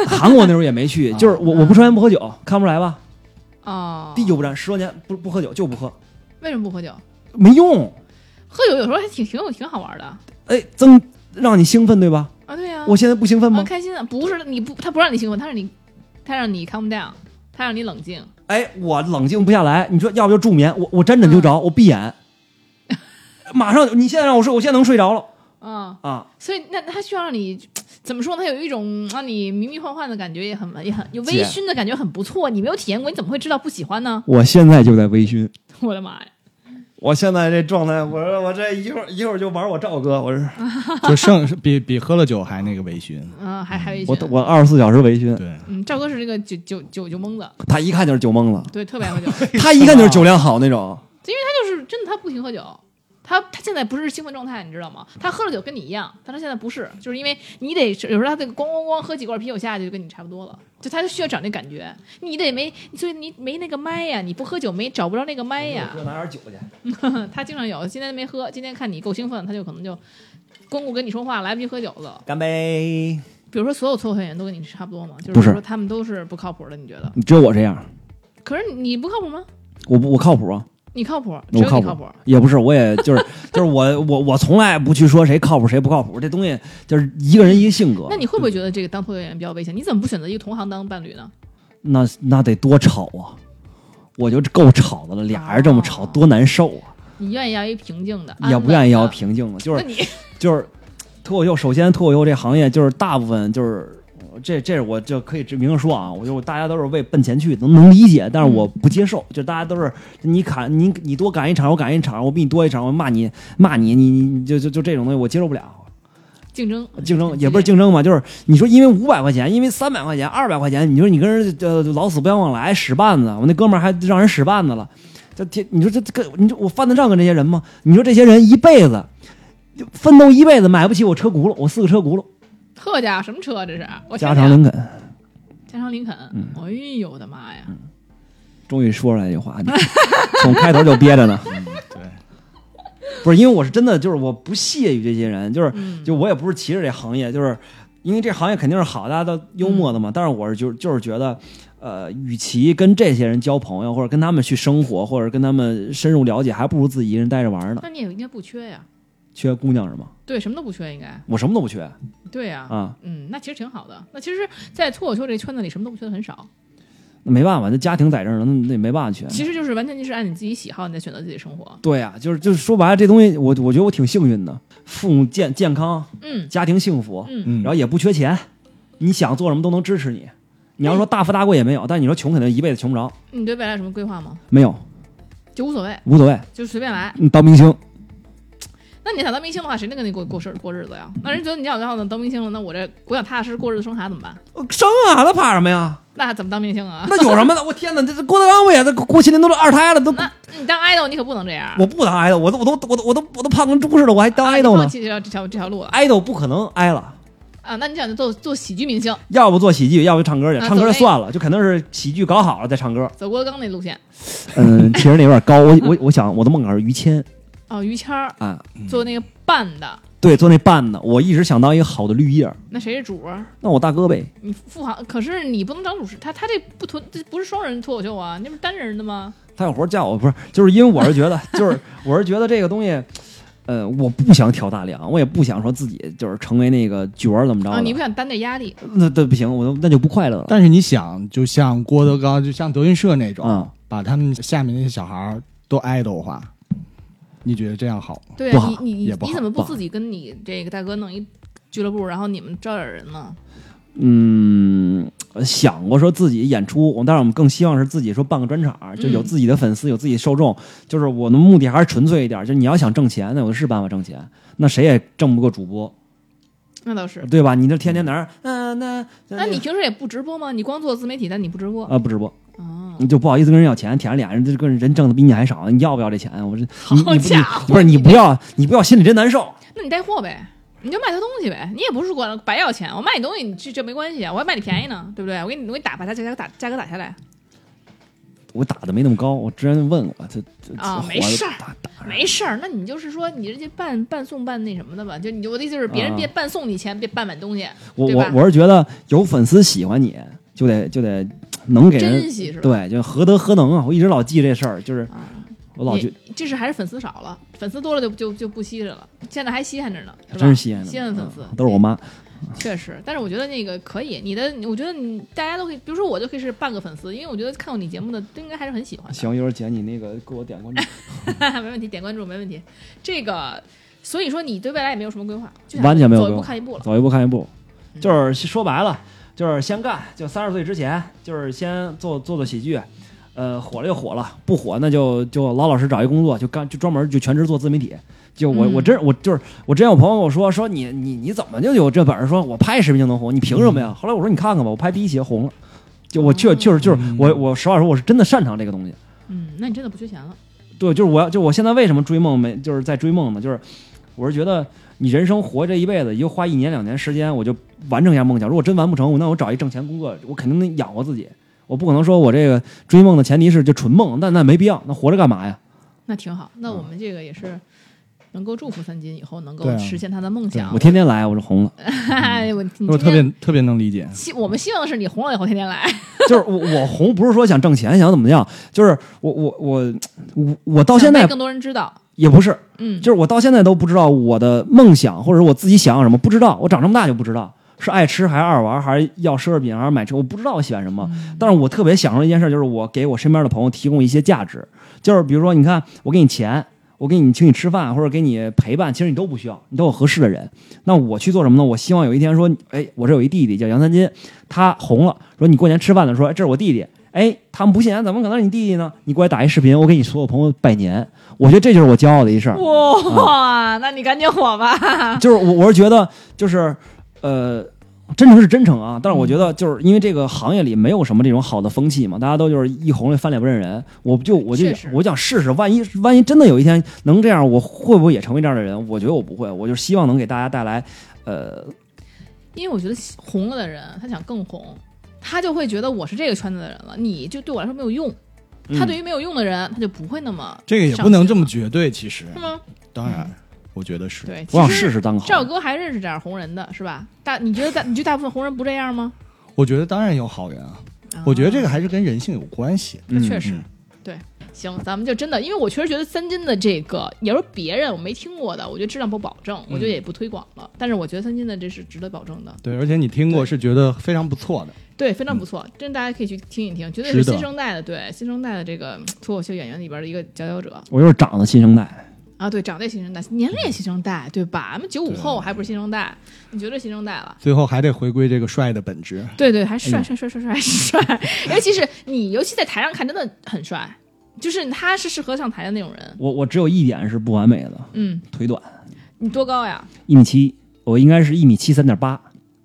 Speaker 1: 韩国那时候也没
Speaker 2: 啊
Speaker 1: 去，就是我我不抽烟不喝酒，看不出来吧？
Speaker 2: 哦，
Speaker 1: 滴酒不沾，十多年不不喝酒就不喝，
Speaker 2: 为什么不喝酒？
Speaker 1: 没用。
Speaker 2: 喝酒有时候还挺挺有挺好玩的
Speaker 1: 哎，增让你兴奋对吧？
Speaker 2: 啊，对呀、
Speaker 1: 我现在不兴奋
Speaker 2: 啊
Speaker 1: 吗？
Speaker 2: 开心啊，不是你不他不让你兴奋，他让你他让你 calm down，他让你冷静。
Speaker 1: 哎，我冷静不下来。你说要不就助眠，我我沾枕就
Speaker 2: 嗯
Speaker 1: 着，我闭 眼，马上你现在让我睡，我现在能睡着了
Speaker 2: 啊，
Speaker 1: 啊！
Speaker 2: 所以那那他需要让你怎么说呢？他有一种让你迷迷幻幻的感觉，也很也很有微
Speaker 1: 姐
Speaker 2: 醺的感觉，很不错。你没有体验过，你怎么会知道不喜欢呢？
Speaker 1: 我现在就在微醺，
Speaker 2: 我的妈呀！
Speaker 1: 我现在这状态，我说我这一会儿一会儿就玩我赵哥，我是
Speaker 4: 就剩比比喝了酒还那个微醺。
Speaker 2: 啊，还还有一
Speaker 1: 我
Speaker 2: 群，
Speaker 1: 我二十四小时微醺，
Speaker 4: 对，
Speaker 2: 嗯，赵哥是这个酒酒酒酒蒙子，
Speaker 1: 他一看就是酒 蒙子，
Speaker 2: 对，特别爱喝酒。
Speaker 1: 他一看就是酒量好那种。
Speaker 2: 他就是真的，他不停喝酒。他他现在不是兴奋状态，你知道吗？他喝了酒跟你一样，但他现在不是，就是因为你得有时候他这个咣咣咣喝几罐啤酒下去，就跟你差不多了，就他就需要找那感觉，你得没，所以你没那个麦呀，你不喝酒没找不着那个麦呀。
Speaker 1: 拿点酒去。
Speaker 2: 他经常有，今天没喝，今天看你够兴奋，他就可能就光顾跟你说话，来不及喝酒了。
Speaker 1: 干杯！
Speaker 2: 比如说所有脱口秀演员都跟你差不多嘛，就
Speaker 1: 不是
Speaker 2: 说他们都是不靠谱的，你觉得？
Speaker 1: 只有我这样，
Speaker 2: 可是你不靠谱吗？
Speaker 1: 我不我靠谱啊，
Speaker 2: 你靠谱，只
Speaker 1: 我
Speaker 2: 有你
Speaker 1: 谱
Speaker 2: 谱。
Speaker 1: 也不是，我也就是就是我我我从来不去说谁靠谱谁不靠谱，这东西就是一个人一个性格。
Speaker 2: 那你会不会觉得这个当脱口秀演员比较危险？你怎么不选择一个同行当伴侣呢？
Speaker 1: 那那得多吵啊！我就够吵的了，俩人这么吵
Speaker 2: 哦
Speaker 1: 多难受啊！
Speaker 2: 你愿意要一平静的，
Speaker 1: 也
Speaker 2: 安
Speaker 1: 不
Speaker 2: 稳
Speaker 1: 愿意
Speaker 2: 的
Speaker 1: 要。平静了，就
Speaker 2: 那
Speaker 1: 是
Speaker 2: 你
Speaker 1: 就是脱口秀。首先，脱口秀这行业就是大部分就是这这我就可以直明着说啊，我就大家都是为奔钱去，能能理解，但是
Speaker 2: 嗯
Speaker 1: 我不接受，就大家都是你砍你你多赶一场，我赶一场，我比你多一场，我骂你骂你你你你就就就这种东西我接受不了。
Speaker 2: 竞争
Speaker 1: 竞争也不是竞争嘛，就是你说因为五百块钱，因为三百块钱、二百块钱，你说你跟人呃老死不相往来使绊子，我那哥们儿还让人使绊子了，这天你说这这个你说我犯得上跟这些人吗？你说这些人一辈子就奋斗一辈子买不起我车轱辘，我四个车轱辘，
Speaker 2: 特价什么车啊这是？我
Speaker 1: 加
Speaker 2: 想
Speaker 1: 长
Speaker 2: 想
Speaker 1: 林嗯肯，
Speaker 2: 加长林肯，哎呦我的妈呀！
Speaker 1: 嗯终于说出来这话， 你从开头就憋着呢。
Speaker 4: 对，
Speaker 1: 不是因为我是真的，就是我不屑于这些人，就是
Speaker 2: 嗯
Speaker 1: 就我也不是歧视这行业，就是因为这行业肯定是好，大家都幽默
Speaker 2: 嗯
Speaker 1: 的嘛。但是我是就就是觉得，呃，与其跟这些人交朋友，或者跟他们去生活，或者跟他们深入了解，还不如自己一个人待着玩呢。
Speaker 2: 那你也应该不缺呀，
Speaker 1: 缺姑娘是吗？
Speaker 2: 对，什么都不缺，应该
Speaker 1: 我什么都不缺
Speaker 2: 对呀。
Speaker 1: 啊，
Speaker 2: 嗯，那其实挺好的。那其实，在脱口秀这圈子里，什么都不缺的很少。
Speaker 1: 那没办法，那家庭在这儿呢，那那没办法缺。
Speaker 2: 其实就是完全就是按你自己喜好，你再选择自己的生活。
Speaker 1: 对呀、就是就是说白了，这东西我我觉得我挺幸运的，父母健健康，
Speaker 2: 嗯
Speaker 1: 家庭幸福，
Speaker 2: 嗯，
Speaker 4: 嗯
Speaker 1: 然后也不缺钱，你想做什么都能支持你。你要说大富大贵也没有，但你说穷肯定一辈子穷不着，
Speaker 2: 你对未来有什么规划吗？
Speaker 1: 没有
Speaker 2: 就无所谓，
Speaker 1: 无所谓，
Speaker 2: 就随便来。
Speaker 1: 你当明星
Speaker 2: 那你想当明星的话，谁能跟你过过事过日子呀？
Speaker 1: 嗯
Speaker 2: 那人觉得你要要能当明星了，那我这我想踏踏实实过日子生孩子怎么办？
Speaker 1: 生啊，那怕什么呀？
Speaker 2: 那怎么当明星啊？
Speaker 1: 那有什么的？我天哪，这这郭德纲不也这郭麒麟都是二胎了，都
Speaker 2: 那你当 idol 你可不能这样。
Speaker 1: 我不当 idol，我都我都我都我都我都胖跟猪似的，我还当
Speaker 2: 啊
Speaker 1: idol
Speaker 2: 你放
Speaker 1: 呢
Speaker 2: 弃这条这条这条路了
Speaker 1: ？idol 不可能挨了，
Speaker 2: 啊？那你想做做喜剧明星，
Speaker 1: 要不做喜剧，要不唱歌去，
Speaker 2: 那
Speaker 1: 唱歌
Speaker 2: 啊
Speaker 1: 就
Speaker 2: 走那
Speaker 1: 算了，就肯定是喜剧搞好了再唱歌。
Speaker 2: 走郭德纲那路线？
Speaker 1: 嗯，其实那有点高，我我我想我的梦想是于谦
Speaker 2: 哦，于谦儿
Speaker 1: 啊，
Speaker 2: 做那个伴的，
Speaker 1: 对，做那伴的，我一直想当一个好的绿叶，
Speaker 2: 那谁是主儿？
Speaker 1: 那我大哥呗。
Speaker 2: 你付航，可是你不能当主持，他他这不同，这不是双人脱口秀啊，那不是单人的吗？
Speaker 1: 他有活儿叫我，不是，就是因为我是觉得，就是我是觉得这个东西，呃，我不想挑大梁，我也不想说自己就是成为那个角儿怎么着
Speaker 2: 啊，
Speaker 1: 的，
Speaker 2: 你不想担这压力？
Speaker 1: 那那不行，我都那就不快乐了。
Speaker 4: 但是你想，就像郭德纲，就像德云社那种，
Speaker 1: 嗯
Speaker 4: 把他们下面那些小孩儿都 idol 化，你觉得这样好吗？
Speaker 2: 对
Speaker 1: 不
Speaker 2: 啊，你
Speaker 1: 好
Speaker 2: 你你
Speaker 4: 也不好
Speaker 2: 你怎么
Speaker 1: 不
Speaker 2: 不
Speaker 1: 好
Speaker 2: 自己跟你这个大哥弄一俱乐部，然后你们招点人呢？
Speaker 1: 嗯，想过说自己演出，我但是我们更希望是自己说办个专场，就
Speaker 2: 嗯
Speaker 1: 有自己的粉丝，有自己受众。就是我的目的还是纯粹一点，就是你要想挣钱，那我是办法挣钱，那谁也挣不过主播。
Speaker 2: 那倒是。
Speaker 1: 对吧？你这天天哪儿，嗯、那
Speaker 2: 那你平时也不直播吗？你光做自媒体，但你不直播
Speaker 1: 啊、不直播，
Speaker 2: 啊？
Speaker 1: 你就不好意思跟人要钱，舔着脸，人这个人挣的比你还少，你要不要这钱？啊我这
Speaker 2: 好
Speaker 1: 你你不
Speaker 2: 家伙
Speaker 1: 你不是你不要，你不要心里真难受。
Speaker 2: 那你带货呗，你就卖他东西呗，你也不是管白要钱，我卖你东西，你这这没关系啊，我还卖你便宜呢，对不对？我给你我给你打把它价格打价格打下来，
Speaker 1: 嗯我打的没那么高，我之前问过这这这
Speaker 2: 啊
Speaker 1: 活
Speaker 2: 没事儿
Speaker 1: 打打
Speaker 2: 没事儿。那你就是说你这半半送半那什么的吧，就你我的意思是别人
Speaker 1: 啊
Speaker 2: 别半送你钱，别半碗东西，
Speaker 1: 我
Speaker 2: 对
Speaker 1: 我
Speaker 2: 吧
Speaker 1: 我是觉得有粉丝喜欢你，就得就得能给人
Speaker 2: 珍惜是吧？
Speaker 1: 对，就何德何能啊！我一直老记这事儿，就是
Speaker 2: 啊，
Speaker 1: 我老觉
Speaker 2: 也这是还是粉丝少了，粉丝多了就就就不稀着了，现在还稀罕着呢，是吧
Speaker 1: 真是稀罕的，
Speaker 2: 稀罕粉丝、
Speaker 1: 嗯都是我妈。
Speaker 2: 确实，但是我觉得那个可以，你的，我觉得你大家都可以，比如说我就可以是半个粉丝，因为我觉得看过你节目的都应该还是很喜欢
Speaker 1: 行，一会儿姐你那个给我点关注，
Speaker 2: 的，没问题，点关注没问题。这个，所以说你对未来也没有什么规划，就想
Speaker 1: 完全没有
Speaker 2: 走一
Speaker 1: 规
Speaker 2: 步
Speaker 1: 划
Speaker 2: 看一步了。嗯
Speaker 1: 走一步看一步，就是说白了，就是先干，就三十岁之前，就是先做做做喜剧。呃，火了就火了，不火那就就老老实找一工作，就干就专门就全职做自媒体。就我、
Speaker 2: 嗯
Speaker 1: 我真我就是我之前有朋友跟我说说你你你怎么就有这本事？说我拍视频就能红，你凭什么呀？后来我说你看看吧，我拍第一期就红了。就我确
Speaker 2: 嗯哦
Speaker 1: 确实就是我我实话说我是真的擅长这个东西。
Speaker 2: 嗯，那你真的不缺钱了。
Speaker 1: 对，就是我要，就我现在为什么追梦没，就是在追梦呢？就是我是觉得你人生活这一辈子，也就花一年两年时间，我就完成一下梦想。如果真完不成，我那我找一挣钱工作，我肯定能养活自己。我不可能说我这个追梦的前提是就纯梦，那那没必要，那活着干嘛呀？
Speaker 2: 那挺好。那我们这个也是能够祝福三金以后能够实现他的梦想。
Speaker 1: 我天天来，我就红了。
Speaker 2: 哎，我你
Speaker 4: 我
Speaker 2: 今
Speaker 4: 特
Speaker 2: 天
Speaker 4: 别特别能理解。
Speaker 2: 希我们希望的是你红了以后天天来。
Speaker 1: 就是我我红不是说想挣钱，想怎么样，就是我我我我我到现
Speaker 2: 想被
Speaker 1: 在
Speaker 2: 更多人知道。
Speaker 1: 也不是，
Speaker 2: 嗯，
Speaker 1: 就是我到现在都不知道我的梦想或者我自己想要什么，不知道。我长这么大就不知道是爱吃还是爱玩，还是要奢侈品还是买车，我不知道我喜欢什么。但是我特别享受一件事，就是我给我身边的朋友提供一些价值，就是比如说，你看我给你钱。我给你请你吃饭，或者给你陪伴，其实你都不需要，你都有合适的人。那我去做什么呢？我希望有一天说，哎，我这有一弟弟叫杨三金，他红了，说你过年吃饭的时候，哎这是我弟弟。哎，他们不信，怎么可能是你弟弟呢？你过来打一视频，我给你所有朋友拜年。我觉得这就是我骄傲的一事儿。
Speaker 2: 哇，那你赶紧火吧。
Speaker 1: 就是我我是觉得就是呃。真诚是真诚啊，但是我觉得就是因为这个行业里没有什么这种好的风气嘛，大家都就是一红了翻脸不认人。我不就我就
Speaker 2: 嗯确实
Speaker 1: 我想试试，万一万一真的有一天能这样，我会不会也成为这样的人？我觉得我不会，我就希望能给大家带来，呃，
Speaker 2: 因为我觉得红了的人，他想更红，他就会觉得我是这个圈子的人了，你就对我来说没有用。
Speaker 1: 嗯
Speaker 2: 他对于没有用的人，他就不会那么
Speaker 5: 嗯这个也
Speaker 2: 上
Speaker 5: 不能
Speaker 2: 心
Speaker 5: 这
Speaker 2: 了
Speaker 5: 么绝对，其实
Speaker 2: 是吗？
Speaker 5: 当然，我觉得是。
Speaker 2: 对，
Speaker 1: 我想
Speaker 2: 其实
Speaker 1: 试试当个好
Speaker 2: 赵
Speaker 1: 人。
Speaker 2: 哥还认识点红人的是吧？大你觉得大你觉得大部分红人不这样吗？
Speaker 5: 我觉得当然有好人啊，我觉得这个还是跟人性有关系。
Speaker 2: 这确实
Speaker 5: 嗯
Speaker 2: 对。行，咱们就真的，因为我确实觉得三金的这个，也是别人我没听过的，我觉得质量不保证，我觉
Speaker 5: 嗯
Speaker 2: 得也不推广了。但是我觉得三金的这是值得保证的，
Speaker 5: 对，而且你听过是觉得非常不错的。
Speaker 2: 对，非常不错，真的大家可以去听一听，绝
Speaker 5: 嗯
Speaker 2: 对
Speaker 5: 值
Speaker 2: 是
Speaker 5: 得
Speaker 2: 新生代的，对新生代的这个嗯脱口秀演员里边的一个佼佼者
Speaker 1: 我就是长得新生代，
Speaker 2: 啊，对，长得也新生代，年
Speaker 1: 嗯
Speaker 2: 龄也新生代，对吧？咱们九五后还不是新生代，你绝对新生代了。
Speaker 5: 最后还得回归这个帅的本质。
Speaker 2: 对对，还
Speaker 1: 哎
Speaker 2: 帅帅帅帅帅帅， 尤其是你，尤其在台上看，真的很帅，就是他是适合上台的那种人。
Speaker 1: 我我只有一点是不完美的，
Speaker 2: 嗯，
Speaker 1: 腿短，
Speaker 2: 你多高呀？
Speaker 1: 一米七，我应该是一米七三点八，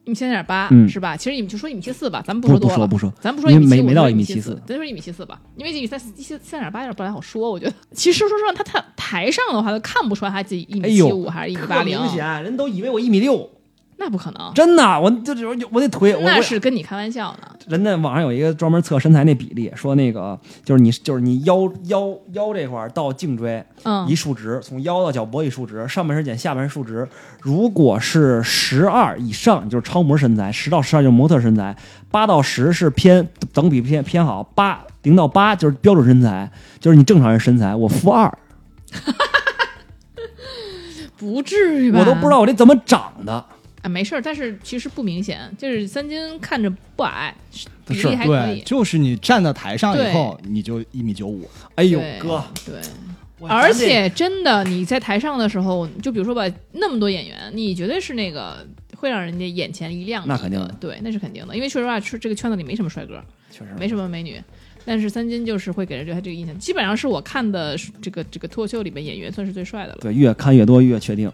Speaker 2: 一米三点八
Speaker 1: 嗯
Speaker 2: 是吧？其实你们就说一米七四吧，咱们
Speaker 1: 不
Speaker 2: 说
Speaker 1: 不
Speaker 2: 多
Speaker 1: 说
Speaker 2: 了，
Speaker 1: 不说，
Speaker 2: 咱不说
Speaker 1: 因
Speaker 2: 一
Speaker 1: 为
Speaker 2: 米
Speaker 1: 没
Speaker 2: 七，
Speaker 1: 没到一米
Speaker 2: 七
Speaker 1: 74，
Speaker 2: 咱说一米七四吧，因为这一米三一三三点八有点不太好说，我觉得。其实说实话，他他台上的话都看不出来他自己一
Speaker 1: 哎
Speaker 2: 米七
Speaker 1: 呦
Speaker 2: 五还是一米 八零
Speaker 1: 明，显啊人都以为我一米六，
Speaker 2: 那不可能，
Speaker 1: 真的，我就是我我那腿，我
Speaker 2: 那
Speaker 1: 我
Speaker 2: 是跟你开玩笑呢。
Speaker 1: 人家网上有一个专门测身材那比例，说那个就是你就是你腰腰腰这块儿到颈椎
Speaker 2: 嗯
Speaker 1: 一，竖直，从腰到脚脖一竖直，上半身减下半身竖直。如果是十二以上，就是超模身材；十到十二就是模特身材；八到十是偏等比偏偏好，八零到八就是标准身材，就是你正常人身材。我负二，
Speaker 2: 不至于吧？
Speaker 1: 我都不知道我这怎么长的。
Speaker 2: 啊，没事儿，但是其实不明显，就是三金看着不矮，是比
Speaker 1: 是
Speaker 2: 例还可
Speaker 5: 对，
Speaker 2: 以。
Speaker 5: 就是你站到台上以后，你就一米九五。
Speaker 1: 哎呦
Speaker 2: 对
Speaker 1: 哥，
Speaker 2: 对，
Speaker 1: 我
Speaker 2: 而
Speaker 1: 咱这
Speaker 2: 且真的你在台上的时候，就比如说吧，那么多演员，你绝对是那个会让人家眼前一亮的一个。
Speaker 1: 那肯定的
Speaker 2: 对，那是肯定的，因为说实话，这这个圈子里没什么帅哥，
Speaker 1: 确实
Speaker 2: 没什么美女。但是三金就是会给人留下这个印象，基本上是我看的这个这个脱口秀里面演员算是最帅的了。
Speaker 1: 对，越看越多越确定。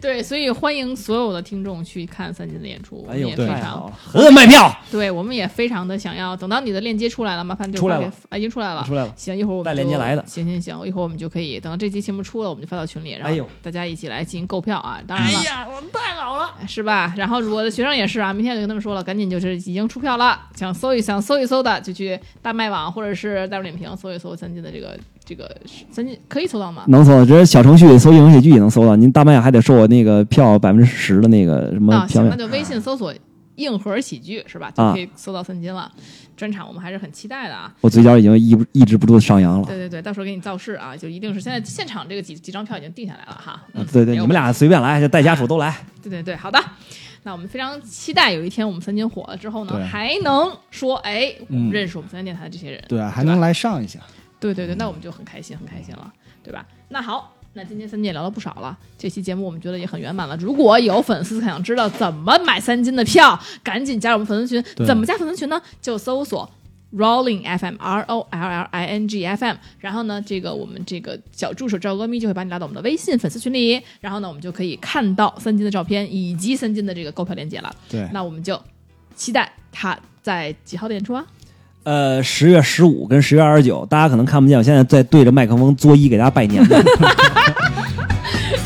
Speaker 2: 对，所以欢迎所有的听众去看三金的演出，我
Speaker 1: 哎
Speaker 2: 们
Speaker 1: 呦，
Speaker 2: 也非
Speaker 1: 太
Speaker 2: 常
Speaker 1: 好了，狠狠卖票，
Speaker 2: 对，我们也非常的想要。等到你的链接出来了，麻烦就
Speaker 1: 出来
Speaker 2: 发给
Speaker 1: 了，
Speaker 2: 啊，已经出来了，
Speaker 1: 出来了。
Speaker 2: 行，一会儿我们
Speaker 1: 带链接
Speaker 2: 就
Speaker 1: 来的
Speaker 2: 行行行，一会儿我们就可以等到这期节目出了，我们就发到群里，然
Speaker 1: 哎
Speaker 2: 后
Speaker 1: 呦
Speaker 2: 大家一起来进行购票啊。当然了，哎呀，我们太好了，是吧？然后我的学生也是啊，明天就跟他们说了，赶紧就是已经出票了，想搜一想搜一搜的，就去大麦网或者是大众点评搜一搜三金的这个这个三金可以搜到吗？
Speaker 1: 能搜到，直接小程序搜“英雄喜剧”也能搜到。您大麦还得收我那个票百分之十的那个什么
Speaker 2: 啊，
Speaker 1: 票
Speaker 2: 行，那
Speaker 1: 面。
Speaker 2: 就微信搜索“硬核喜剧”是吧？就
Speaker 1: 啊
Speaker 2: 可以搜到三金了。专场我们还是很期待的啊。
Speaker 1: 我嘴角已经抑不抑制不住地上扬了。
Speaker 2: 对对对，到时候给你造势啊，就一定是现在现场这个几几张票已经定下来了哈。嗯
Speaker 1: 啊对对，
Speaker 2: 没
Speaker 1: 你
Speaker 2: 有
Speaker 1: 们俩随便来，就带家属都来。
Speaker 2: 对对对，好的。那我们非常期待有一天我们三金火了之后呢，
Speaker 4: 对
Speaker 2: 还能说哎，我
Speaker 1: 嗯
Speaker 2: 们认识我们三金电台的这些人。
Speaker 4: 对啊，还能来上一下。
Speaker 2: 对对对，
Speaker 4: 嗯
Speaker 2: 那我们就很开心，很开心了，对吧？那好。那今天三金也聊了不少了，这期节目我们觉得也很圆满了。如果有粉丝想知道怎么买三金的票，赶紧加入我们粉丝群。
Speaker 4: 对
Speaker 2: 怎么加粉丝群呢？就搜索 Rolling FM R O L L I N G F M，然后呢，这个我们这个小助手赵阿咪就会把你拉到我们的微信粉丝群里，然后呢，我们就可以看到三金的照片以及三金的这个购票链接了。
Speaker 4: 对
Speaker 2: 那我们就期待他在几号的演出啊？
Speaker 1: 呃，十月十五跟十月二十九，大家可能看不见，我现在在对着麦克风作揖给大家拜年呢。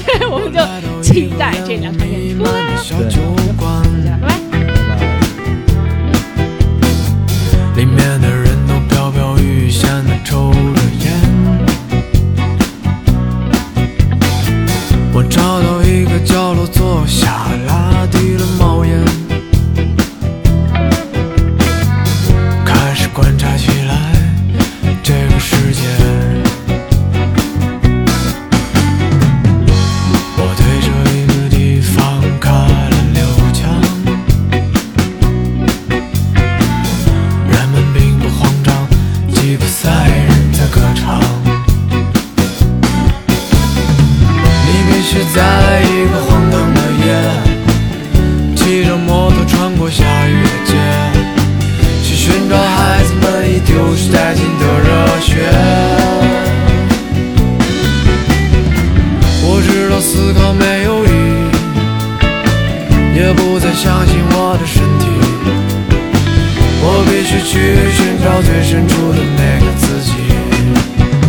Speaker 2: 对，我们就期待这两场演出啊啦。
Speaker 3: 小酒馆
Speaker 2: 拜拜。
Speaker 3: 里面的人都飘飘欲仙的抽着烟。我找到一个角落坐下，拉低了帽檐，开始观察起来这个世界。我对这一个地方开了六枪。人们并不慌张，吉普赛人在歌唱。你必须在一个荒唐的夜，骑着摩托穿过下雨的街，去寻找孩子们已丢失殆尽的热血。我知道思考没有意义，也不再相信我的身体。我必须去寻找最深处的那个自己。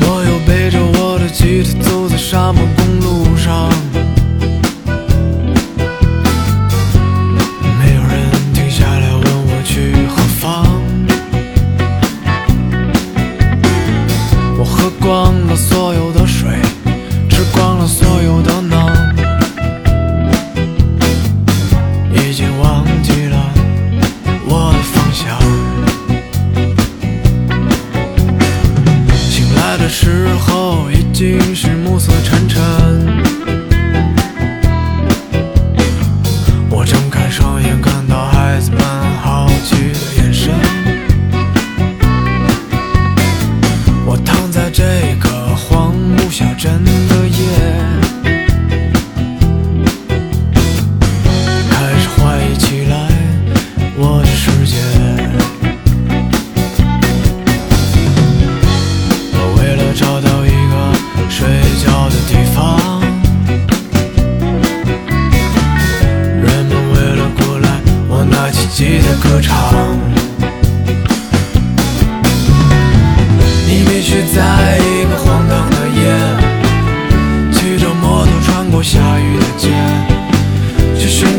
Speaker 3: 我又背着我的吉他走在沙漠公路上。没有人停下来问我去何方。我喝光了所有的水，吃光了所有的脑，已经忘记了我的方向。醒来的时候已经是暮色沉沉。我睁开双眼，看到孩子们好奇的眼神。我躺在这个荒芜小镇的夜，开始怀疑起来我的世界。我为了找到一个睡觉的地方。人们为了过来，我拿起吉他歌唱。你必须在一个荒唐的夜，骑着摩托穿过下雨的街，去寻